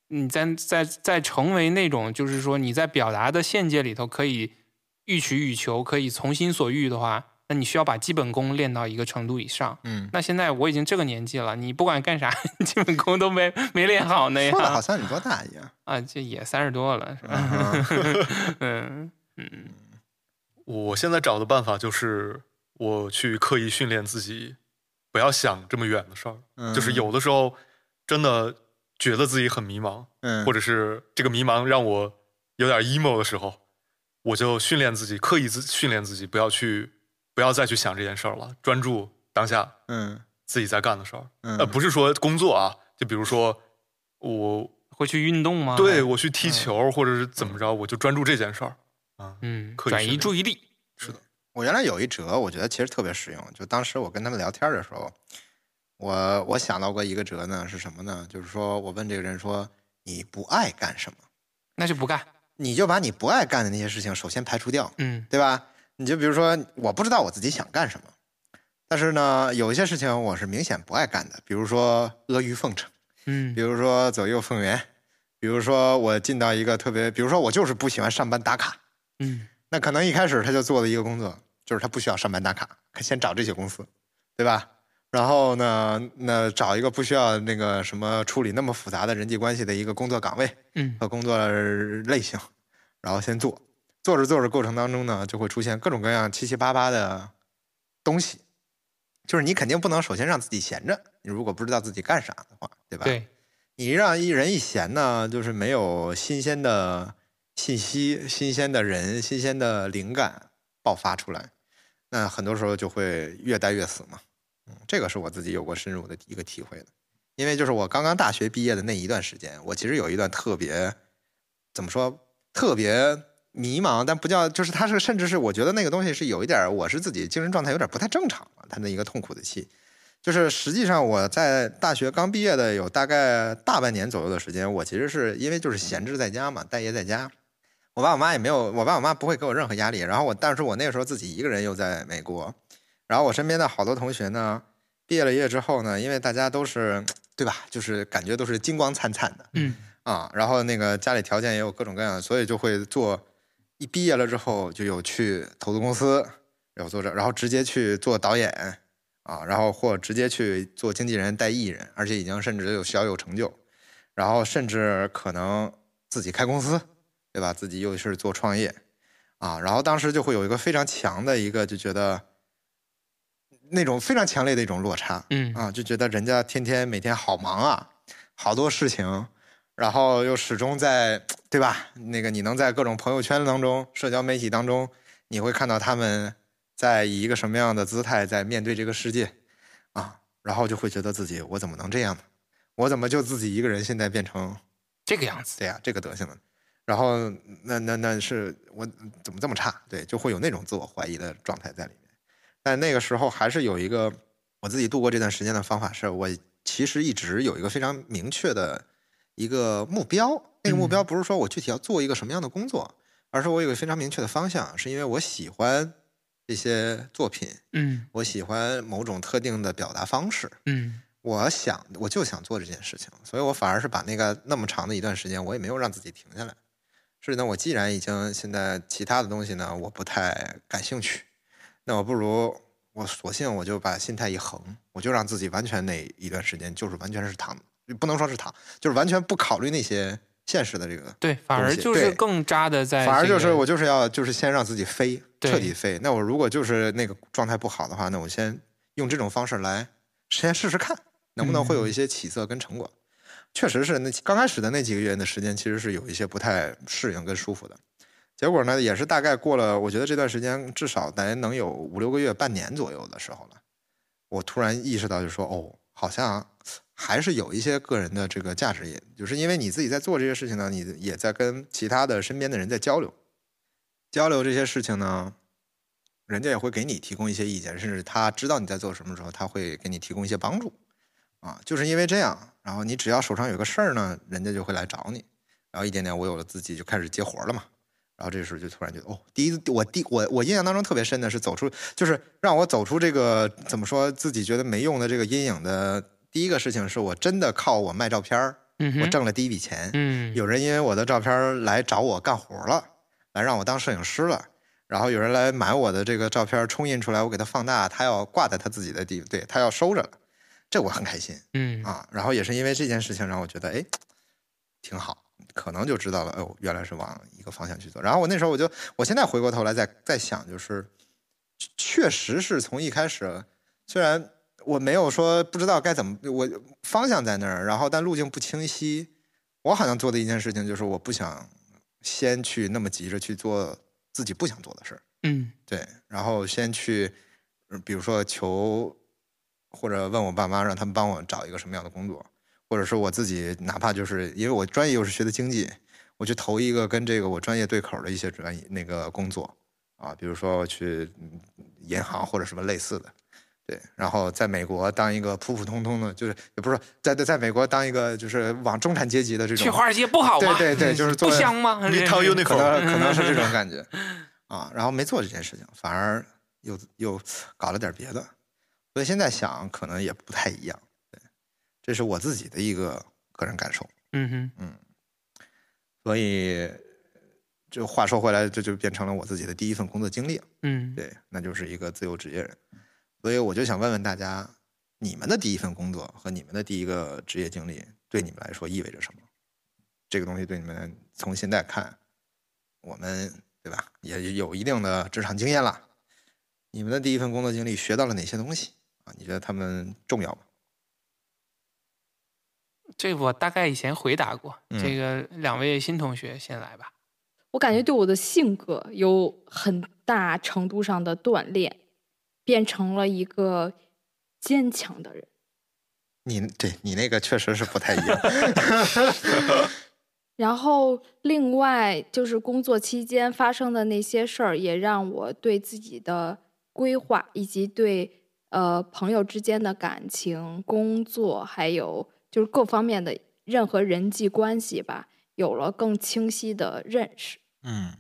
Speaker 3: 你在在在成为那种，就是说你在表达的限界里头可以欲取欲求，可以从心所欲的话，那你需要把基本功练到一个程度以上。
Speaker 2: 嗯，
Speaker 3: 那现在我已经这个年纪了，你不管干啥， 基本功都没没练好呢呀
Speaker 2: 说的好像你多大一 样。
Speaker 3: 啊，这也三十多了，是吧？
Speaker 2: 嗯
Speaker 3: 嗯嗯，
Speaker 4: 我现在找的办法就是我去刻意训练自己，不要想这么远的事儿。
Speaker 2: 嗯
Speaker 4: 就是有的时候真的觉得自己很迷茫，
Speaker 2: 嗯，
Speaker 4: 或者是这个迷茫让我有点 emo 的时候，我就训练自己，刻意自训练自己，不要去，不要再去想这件事儿了，专注当下
Speaker 2: 嗯
Speaker 4: 自己在干的事儿。
Speaker 2: 嗯
Speaker 4: 呃，不是说工作啊，就比如说我
Speaker 3: 会去运动吗？
Speaker 4: 对，我去踢球，或者是怎么着，我就专注这件事儿。啊，
Speaker 3: 嗯，
Speaker 4: 刻意
Speaker 3: 转
Speaker 4: 训
Speaker 3: 移
Speaker 4: 练
Speaker 3: 注意力。
Speaker 2: 我原来有一折，我觉得其实特别实用。就当时我跟他们聊天的时候，我我想到过一个折呢，是什么呢？就是说我问这个人说你不爱干什么，
Speaker 3: 那就不干。
Speaker 2: 你就把你不爱干的那些事情首先排除掉，
Speaker 3: 嗯
Speaker 2: 对吧？你就比如说，我不知道我自己想干什么，但是呢，有一些事情我是明显不爱干的，比如说阿谀奉承。
Speaker 3: 嗯
Speaker 2: 比如说左右逢源，比如说我进到一个特别，比如说我就是不喜欢上班打卡，
Speaker 3: 嗯
Speaker 2: 那可能一开始他就做了一个工作，就是他不需要上班打卡，先找这些公司，对吧？然后呢，那找一个不需要那个什么处理那么复杂的人际关系的一个工作岗位
Speaker 3: 嗯
Speaker 2: 和工作类型，然后先做，做着做着过程当中呢，就会出现各种各样七七八八的东西，就是你肯定不能首先让自己闲着，你如果不知道自己干啥的话，对吧？
Speaker 3: 对，
Speaker 2: 你让一人一闲呢，就是没有新鲜的信息、新鲜的人、新鲜的灵感爆发出来，那很多时候就会越待越死嘛。嗯，这个是我自己有过深入的一个体会的，因为就是我刚刚大学毕业的那一段时间，我其实有一段特别怎么说，特别迷茫，但不叫就是它是甚至是我觉得那个东西是有一点儿，我是自己精神状态有点不太正常了，它的一个痛苦的期。就是实际上我在大学刚毕业的有大概大半年左右的时间，我其实是因为就是闲置在家嘛，待业在家，我爸我妈也没有，我爸我妈不会给我任何压力。然后我，但是我那个时候自己一个人又在美国，然后我身边的好多同学呢，毕业了业之后呢，因为大家都是对吧，就是感觉都是金光灿灿的，
Speaker 3: 嗯
Speaker 2: 啊，然后那个家里条件也有各种各样的，所以就会做。一毕业了之后，就有去投资公司，有做这，然后直接去做导演啊，然后或直接去做经纪人带艺人，而且已经甚至有小有成就，然后甚至可能自己开公司，对吧？自己又是做创业啊，然后当时就会有一个非常强的一个就觉得那种非常强烈的一种落差，
Speaker 3: 嗯
Speaker 2: 啊，就觉得人家天天每天好忙啊，好多事情，然后又始终在对吧？那个你能在各种朋友圈当中、社交媒体当中，你会看到他们在以一个什么样的姿态在面对这个世界啊，然后就会觉得自己我怎么能这样呢？我怎么就自己一个人现在变成
Speaker 3: 这个样子。
Speaker 2: 对呀、这个德行呢？然后那那那是我怎么这么差？对，就会有那种自我怀疑的状态在里面。但那个时候还是有一个我自己度过这段时间的方法是，我其实一直有一个非常明确的一个目标。那个目标不是说我具体要做一个什么样的工作，而是我有一个非常明确的方向，是因为我喜欢这些作品，
Speaker 3: 嗯
Speaker 2: 我喜欢某种特定的表达方式。
Speaker 3: 嗯
Speaker 2: 我想，我就想做这件事情，所以我反而是把那个那么长的一段时间，我也没有让自己停下来。是呢，我既然已经现在其他的东西呢，我不太感兴趣，那我不如我索性我就把心态一横，我就让自己完全那一段时间就是完全是躺，不能说是躺，就是完全不考虑那些现实的这个，
Speaker 3: 对，反而
Speaker 2: 东西
Speaker 3: 就是
Speaker 2: 对
Speaker 3: 更扎的在这个、
Speaker 2: 反而就是我就是要就是先让自己飞，
Speaker 3: 对
Speaker 2: 彻底飞。那我如果就是那个状态不好的话，那我先用这种方式来先试试看，能不能会有一些起色跟成果。确实是那刚开始的那几个月的时间，其实是有一些不太适应跟舒服的。结果呢，也是大概过了，我觉得这段时间至少咱能有五六个月、半年左右的时候了，我突然意识到，就说哦，好像还是有一些个人的这个价值也，就是因为你自己在做这些事情呢，你也在跟其他的身边的人在交流，交流这些事情呢，人家也会给你提供一些意见，甚至他知道你在做什么时候，他会给你提供一些帮助啊。就是因为这样，然后你只要手上有个事儿呢，人家就会来找你，然后一点点我有了自己就开始接活儿了嘛。然后这时候就突然觉得，哦，第一我第我我印象当中特别深的是走出，就是让我走出这个怎么说自己觉得没用的这个阴影的第一个事情，是我真的靠我卖照片儿，
Speaker 3: 嗯哼
Speaker 2: 我挣了第一笔钱，
Speaker 3: 嗯
Speaker 2: 有人因为我的照片儿来找我干活了，来让我当摄影师了。然后有人来买我的这个照片儿冲印出来，我给他放大，他要挂在他自己的地，对他要收着了，这我很开心
Speaker 3: 嗯
Speaker 2: 啊。然后也是因为这件事情让我觉得，哎，挺好，可能就知道了，哎呦，原来是往一个方向去做。然后我那时候我就，我现在回过头来再再想，就是确实是从一开始，虽然我没有说不知道该怎么，我方向在那儿，然后但路径不清晰。我好像做的一件事情就是，我不想先去那么急着去做自己不想做的事儿，
Speaker 3: 嗯
Speaker 2: 对，然后先去，呃比如说求或者问我爸妈，让他们帮我找一个什么样的工作，或者是我自己，哪怕就是因为我专业又是学的经济，我去投一个跟这个我专业对口的一些专业那个工作啊，比如说我去嗯银行或者什么类似的。对，然后在美国当一个普普通通的，就是也不是说在在在美国当一个就是往中产阶级的这种
Speaker 3: 去华尔街不好吗？
Speaker 2: 对对对就是
Speaker 3: 不
Speaker 2: 做
Speaker 3: 香吗？
Speaker 4: 你 套 unicorn
Speaker 2: 可能可能是这种感觉啊。然后没做这件事情，反而又又搞了点别的，所以现在想可能也不太一样。对，这是我自己的一个个人感受。
Speaker 3: 嗯哼，
Speaker 2: 所以就话说回来，这就变成了我自己的第一份工作经历。
Speaker 3: 嗯，
Speaker 2: 对，那就是一个自由职业人。所以我就想问问大家，你们的第一份工作和你们的第一个职业经历，对你们来说意味着什么？这个东西对你们从现在看，我们对吧，也也有一定的职场经验了。你们的第一份工作经历学到了哪些东西啊？你觉得他们重要吗？
Speaker 3: 这我大概以前回答过。
Speaker 2: 嗯
Speaker 3: 这个两位新同学先来吧。
Speaker 5: 我感觉对我的性格有很大程度上的锻炼，变成了一个坚强的人。
Speaker 2: 你对你那个确实是不太一样。
Speaker 5: 然后，另外就是工作期间发生的那些事儿，也让我对自己的规划以及对呃朋友之间的感情、工作，还有就是各方面的任何人际关系吧，有了更清晰的认识。
Speaker 2: 嗯，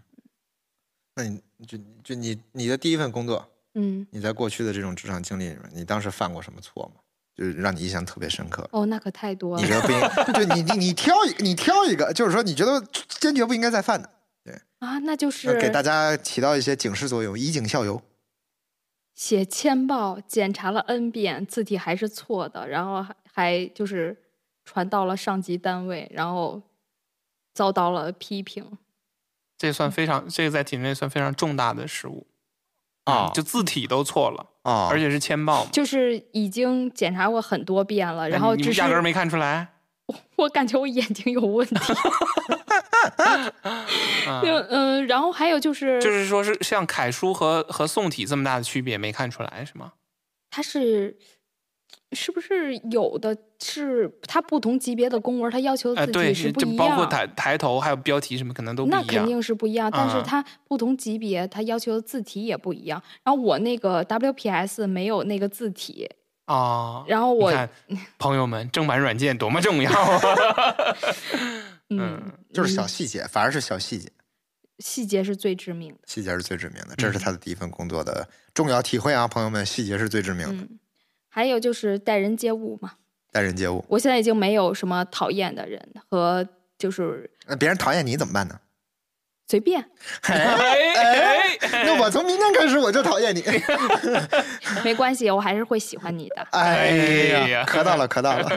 Speaker 2: 那你就就你你的第一份工作，
Speaker 5: 嗯，
Speaker 2: 你在过去的这种职场经历里面，你当时犯过什么错吗？就是让你印象特别深刻。
Speaker 5: 哦，那可太多
Speaker 2: 你
Speaker 5: 了
Speaker 2: 觉。得不 应，就你你你挑一你挑一个，就是说你觉得坚决不应该再犯的，
Speaker 5: 啊，那就
Speaker 2: 呃
Speaker 5: 是
Speaker 2: 给大家起到一些警示作用，以儆效尤。
Speaker 5: 写签报，检查了 n 遍，字体还是错的，然后还还就是传到了上级单位，然后遭到了批评。
Speaker 3: 这算非常，这个在体制内算非常重大的失误
Speaker 4: 哦
Speaker 2: 啊
Speaker 3: 就字体都错了，
Speaker 2: 啊，
Speaker 3: 而且是签报嘛，哎
Speaker 5: 就是已经检查过很多遍了，然后
Speaker 3: 你
Speaker 5: 只
Speaker 3: 们
Speaker 5: 是
Speaker 3: 压根儿没看出来。
Speaker 5: 我感觉我眼睛有问题。
Speaker 3: 嗯
Speaker 5: 就嗯，然后还有就是，
Speaker 3: 就是说是像楷书和和宋体这么大的区别没看出来是吗？
Speaker 5: 它是是不是有的是它不同级别的公文，它要求
Speaker 3: 哎、
Speaker 5: 的字
Speaker 3: 对，
Speaker 5: 体是
Speaker 3: 是
Speaker 5: 不
Speaker 3: 就
Speaker 5: 一样，
Speaker 3: 包括抬抬头还有标题什么，可能都不
Speaker 5: 那
Speaker 3: 一
Speaker 5: 肯
Speaker 3: 样。
Speaker 5: 定是不一样。但是
Speaker 3: 嗯
Speaker 5: 它不同级别，它要求的字体也不一样。然后我那个 WPS 没有那个字体，
Speaker 3: 啊。
Speaker 5: 然后
Speaker 3: 你
Speaker 5: 我
Speaker 3: 看，朋友们，正版软件多么重要啊！
Speaker 5: 嗯，
Speaker 2: 就是小
Speaker 5: 嗯
Speaker 2: 细节，反而是小细节，
Speaker 5: 细节是最致命的。
Speaker 2: 细节是最致命的，
Speaker 3: 嗯
Speaker 2: 这是他的第一份工作的重要体会啊，朋友们，细节是最致命的，
Speaker 5: 嗯，还有就是待人接物嘛，
Speaker 2: 待人接物，
Speaker 5: 我现在已经没有什么讨厌的人和就是
Speaker 2: 那别人讨厌你怎么办呢？
Speaker 5: 随便，哎
Speaker 3: 哎哎，
Speaker 2: 那我从明天开始我就讨 厌你，
Speaker 5: 没关系，我还是会喜欢你的。
Speaker 2: 哎
Speaker 3: 哎
Speaker 2: 呀
Speaker 3: 呀，
Speaker 2: 磕到了，磕到了，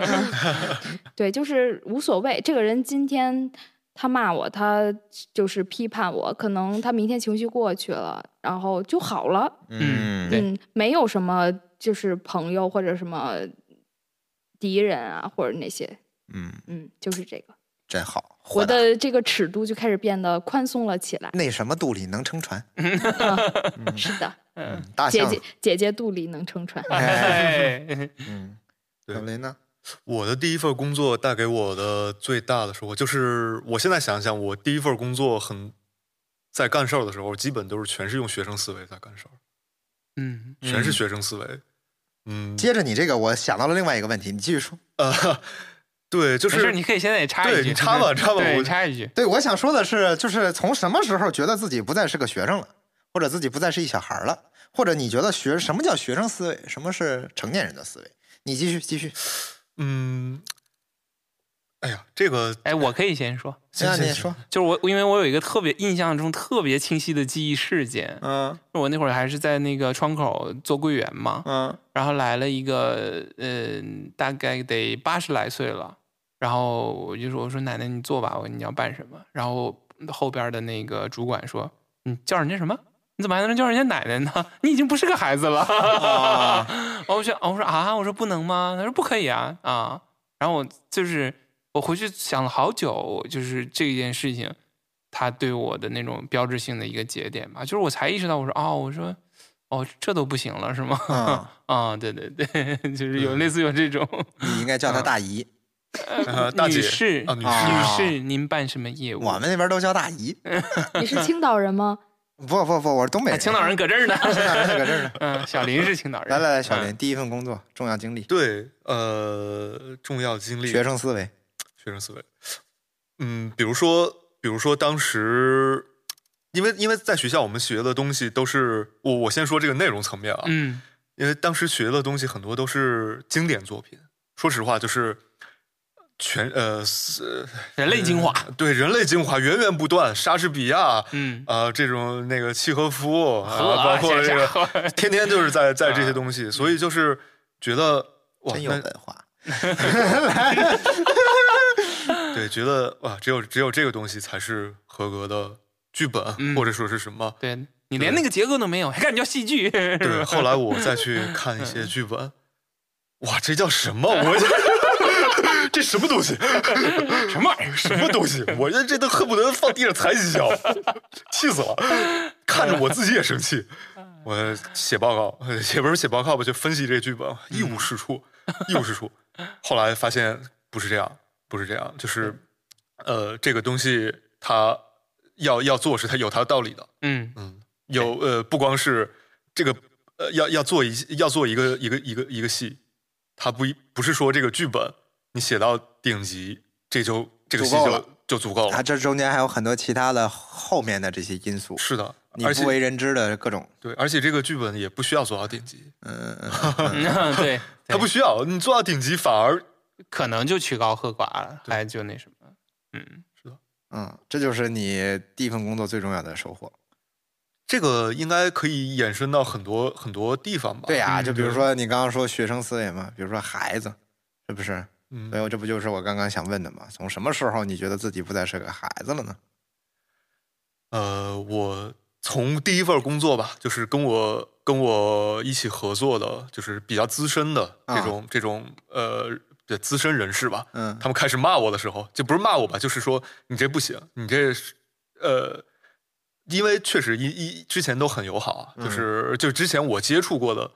Speaker 5: 对，就是无所谓。这个人今天他骂我，他就是批判我，可能他明天情绪过去了，然后就好了。
Speaker 3: 嗯对
Speaker 5: 嗯，没有什么就是朋友或者什么敌人啊，或者那些，
Speaker 2: 嗯，
Speaker 5: 嗯，就是这个。
Speaker 2: 真好，
Speaker 5: 我
Speaker 2: 活得
Speaker 5: 的这个尺度就开始变得宽松 了起来。
Speaker 2: 那什么肚里能撑船，
Speaker 5: 是的，
Speaker 2: 嗯大
Speaker 5: 姐
Speaker 2: 象
Speaker 5: 姐，姐姐肚里能 撑船。
Speaker 3: 哎，
Speaker 2: 嗯，
Speaker 4: 对
Speaker 2: 小林呢？
Speaker 4: 我的第一份工作带给我的最大的收获，就是我现在想想，我第一份工作很在干事儿的时候，基本都是全是用学生思维在干事儿，
Speaker 3: 嗯，
Speaker 4: 全是
Speaker 2: 嗯
Speaker 4: 学生思维。嗯，
Speaker 2: 接着你这个，我想到了另外一个问题，你继续说。
Speaker 4: 呃， 对，就
Speaker 3: 没事，
Speaker 4: 是
Speaker 3: 你可以现在也插一
Speaker 4: 对
Speaker 3: 句，
Speaker 4: 你插吧插吧
Speaker 3: 对
Speaker 4: 我
Speaker 3: 你插一句。
Speaker 2: 对，我想说的是，就是从什么时候觉得自己不再是个学生了，或者自己不再是一小孩儿了，或者你觉得学什么叫学生思维，什么是成年人的思维？你继续继续，
Speaker 4: 嗯，哎呀，这 个
Speaker 3: 哎，我可以先说，
Speaker 4: 行
Speaker 2: 那
Speaker 4: 行
Speaker 2: 你
Speaker 4: 行
Speaker 2: 说，
Speaker 3: 就是我，因为我有一个特别印象中特别清晰的记忆事件，
Speaker 2: 嗯
Speaker 3: 我那会儿还是在那个窗口做柜员嘛，
Speaker 2: 嗯
Speaker 3: 然后来了一个，嗯、大概得八十来岁了，然后我就说，我说奶奶你坐吧，我说你要办什么？然后后边的那个主管说，你叫人家什么？你怎么还能叫人家奶奶呢？你已经不是个孩子了。
Speaker 2: 啊
Speaker 3: 哦，我说，哦我说啊，我说不能吗？他说不可以啊啊。然后我就是我回去想了好久，就是这件事情，他对我的那种标志性的一个节点吧，就是我才意识到，我说哦，我说哦，这都不行了是吗？
Speaker 2: 嗯
Speaker 3: 啊、对对对， 就是有
Speaker 4: 嗯
Speaker 3: 类似有这种、
Speaker 2: 你应该叫他大姨，
Speaker 4: 呃大姐
Speaker 3: 女士
Speaker 4: 啊女
Speaker 3: 女
Speaker 2: 士
Speaker 3: 士，您办什么业务？
Speaker 2: 我们那边都叫大姨。
Speaker 5: 你是青岛人吗？
Speaker 2: 不不不，我是东北
Speaker 3: 啊
Speaker 2: 人。
Speaker 3: 青岛人搁这儿呢，
Speaker 2: 青岛人在搁这儿呢。
Speaker 3: 嗯，小林是青岛人。
Speaker 2: 来来来，小林，
Speaker 3: 嗯，
Speaker 2: 第一份工作重要经历，
Speaker 4: 对呃重要经历，
Speaker 2: 学生思维。
Speaker 4: 学生思维。嗯，比如说，比如说当时，因为因为在学校我们学的东西都是我我先说这个内容层面啊，
Speaker 3: 嗯
Speaker 4: 因为当时学的东西很多都是经典作品，说实话就是。全呃，是
Speaker 3: 人类精华，
Speaker 4: 对人类精华源源不断，莎士比亚，
Speaker 3: 嗯
Speaker 4: 呃，这种那个契诃夫，啊
Speaker 3: 荷
Speaker 4: 包括
Speaker 3: 先
Speaker 4: 这
Speaker 3: 生
Speaker 4: 个，天天就是在在这些东西，所以就是觉得哇，
Speaker 2: 真有
Speaker 4: 那
Speaker 2: 文化。
Speaker 4: 对，觉得哇，只有只有这个东西才是合格的剧本，
Speaker 3: 嗯
Speaker 4: 或者说是什么？
Speaker 3: 对你连那个结构都没有，还管你叫戏剧？
Speaker 4: 对，后来我再去看一些剧本，哇，这叫什么？我这这什么东西？
Speaker 3: 什么玩意儿？
Speaker 4: 什么东西？我这这都恨不得放地上踩几脚，气死了！看着我自己也生气。我写报告，呃也不是写报告吧，就分析这剧本，一无是处，一无是处。后来发现不是这样，不是这样，就是呃，这个东西它要要做是它有它的道理的，
Speaker 3: 嗯
Speaker 4: 嗯，有呃，不光是这个呃，要要做一要做一个一个一个一个戏，它不一不是说这个剧本你写到顶级，这就这个
Speaker 2: 足
Speaker 4: 戏
Speaker 2: 够
Speaker 4: 就
Speaker 2: 了
Speaker 4: 就足
Speaker 3: 哦
Speaker 4: 够
Speaker 2: 啊，
Speaker 4: 了。
Speaker 2: 这中间还有很多其他的后面的这些因素，
Speaker 4: 是的，
Speaker 2: 你
Speaker 4: 而
Speaker 2: 不为
Speaker 4: 且
Speaker 2: 人知的各种。
Speaker 4: 对，而且这个剧本也不需要做到顶级，
Speaker 2: 嗯嗯嗯嗯。
Speaker 3: 嗯，对，
Speaker 4: 它不需要你做到顶级反而
Speaker 3: 可能就曲高和寡了，还就那什么，嗯，
Speaker 2: 嗯，这就是你第一份工作最重要的收获。
Speaker 4: 这个应该可以延伸到很多很多地方吧？
Speaker 2: 对呀、
Speaker 4: 嗯
Speaker 2: 就比如，说你刚刚说学生思维嘛，比如说孩子，是不是？
Speaker 4: 嗯
Speaker 2: 所以我这不就是我刚刚想问的嘛？从什么时候你觉得自己不再是个孩子了呢？
Speaker 4: 呃，我从第一份工作吧，就是跟我跟我一起合作的，就是比较资深的
Speaker 2: 啊
Speaker 4: 这种、这种呃比较资深人士吧，
Speaker 2: 嗯
Speaker 4: 他们开始骂我的时候，就不是骂我吧，就是说你这不行，你这是呃，因为确实一一之前都很友好，
Speaker 2: 嗯
Speaker 4: 啊，就是、就之前我接触过的，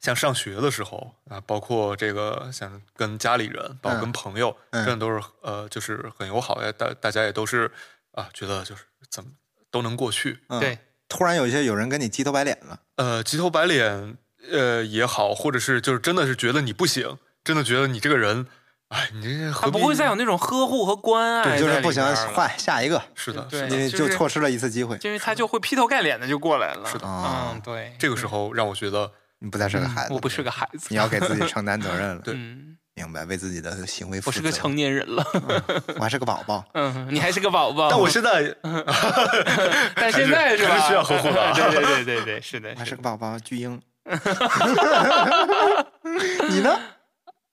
Speaker 4: 像上学的时候啊，包括这个像跟家里人，包括跟
Speaker 2: 嗯
Speaker 4: 朋友，
Speaker 2: 嗯
Speaker 4: 真的都是呃，就是很友好，也大大家也都是啊，觉得就是怎么都能过去，
Speaker 2: 嗯
Speaker 3: 对，
Speaker 2: 突然有一些有人跟你鸡头白脸了，
Speaker 4: 呃，急头白脸，呃也好，或者是就是真的是觉得你不行，真的觉得你这个人，哎，你这
Speaker 3: 他
Speaker 4: 何必
Speaker 3: 不会再有那种呵护和关哎爱在
Speaker 2: 对，
Speaker 3: 里
Speaker 2: 就
Speaker 3: 边
Speaker 2: 是
Speaker 3: 了，
Speaker 2: 不行，换下一个，
Speaker 4: 是的，
Speaker 3: 对
Speaker 4: 是
Speaker 2: 因
Speaker 4: 的，
Speaker 2: 为
Speaker 3: 就
Speaker 2: 就是错失了一次机会，
Speaker 3: 因为他就会劈头盖脸的就过来了。
Speaker 4: 是的
Speaker 2: 啊
Speaker 3: 嗯，对，
Speaker 4: 这个时候让我觉得，
Speaker 2: 你不再是个孩子，
Speaker 3: 嗯我不是个孩子，
Speaker 2: 你要给自己承担责 任了，
Speaker 4: 对
Speaker 3: 嗯，
Speaker 2: 明白，为自己的行为负责。
Speaker 3: 我是个成年人了，，
Speaker 2: 我还是个宝宝
Speaker 3: 嗯，你还是个宝宝，
Speaker 4: 但我现在
Speaker 3: 但现在是吧？
Speaker 4: 还是需要呵护的 啊
Speaker 3: 对对对对对，是的
Speaker 2: 我，还是
Speaker 3: 是的
Speaker 2: 个宝宝巨 婴。你呢？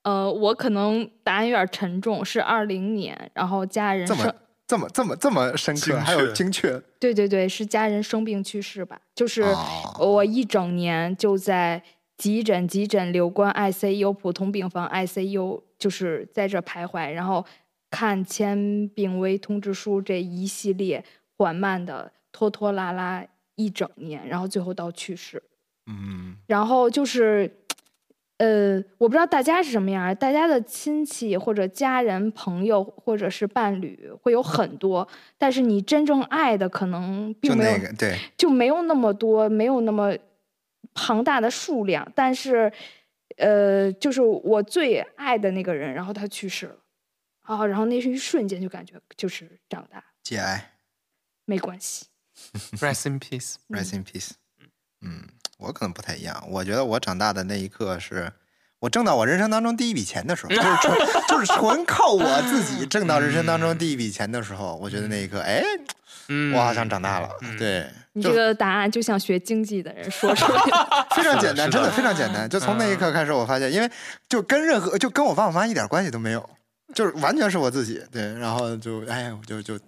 Speaker 5: 呃，我可能答案有点沉重，是二零年，然后家人
Speaker 2: 这么
Speaker 5: 生，
Speaker 2: 这么这么这么深
Speaker 4: 精
Speaker 2: 刻，
Speaker 4: 确
Speaker 2: 还有精确，
Speaker 5: 对对对，是家人生病去世吧？就是
Speaker 2: 哦
Speaker 5: 我一整年就在急诊、急诊、留观 ICU、普通病房 ICU，就是在这徘徊，然后看签病危通知书这一系列缓慢的拖拖拉拉一整年，然后最后到去世。
Speaker 2: 嗯，
Speaker 5: 然后就是，呃，我不知道大家是什么样儿，大家的亲戚或者家人、朋友或者是伴侣会有很多，但是你真正爱的可能
Speaker 2: 就
Speaker 5: 并没有
Speaker 2: 那个对，
Speaker 5: 就没有那么多，没有那么庞大的数量，但是，呃，就是我最爱的那个人，然后他去世了，啊，然后那是一瞬间就感觉就是长大
Speaker 2: 节哀
Speaker 5: 没关系，
Speaker 3: ，rest in peace。
Speaker 2: ，rest in peace。嗯，我可能不太一样，我觉得我长大的那一刻是。我挣到我人生当中第一笔钱的时候，就是 纯就是纯靠我自己挣到人生当
Speaker 5: 嗯
Speaker 2: 中第一笔钱的时候，我觉得那一刻，哎，
Speaker 3: 嗯，
Speaker 2: 我好像长大了。
Speaker 3: 嗯
Speaker 2: 对，
Speaker 5: 你
Speaker 2: 就
Speaker 5: 这个答案就像学经济的人说出来的
Speaker 2: 非常简单，
Speaker 4: 是的嗯
Speaker 2: 真的非常简单。就从那一刻开始，我发现，因为就跟任何就跟我爸我妈一点关系都没有，就是完全是我自己。对，然后就哎呀，我就就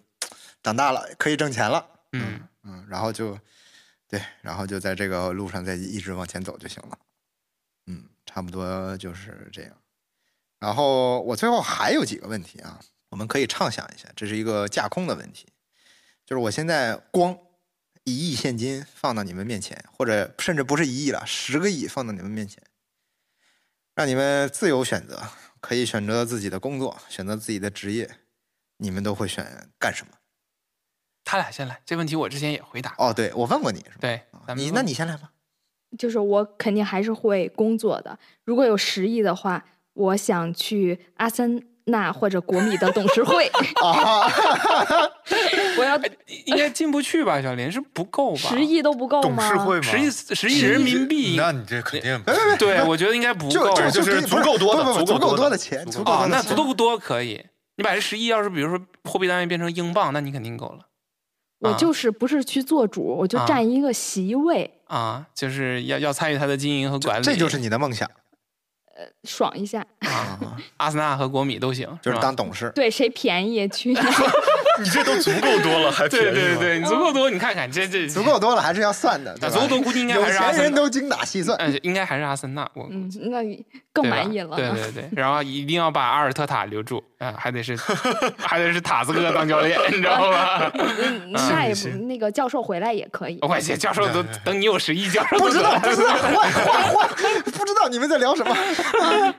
Speaker 2: 长大了，可以挣钱了。
Speaker 3: 嗯
Speaker 2: 嗯，然后就对，然后就在这个路上再一直往前走就行了。嗯，差不多就是这样。然后我最后还有几个问题啊，我们可以畅想一下，这是一个架空的问题，就是我现在光一亿现金放到你们面前，或者甚至不是一亿了，十个亿放到你们面前，让你们自由选择，可以选择自己的工作，选择自己的职业，你们都会选干什么？
Speaker 3: 他俩先来，这问题我之前也回答过。
Speaker 2: 哦，对我问过你是吧？
Speaker 3: 对，
Speaker 2: 啊
Speaker 3: 咱们
Speaker 2: 你
Speaker 3: 问
Speaker 2: 那你先来吧。
Speaker 5: 就是我肯定还是会工作的。如果有十亿的话，我想去阿森纳或者国米的董事会， 我要
Speaker 3: 应该进不去吧？小林是不够吧？
Speaker 5: 十亿都不够
Speaker 4: 董
Speaker 5: 哦吗？
Speaker 4: 事会吗？
Speaker 3: 十亿十亿人民币，
Speaker 4: 那你这肯定不行
Speaker 3: 对我觉得应该不够。
Speaker 4: 就就是
Speaker 2: 给你不
Speaker 4: 足够多的
Speaker 2: 不不不
Speaker 4: 足够
Speaker 2: 足
Speaker 4: 多的
Speaker 2: 多的钱，
Speaker 4: 足
Speaker 2: 足
Speaker 4: 够
Speaker 2: 够
Speaker 3: 哦
Speaker 2: 多，的
Speaker 3: 那
Speaker 2: 钱
Speaker 3: 足够多可以。你把这十亿要是比如说货币单位变成英镑，那你肯定够了
Speaker 5: 我
Speaker 3: 啊
Speaker 5: 就是不是去做主，我就
Speaker 3: 啊
Speaker 5: 占一个席位，
Speaker 3: 啊！就是要要参与它的经营和管理，
Speaker 2: 这就是你的梦想，
Speaker 5: 爽一下。
Speaker 3: 啊，阿森纳和国米都行，
Speaker 2: 就是
Speaker 3: 吧
Speaker 2: 当董 事。
Speaker 5: 对，谁便宜去哪儿？
Speaker 4: 你这都足够多了，还便宜
Speaker 3: 对
Speaker 4: 吗
Speaker 3: 对对，你足够多，你看看这这
Speaker 2: 足够多了还是要算的，对
Speaker 3: 啊
Speaker 2: 吧
Speaker 3: 足够多，估计应该
Speaker 2: 有
Speaker 3: 还是阿
Speaker 2: 钱人
Speaker 3: 森纳，
Speaker 2: 都精打细算。
Speaker 3: 嗯，应该还是阿森纳，我
Speaker 5: 嗯，那你更
Speaker 3: 对吧
Speaker 5: 满意了。
Speaker 3: 对对对，然后一定要把阿尔特塔留住，啊，还得是还得是塔斯克当教练，你知道吗？
Speaker 5: 嗯，那也不
Speaker 4: 行
Speaker 5: 那个教授回来也可以。
Speaker 3: 我去，教授都等你有十亿，教授
Speaker 2: 不
Speaker 3: 都
Speaker 2: 知道，不知道，换换换，不知道你们在聊什 么。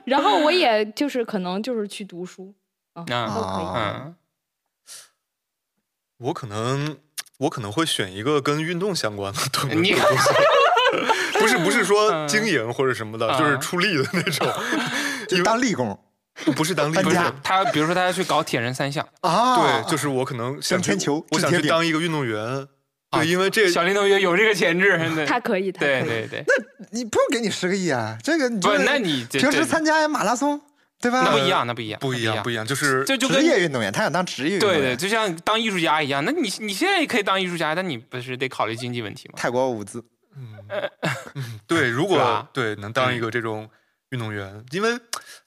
Speaker 5: 然后我也就是可能就是去读书，
Speaker 3: 啊
Speaker 5: 都可以。
Speaker 2: 啊
Speaker 3: 嗯
Speaker 4: 我可能我可能会选一个跟运动相关的东
Speaker 3: 你
Speaker 4: 西，不是不是说经营或者什么的，
Speaker 3: 嗯
Speaker 4: 就是出力的那种，
Speaker 2: 就当立功
Speaker 4: 不是当力
Speaker 2: 搬
Speaker 3: 不是
Speaker 2: 家
Speaker 3: 他，比如说他要去搞铁人三项，
Speaker 2: 啊
Speaker 4: 对，就是我可能想
Speaker 2: 扔
Speaker 4: 去
Speaker 2: 铅球
Speaker 4: 我
Speaker 2: 掷
Speaker 4: 想
Speaker 2: 铁
Speaker 4: 去
Speaker 2: 饼
Speaker 4: 当一个运动员，
Speaker 3: 啊
Speaker 4: 对，因为这
Speaker 3: 小林同学有这个潜质，真的
Speaker 5: 他可以，他可
Speaker 3: 对
Speaker 5: 以。
Speaker 3: 对对，
Speaker 2: 你不用给你十个亿啊，这个你
Speaker 3: 不
Speaker 2: 就，是
Speaker 3: 那你这
Speaker 2: 平
Speaker 3: 这
Speaker 2: 时参加马拉松，对吧？
Speaker 3: 那不一样，那不一样，
Speaker 4: 不一样，
Speaker 3: 不
Speaker 4: 不一样，就是
Speaker 3: 这就
Speaker 2: 职
Speaker 3: 跟
Speaker 2: 业运动员，他想当职业运动
Speaker 3: 对
Speaker 2: 员。
Speaker 3: 对，就像当艺术家一样。那你你现在也可以当艺术家，但你不是得考虑经济问题吗？
Speaker 2: 泰国舞姿，
Speaker 4: 对，如
Speaker 3: 是
Speaker 4: 果
Speaker 3: 吧
Speaker 4: 对能当一个这种运动员，因为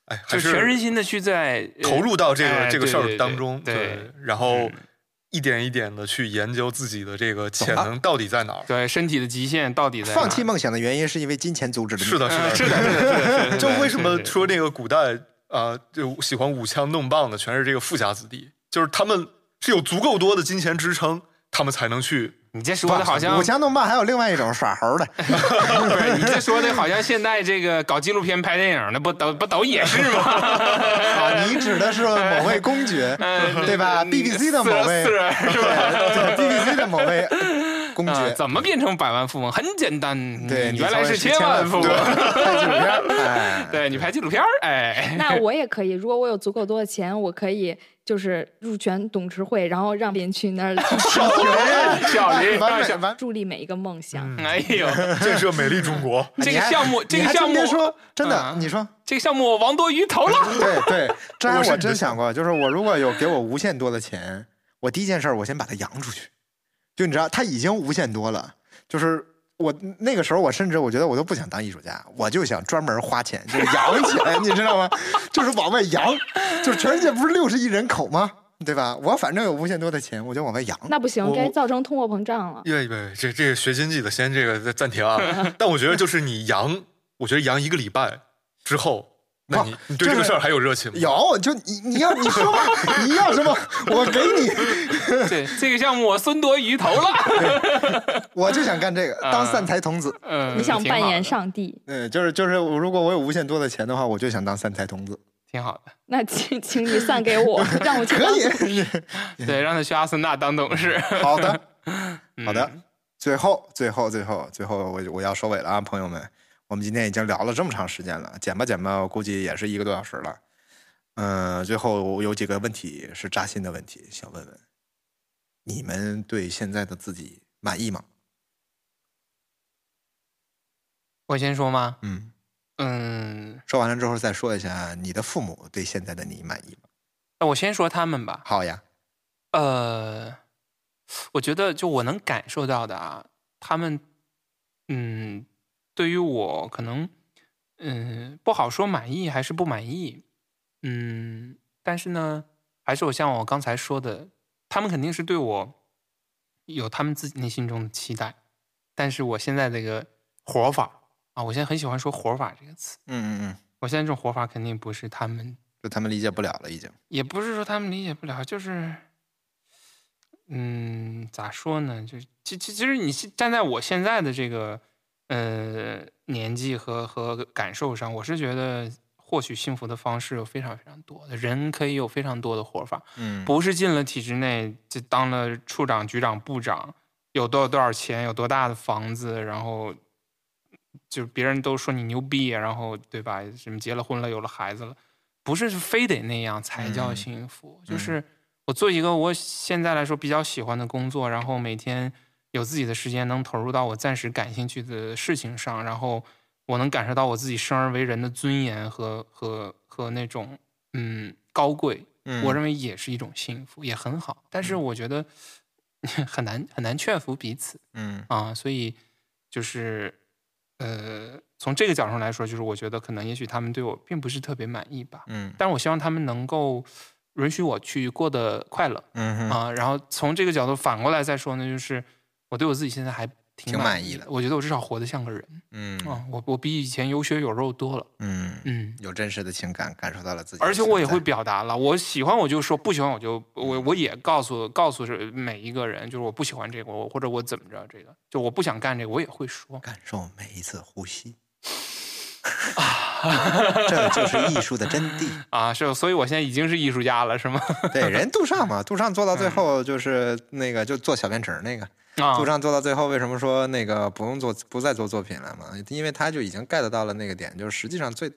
Speaker 4: 哎，还
Speaker 3: 就是全身心的去在呃
Speaker 4: 投入到这个
Speaker 3: 哎
Speaker 4: 这个
Speaker 3: 对
Speaker 4: 事
Speaker 3: 对
Speaker 4: 儿
Speaker 3: 对
Speaker 4: 当中，
Speaker 3: 对
Speaker 4: 然后
Speaker 3: 嗯
Speaker 4: 一点一点的去研究自己的这个潜
Speaker 2: 懂了
Speaker 4: 能到底在哪儿。
Speaker 3: 对身体的极限到底在哪
Speaker 2: 放弃梦想的原因是因为金钱阻止了你。
Speaker 4: 是的，
Speaker 3: 呃
Speaker 4: 是
Speaker 3: 啊是的，是的，是的是 的，
Speaker 4: 就是
Speaker 3: 的
Speaker 4: 为什么？
Speaker 3: 是的
Speaker 4: 说那个古代啊，就喜欢舞枪弄棒的，全是这个富家子弟，就是他们是有足够多的金钱支撑，他们才能去。
Speaker 3: 你这说的好像
Speaker 2: 武强动漫还有另外一种耍猴的，
Speaker 3: 不是你这说的好像现在这个搞纪录片拍电影那不都不都也是 吗？
Speaker 2: 啊，你指的是某位公爵，
Speaker 3: 嗯
Speaker 2: 对吧
Speaker 3: 嗯
Speaker 2: ？BBC 的某位
Speaker 3: 四十四十是吧？
Speaker 2: 对 BBC 的某位公
Speaker 3: 啊，
Speaker 2: 爵，
Speaker 3: 怎么变成百万富翁？很简单，
Speaker 2: 对，
Speaker 3: 你
Speaker 2: 你
Speaker 3: 原来
Speaker 2: 从
Speaker 3: 是
Speaker 2: 是
Speaker 3: 千万富
Speaker 2: 富
Speaker 3: 翁，
Speaker 2: 拍纪录片哎，
Speaker 3: 对你拍纪录片儿，哎，
Speaker 5: 那我也可以，如果我有足够多的钱，我可以就是入选董事会，然后让别人去那儿
Speaker 2: 小林，
Speaker 3: 小林
Speaker 2: 完美
Speaker 3: 小
Speaker 2: 完。
Speaker 5: 助力每一个梦想。
Speaker 4: 嗯
Speaker 3: 哎呦，
Speaker 4: 建设美丽中国，
Speaker 3: 这
Speaker 2: 你
Speaker 3: 个
Speaker 2: 还
Speaker 3: 项目，
Speaker 2: 你
Speaker 3: 这个
Speaker 2: 还
Speaker 3: 项
Speaker 2: 真
Speaker 3: 目
Speaker 2: 别，说真的，
Speaker 3: 嗯
Speaker 2: 你说
Speaker 3: 这个项目，王多鱼投了。
Speaker 2: 对对，这还
Speaker 4: 我是
Speaker 2: 我
Speaker 4: 你的
Speaker 2: 真想过，就是我如果有给我无限多的钱，我第一件事儿我先把它扬出去，就你知道，它已经无限多了，就是。我那个时候，我甚至我觉得我都不想当艺术家，我就想专门花钱， 就是扬起来，你知道吗？就是往外扬，就是全世界不是六十亿人口吗？对吧？我反正有无限多的钱，我就往外扬。
Speaker 5: 那不行
Speaker 4: 我，
Speaker 5: 该造成通货膨胀了。
Speaker 4: 因为这这个学经济的先这个暂停 啊。但我觉得就是你阳，我觉得阳一个礼拜之后，那你、
Speaker 2: 哦
Speaker 4: 你对
Speaker 2: 就
Speaker 4: 这个
Speaker 2: 是
Speaker 4: 事儿还有热情吗？
Speaker 2: 有，就你你要你说吧，你要什么，我给你，
Speaker 3: 对这个项目，我孙多鱼投了。
Speaker 2: 我就想干这个，
Speaker 4: 啊
Speaker 2: 当散财童子。
Speaker 3: 嗯，
Speaker 5: 你想扮演
Speaker 3: 挺好的，
Speaker 5: 上帝，
Speaker 2: 嗯，就是就是，我如果我有无限多的钱的话，我就想当散财童子。
Speaker 3: 挺好的。
Speaker 5: 那请请你散给 我，让我去当
Speaker 2: 可以，
Speaker 3: 对，让他去阿森纳当董事。
Speaker 2: 好的，
Speaker 3: 嗯
Speaker 2: 好的。最后，最后，最后，最后，我我要收尾了啊，朋友们，我们今天已经聊了这么长时间了，剪吧剪吧，我估计也是一个多小时了。嗯，最后我有几个问题是扎心的问题，想问问你们对现在的自己满意吗？
Speaker 3: 我先说吗？
Speaker 2: 嗯，
Speaker 3: 嗯，
Speaker 2: 说完了之后再说一下你的父母对现在的你满意吗？
Speaker 3: 那我先说他们吧。
Speaker 2: 好呀，
Speaker 3: 呃，我觉得就我能感受到的啊，他们，嗯，对于我可能，嗯，不好说满意还是不满意，嗯，但是呢，还是我像我刚才说的，他们肯定是对我有他们自己内心中的期待，但是我现在这个活法啊，我现在很喜欢说“活法”这个词，
Speaker 2: 嗯嗯嗯，
Speaker 3: 我现在这种活法肯定不是他们
Speaker 2: 就他们理解不了了，已经。
Speaker 3: 也不是说他们理解不了，就是，嗯，咋说呢？就其其其实你是站在我现在的这个呃年纪和和感受上，我是觉得获取幸福的方式有非常非常多的，人可以有非常多的活法，
Speaker 2: 嗯，
Speaker 3: 不是进了体制内就当了处长、局长、部长，有多少多少钱，有多大的房子，然后就别人都说你牛逼，然后对吧？什么结了婚了，有了孩子了，不是非得那样才叫
Speaker 2: 嗯
Speaker 3: 幸福。
Speaker 2: 嗯
Speaker 3: 就是我做一个我现在来说比较喜欢的工作，然后每天有自己的时间能投入到我暂时感兴趣的事情上，然后我能感受到我自己生而为人的尊严和和和那种嗯高贵。
Speaker 2: 嗯
Speaker 3: 我认为也是一种幸福，也很好。但是我觉得很难很难劝服彼此
Speaker 2: 嗯
Speaker 3: 啊，所以就是呃，从这个角度上来说，就是我觉得可能也许他们对我并不是特别满意吧，
Speaker 2: 嗯
Speaker 3: 但是我希望他们能够允许我去过得快乐
Speaker 2: 嗯哼
Speaker 3: 啊。然后从这个角度反过来再说呢，就是我对我自己现在还挺
Speaker 2: 挺满意
Speaker 3: 意
Speaker 2: 的
Speaker 3: 我觉得我至少活得像个人
Speaker 2: 嗯
Speaker 3: 啊，我我比以前有血有肉多了，
Speaker 2: 嗯
Speaker 3: 嗯。
Speaker 2: 有真实的情感，感受到了自己的
Speaker 3: 而
Speaker 2: 存在。
Speaker 3: 且我也会表达了，我喜欢我就说，不喜欢我就我我也告诉告诉是每一个人，就是我不喜欢这个，我或者我怎么着这个，就我不想干这个，我也会 说。
Speaker 2: 感受每一次呼 吸，这就是艺术的真谛。
Speaker 3: 啊，是，所以我现在已经是艺术家了，是 吗？
Speaker 2: 对，人杜尚嘛，杜尚做
Speaker 3: 嗯
Speaker 2: 到最后就是那个就做小便池儿那个，
Speaker 3: 啊
Speaker 2: 杜，尚做到最后为什么说那个不用做不再做作品了嘛？因为他就已经 get 到了那个点，就是实际上最。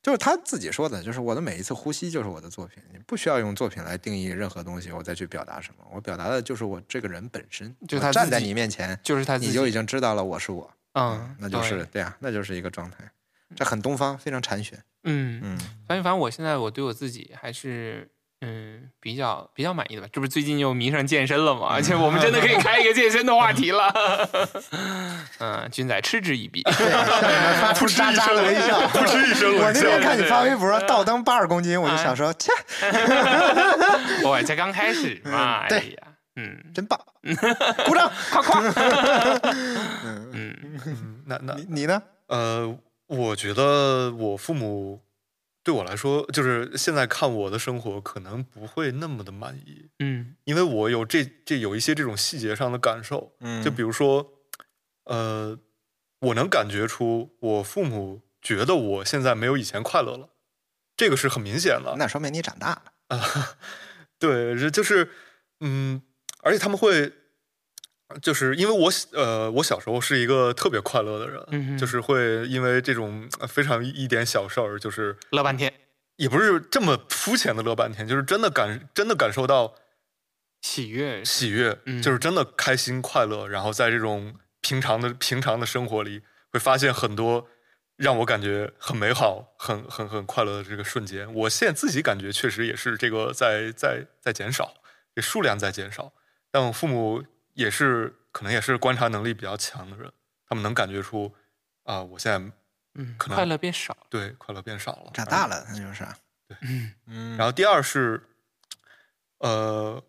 Speaker 2: 就是他自己说的，就是我的每一次呼吸就是我的作品，你不需要用作品来定义任何东西，我再去表达什么。我表达的就是我这个人本身，
Speaker 3: 就
Speaker 2: 我
Speaker 3: 他自
Speaker 2: 站在
Speaker 3: 己
Speaker 2: 你面前，
Speaker 3: 就是他自己，
Speaker 2: 你就已经知道了我是我，
Speaker 3: 嗯，
Speaker 2: 那就是对啊，那就是一个状态，这很东方，非常禅学。
Speaker 3: 对嗯，
Speaker 2: 嗯
Speaker 3: 反正反正我现在我对我自己还是嗯比较比较满意的吧。这不是最近又迷上健身了 吗？而且我们真的可以开一个健身的话题 了。嗯，君仔嗤之以鼻。
Speaker 2: 对向你们发出渣渣的微笑。
Speaker 4: 噗嗤一声
Speaker 2: 我
Speaker 4: 冷
Speaker 2: 那
Speaker 4: 笑。
Speaker 2: 天看你发微博倒蹬八十公斤，我就
Speaker 3: 哎
Speaker 2: 想说，切，
Speaker 3: 我才刚开始嘛，
Speaker 2: 对
Speaker 3: 哎呀，嗯
Speaker 2: 真 棒，鼓掌，夸夸。
Speaker 3: 嗯
Speaker 4: 嗯那那
Speaker 2: 你你呢？
Speaker 4: 呃，我觉得我父母对我来说，就是现在看我的生活，可能不会那么的满意，
Speaker 3: 嗯
Speaker 4: 因为我有这这有一些这种细节上的感受。
Speaker 2: 嗯
Speaker 4: 就比如说，呃，我能感觉出我父母觉得我现在没有以前快乐了，这个是很明显的。
Speaker 2: 那说明你长大了。
Speaker 4: 对，这就是，嗯，而且他们会，就是因为我小呃，我小时候是一个特别快乐的人，
Speaker 3: 嗯哼
Speaker 4: 就是会因为这种呃非常一点小事儿，就是
Speaker 3: 乐半天，
Speaker 4: 也不是这么肤浅的乐半天，就是真的感真的感受到
Speaker 3: 喜悦，
Speaker 4: 喜悦，
Speaker 3: 嗯
Speaker 4: 就是真的开心快乐，然后在这种平常的平常的生活里，会发现很多让我感觉很美好、很很很快乐的这个瞬间。我现在自己感觉确实也是这个在在在减少，这数量在减少。但我父母也是可能也是观察能力比较强的人，他们能感觉出啊、我现在
Speaker 3: 嗯，
Speaker 4: 可能
Speaker 3: 快乐变少了。
Speaker 4: 对快乐变少了，
Speaker 2: 长大了，那就是。
Speaker 3: 啊
Speaker 2: 啊
Speaker 3: 嗯
Speaker 2: 嗯
Speaker 4: 然后第二是，呃，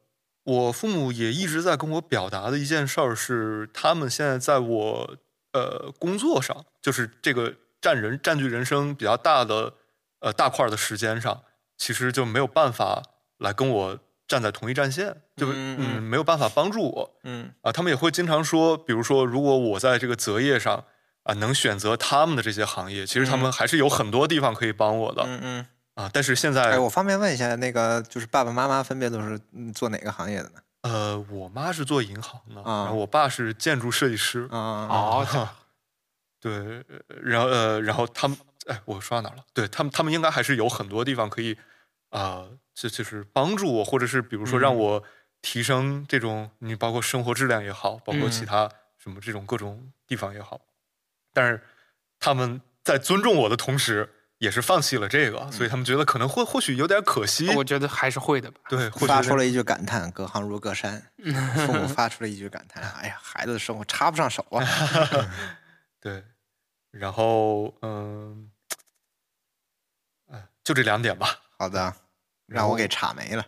Speaker 4: 我父母也一直在跟我表达的一件事儿是，他们现在在我呃工作上，就是这个占人占据人生比较大的呃大块儿的时间上，其实就没有办法来跟我站在同一战线，就是
Speaker 2: 嗯
Speaker 4: 嗯
Speaker 2: 嗯
Speaker 4: 没有办法帮助我。
Speaker 2: 嗯
Speaker 4: 啊，他们也会经常说，比如说，如果我在这个择业上啊，能选择他们的这些行业，其实他们还是有很多地方可以帮我的、
Speaker 2: 嗯嗯。
Speaker 4: 啊。但是现在，
Speaker 2: 哎，我方便问一下，那个就是爸爸妈妈分别都是嗯做哪个行业的呢？
Speaker 4: 呃，我妈是做银行的，
Speaker 2: 啊
Speaker 4: 然后我爸是建筑设计师。
Speaker 2: 啊，
Speaker 3: 哦，
Speaker 4: 对，然后呃，然后他们，哎，我说到哪儿了？对他们，他们应该还是有很多地方可以啊，这、就是帮助我，或者是比如说让
Speaker 2: 嗯
Speaker 4: 我提升这种，你包括生活质量也好，包括
Speaker 2: 嗯
Speaker 4: 其他什么这种各种地方也好。但是他们在尊重我的同时，也是放弃了这个，
Speaker 2: 嗯
Speaker 4: 所以他们觉得可能会或许有点可惜。
Speaker 3: 我觉得还是会的吧。
Speaker 4: 对，或许
Speaker 2: 发
Speaker 4: 有
Speaker 2: 出
Speaker 4: 点
Speaker 2: 了一句感叹：“隔行如 隔山。”父母发出了一句感叹：“哎呀，孩子的生活插不上手 啊
Speaker 4: 对，然后嗯，哎，就这两点吧，！”
Speaker 2: 好的，让我给岔没了。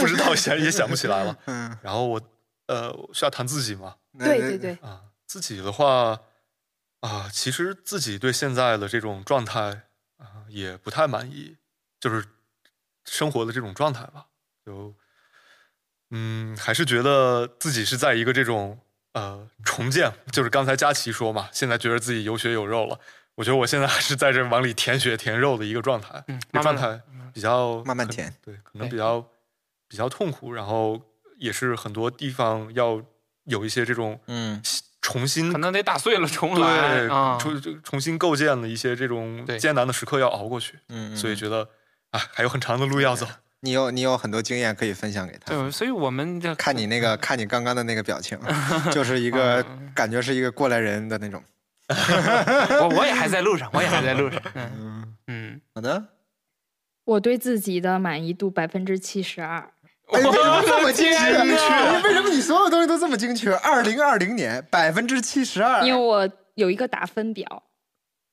Speaker 4: 不知道想也想不起来了。
Speaker 2: 嗯，
Speaker 4: 然后我呃需要谈自己嘛
Speaker 2: 那
Speaker 7: 对对，对，
Speaker 4: 啊，自己的话啊，其实自己对现在的这种状态啊也不太满意，就是生活的这种状态吧，就嗯，还是觉得自己是在一个这种呃重建，就是刚才佳琪说嘛，现在觉得自己有血有肉了。我觉得我现在还是在这往里填血填肉的一个状态，
Speaker 3: 嗯
Speaker 4: 这
Speaker 3: 慢慢
Speaker 4: 状
Speaker 3: 来
Speaker 4: 态比较
Speaker 2: 慢慢
Speaker 4: 可
Speaker 2: 填，
Speaker 4: 对，可能
Speaker 3: 对
Speaker 4: 比较比较痛苦，然后也是很多地方要有一些这种
Speaker 2: 嗯
Speaker 4: 重新
Speaker 3: 可能得打碎了重来
Speaker 4: 对
Speaker 3: 啊。
Speaker 4: 重就重新构建的一些这种
Speaker 3: 对
Speaker 4: 艰难的时刻要熬过去，
Speaker 2: 嗯，
Speaker 4: 所以
Speaker 2: 嗯
Speaker 4: 觉得哎还有很长的路要走。
Speaker 2: 你有你有很多经验可以分享给他。
Speaker 3: 对，所以我们这
Speaker 2: 看你那 个，看你刚刚的那个表情，就是一个
Speaker 7: 哦
Speaker 2: 感觉是一个过来人的那种。
Speaker 3: 我我也还在路上，我也还在路 上。嗯嗯，
Speaker 2: 好的，
Speaker 5: 我对自己的满意度百分之七十二，
Speaker 3: 哦
Speaker 2: 哎，为什么这么啊精确？
Speaker 3: 天哪
Speaker 2: 你为什么你所有东西都这么精确？二零二零年百分之七十
Speaker 3: 哎
Speaker 2: 二，
Speaker 5: 因为我有一个打分表，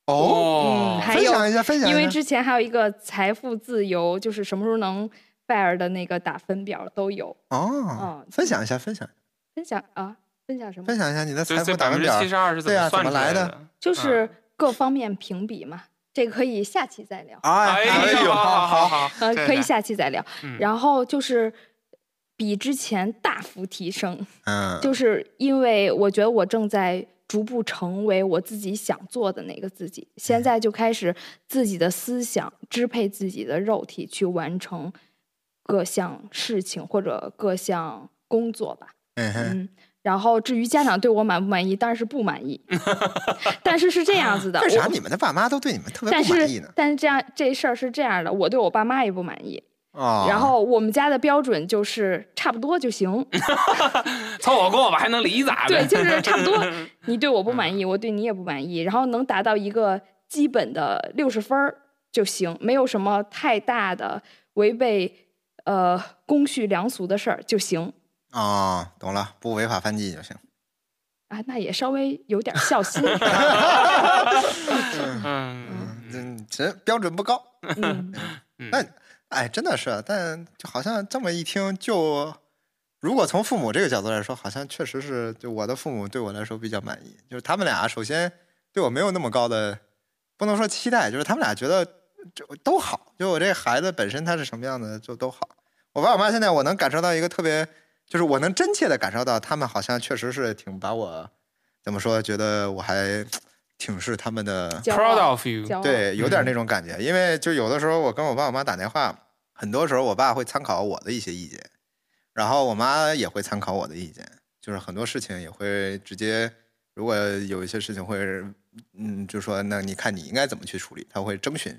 Speaker 2: 哦，
Speaker 5: 嗯，
Speaker 3: 哦，
Speaker 5: 还
Speaker 2: 分
Speaker 5: 有
Speaker 2: 享一下，分享一
Speaker 5: 因
Speaker 2: 下，
Speaker 5: 为之前还有一个财富自由，就是什么时候能 fire 的那个打分表都有
Speaker 2: 哦
Speaker 5: 嗯，
Speaker 2: 分享一下，分享
Speaker 5: 分享啊，分享什么
Speaker 2: 分？享一下你的
Speaker 3: 所以
Speaker 2: 财
Speaker 3: 这
Speaker 2: 富
Speaker 3: 百
Speaker 2: 打
Speaker 3: 分
Speaker 2: 分
Speaker 3: 之
Speaker 2: 表
Speaker 3: 七十二是怎
Speaker 2: 对啊
Speaker 3: 算
Speaker 2: 怎
Speaker 3: 出
Speaker 2: 么来
Speaker 3: 来
Speaker 2: 的？
Speaker 5: 就是各方面评比嘛，这个可以下期再聊，
Speaker 2: 哎
Speaker 3: 哎呦，好好好，
Speaker 5: 呃，
Speaker 3: 对
Speaker 5: 可以
Speaker 3: 的。
Speaker 5: 下期再聊。
Speaker 3: 嗯
Speaker 5: 然后就是比之前大幅提升，
Speaker 2: 嗯，
Speaker 5: 就是因为我觉得我正在逐步成为我自己想做的那个自己，现在就开始自己的思想支配自己的肉体去完成各项事情或者各项工作吧。
Speaker 2: 嗯哼
Speaker 5: 嗯，然后至于家长对我满不满意，当然是不 满意，但是是这样子的，
Speaker 2: 为啥
Speaker 5: 我
Speaker 2: 你们的爸妈都对你们特别
Speaker 5: 但
Speaker 2: 不满意
Speaker 5: 是
Speaker 2: 呢？
Speaker 5: 但是这样这事儿是这样的，我对我爸妈也不满意，
Speaker 2: 哦，
Speaker 5: 然后我们家的标准就是差不多就行，
Speaker 3: 凑合过吧，还能离咋的？ 嗯
Speaker 5: 对，就是差不多。你对我不满意，我对你也不满意，然后能达到一个基本的六十分儿就行，没有什么太大的违背呃公序良俗的事儿就行
Speaker 2: 啊，懂了，不违法犯纪就行。
Speaker 5: 啊。那也稍微有点孝心，
Speaker 3: 嗯
Speaker 2: 嗯，其实标准不高，
Speaker 5: 嗯，
Speaker 2: 那哎，真的是，但就好像这么一听，就如果从父母这个角度来说，好像确实是，就我的父母对我来说比较满意，就是他们俩首先对我没有那么高的，不能说期待，就是他们俩觉得这都好，就我这孩子本身他是什么样的就都好。我爸我妈现在我能感受到一个特别，就是我能真切的感受到，他们好像确实是挺把我怎么说，觉得我还挺是他们的
Speaker 5: 骄
Speaker 3: ，proud
Speaker 5: 傲
Speaker 3: of you，
Speaker 5: 骄傲，
Speaker 2: 对，有点那种感觉。因为就有的时候我跟我爸我妈打电话，很多时候我爸会参考我的一些意见，然后我妈也会参考我的意见，就是很多事情也会直接，如果有一些事情会，嗯，就说那你看你应该怎么去处理，他会征询，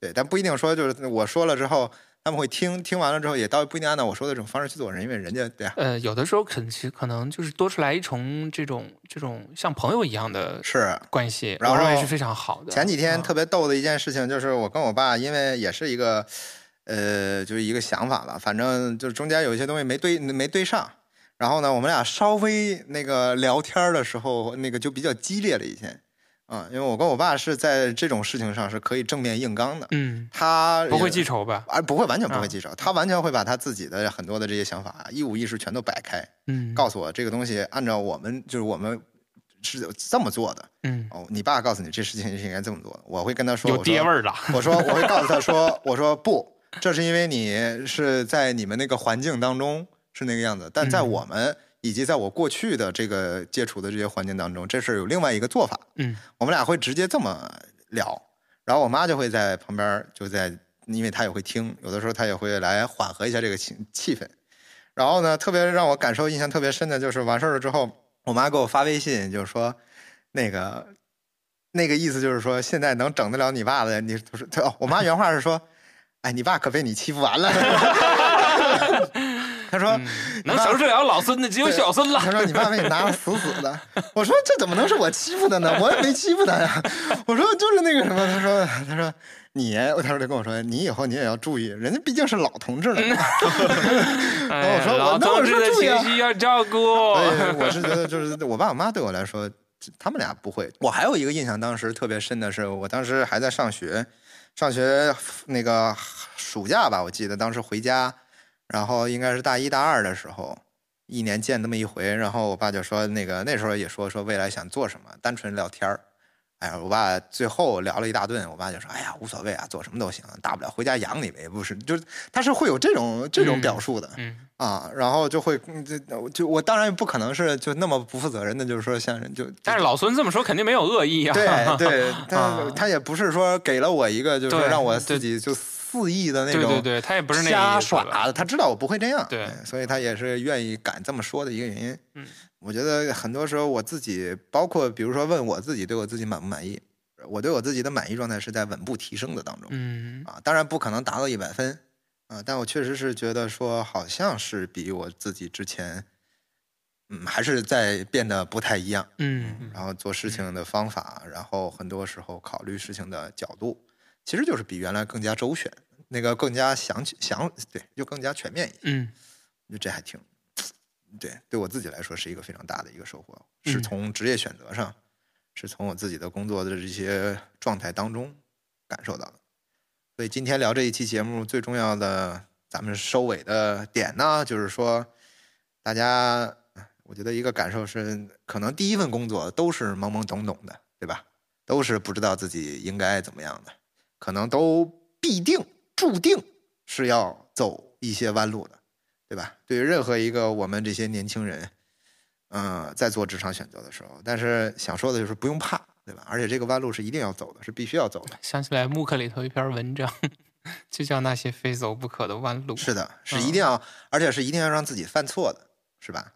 Speaker 2: 对，但不一定说就是我说了之后。他们会听听完了之后，也倒不一定按照我说的这种方式去做人，因为人家对啊，
Speaker 3: 呃，有的时候可能其实可能就是多出来一重这种这种像朋友一样的
Speaker 2: 是
Speaker 3: 关系，
Speaker 2: 然后
Speaker 3: 我认为是非常好的。
Speaker 2: 前几天
Speaker 3: 嗯
Speaker 2: 特别逗的一件事情就是，我跟我爸因为也是一个，呃，就是一个想法吧，反正就是中间有一些东西没对没对上。然后呢，我们俩稍微那个聊天儿的时候，那个就比较激烈了一些，啊、因为我跟我爸是在这种事情上是可以正面硬刚的，
Speaker 3: 嗯，
Speaker 2: 他
Speaker 3: 不会
Speaker 2: 也
Speaker 3: 记仇吧？
Speaker 2: 而不会完全不
Speaker 3: 啊
Speaker 2: 会记仇，他完全会把他自己的很多的这些想法一五一十全都摆开，
Speaker 3: 嗯，
Speaker 2: 告诉我这个东西按照我们就是我们是这么做的，
Speaker 3: 嗯，
Speaker 2: 哦，你爸告诉你这事情是应该这么做的，我会跟他说，
Speaker 3: 有爹味
Speaker 2: 儿。
Speaker 3: 儿了。
Speaker 2: 我说我会告诉他说，我说不，这是因为你是在你们那个环境当中是那个样子，但在
Speaker 3: 嗯
Speaker 2: 我们以及在我过去的这个接触的这些环境当中，这是有另外一个做法。
Speaker 3: 嗯，
Speaker 2: 我们俩会直接这么聊，然后我妈就会在旁边儿就在，因为她也会听，有的时候她也会来缓和一下这个情气氛。然后呢，特别让我感受印象特别深的就是完事儿了之后，我妈给我发微信，就是说那个那个意思就是说，现在能整得了你爸的，你不是她哦我妈原话是说，哎，你爸可被你欺负完了。她说。
Speaker 3: 能收拾了老孙的只有
Speaker 2: 对
Speaker 3: 小孙了。
Speaker 2: 他说：“你爸被你拿的死死的。”我说：“这怎么能是我欺负的呢？我也没欺负他呀。”我说：“就是那个什么。”他说：“他说你，他说就跟我说，你以后你也要注意，人家毕竟是老同志了。
Speaker 3: 哎呀
Speaker 2: 我说我
Speaker 3: 老
Speaker 2: 那我
Speaker 3: 同志
Speaker 2: 说
Speaker 3: 的
Speaker 2: 注意啊
Speaker 3: 情绪要照顾。
Speaker 2: 所 以我是觉得，就是我爸我妈对我来说，他们俩不会。我还有一个印象，当时特别深的是，我当时还在上学，上学那个暑假吧，我记得当时回家，然后应该是大一大二的时候，一年见那么一回。然后我爸就说，那个那时候也说说未来想做什么，单纯聊天儿。哎呀，我爸最后聊了一大顿，我爸就说：“哎呀，无所谓啊，做什么都行，大不了回家养你呗，不是？就是他是会有这种这种表述的。
Speaker 3: 嗯
Speaker 2: 啊，然后就会嗯这就我当然不可能是就那么不负责任的，就是说像人就，
Speaker 3: 但是老孙这么说肯定没有恶意啊。
Speaker 2: 对对，
Speaker 3: 啊
Speaker 2: 但他也不是说给了我一个就是说
Speaker 3: 对
Speaker 2: 让我
Speaker 3: 对
Speaker 2: 自己就肆意的那
Speaker 3: 对
Speaker 2: 种
Speaker 3: 对对，他也不是那个
Speaker 2: 瞎
Speaker 3: 意思吧
Speaker 2: 耍的，他知道我不会这样，
Speaker 3: 对
Speaker 2: 哎所以他也是愿意敢这么说的一个原因。
Speaker 3: 嗯，
Speaker 2: 我觉得很多时候我自己，包括比如说问我自己对我自己满不满意，我对我自己的满意状态是在稳步提升的当中。
Speaker 3: 嗯
Speaker 2: 啊，当然不可能达到一百分啊，但我确实是觉得说，好像是比我自己之前，嗯，还是在变得不太一样。
Speaker 3: 嗯
Speaker 2: 然后做事情的方法，然后很多时候考虑事情的角度，其实就是比原来更加周全，那个更加详详，对，就更加全面一些。
Speaker 3: 嗯
Speaker 2: 就这还挺，对，对我自己来说是一个非常大的一个收获，是
Speaker 3: 嗯
Speaker 2: 从职业选择上，是从我自己的工作的这些状态当中感受到的。所以今天聊这一期节目最重要的，咱们收尾的点呢，就是说，大家，我觉得一个感受是，可能第一份工作都是懵懵懂懂的，对吧？都是不知道自己应该怎么样的，可能都必定注定是要走一些弯路的。对吧？对于任何一个我们这些年轻人，嗯、在做职场选择的时候，但是想说的就是不用怕，对吧？而且这个弯路是一定要走的，是必须要走的。
Speaker 3: 想起来木克里头一篇文章，就叫那些非走不可的弯路。
Speaker 2: 是的，是
Speaker 3: 嗯
Speaker 2: 一定要，而且是一定要让自己犯错的，是吧？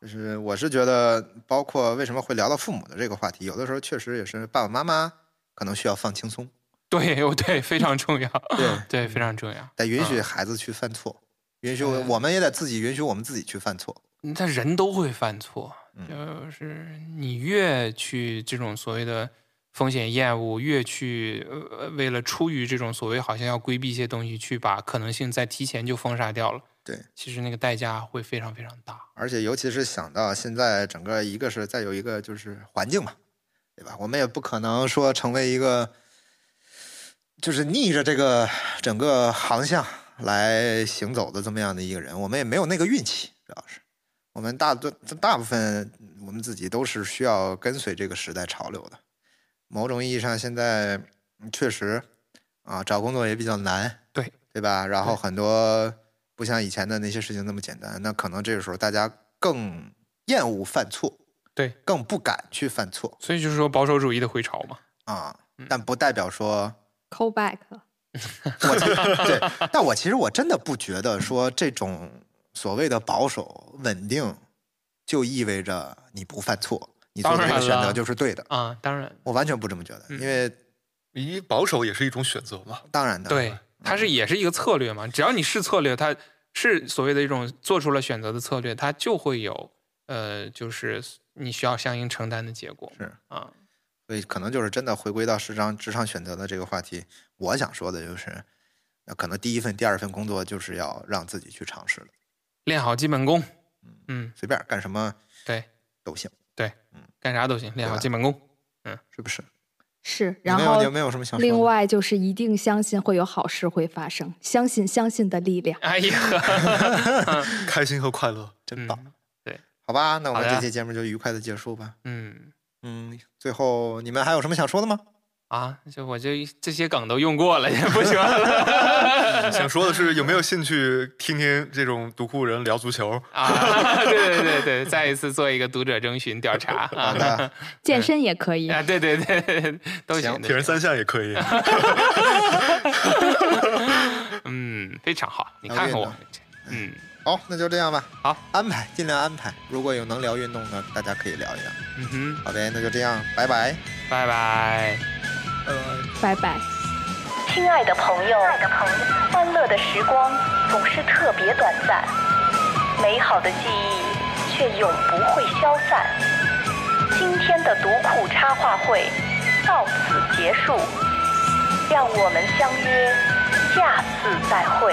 Speaker 2: 就是我是觉得，包括为什么会聊到父母的这个话题，有的时候确实也是爸爸妈妈可能需要放轻松，
Speaker 3: 对，我对非常重要，
Speaker 2: 对，
Speaker 3: 对非常重要。
Speaker 2: 得允许
Speaker 3: 嗯
Speaker 2: 孩子去犯错，允许
Speaker 3: 嗯
Speaker 2: 我们也得自己允许我们自己去犯错。
Speaker 3: 但人都会犯错，
Speaker 2: 嗯
Speaker 3: 就是你越去这种所谓的风险厌恶，越去呃为了出于这种所谓好像要规避一些东西，去把可能性在提前就封杀掉了。
Speaker 2: 对，
Speaker 3: 其实那个代价会非常非常大。
Speaker 2: 而且尤其是想到现在整个一个是再有一个就是环境嘛，对吧？我们也不可能说成为一个就是逆着这个整个航向来行走的这么样的一个人，我们也没有那个运气，主要是我们大多大部分我们自己都是需要跟随这个时代潮流的。某种意义上，现在嗯确实啊，找工作也比较难，
Speaker 3: 对
Speaker 2: 对吧？然后很多不像以前的那些事情那么简单，那可能这个时候大家更厌恶犯错，
Speaker 3: 对，
Speaker 2: 更不敢去犯错
Speaker 3: 所以就是说保守主义的回潮嘛。
Speaker 2: 啊。
Speaker 3: 嗯
Speaker 2: 但不代表说，
Speaker 6: call back，
Speaker 2: 我其实对，但我其实我真的不觉得说这种所谓的保守稳定，就意味着你不犯错，你做
Speaker 3: 当
Speaker 2: 的这个
Speaker 3: 然
Speaker 2: 选择
Speaker 3: 了
Speaker 2: 就是对的。
Speaker 3: 啊，当然，
Speaker 2: 我完全不这么觉得，
Speaker 3: 嗯
Speaker 2: 因为
Speaker 4: 你保守也是一种选择嘛。
Speaker 2: 当然的，嗯
Speaker 3: 对，它是也是一个策略嘛。只要你是策略，它是所谓的一种做出了选择的策略，它就会有呃，就是你需要相应承担的结果。
Speaker 2: 是
Speaker 3: 啊，
Speaker 2: 所以可能就是真的回归到职场职场选择的这个话题，我想说的就是，那可能第一份、第二份工作就是要让自己去尝试了，
Speaker 3: 练好基本功。嗯，
Speaker 2: 随便干什么
Speaker 3: 对，
Speaker 2: 都行，
Speaker 3: 干啥都行，练好
Speaker 2: 对吧
Speaker 3: 基本功。
Speaker 2: 是不是？
Speaker 6: 是，
Speaker 2: 你
Speaker 6: 然
Speaker 2: 没有
Speaker 6: 后
Speaker 2: 你有没有什么想说的
Speaker 6: 另外就是一定相信会有好事会发生，相信相信的力量。
Speaker 3: 哎 呀，
Speaker 4: 开心和快乐，
Speaker 2: 真
Speaker 3: 嗯
Speaker 2: 棒，好吧，那我们
Speaker 3: 好的
Speaker 2: 这期节目就愉快的结束吧。
Speaker 3: 嗯
Speaker 2: 嗯，最后你们还有什么想说的吗？
Speaker 3: 啊，就我这这些梗都用过了，也不行了
Speaker 4: 想说的是有没有兴趣听听这种独库人聊足球？
Speaker 3: 啊！对对对对，再一次做一个读者征询调查
Speaker 2: 好
Speaker 3: 啊！
Speaker 2: 的，
Speaker 6: 健身也可以，
Speaker 3: 啊，对对对对，都
Speaker 2: 行
Speaker 3: 行，
Speaker 4: 铁
Speaker 3: 都行
Speaker 4: 人三项也可以。
Speaker 3: 嗯，非常好，你
Speaker 2: 聊
Speaker 3: 看
Speaker 2: 运
Speaker 3: 看我
Speaker 2: 动
Speaker 3: 们这，嗯
Speaker 2: 好，那就这样吧。
Speaker 3: 好，
Speaker 2: 安排尽量安排，如果有能聊运动的，大家可以聊一聊。
Speaker 3: 嗯哼，
Speaker 2: 好呗，那就这样，拜拜。
Speaker 3: 拜拜。
Speaker 6: 拜拜。
Speaker 1: 亲爱的朋友，欢乐的时光总是特别短暂，美好的记忆却永不会消散。今天的读库插画会到此结束，让我们相约下次再会。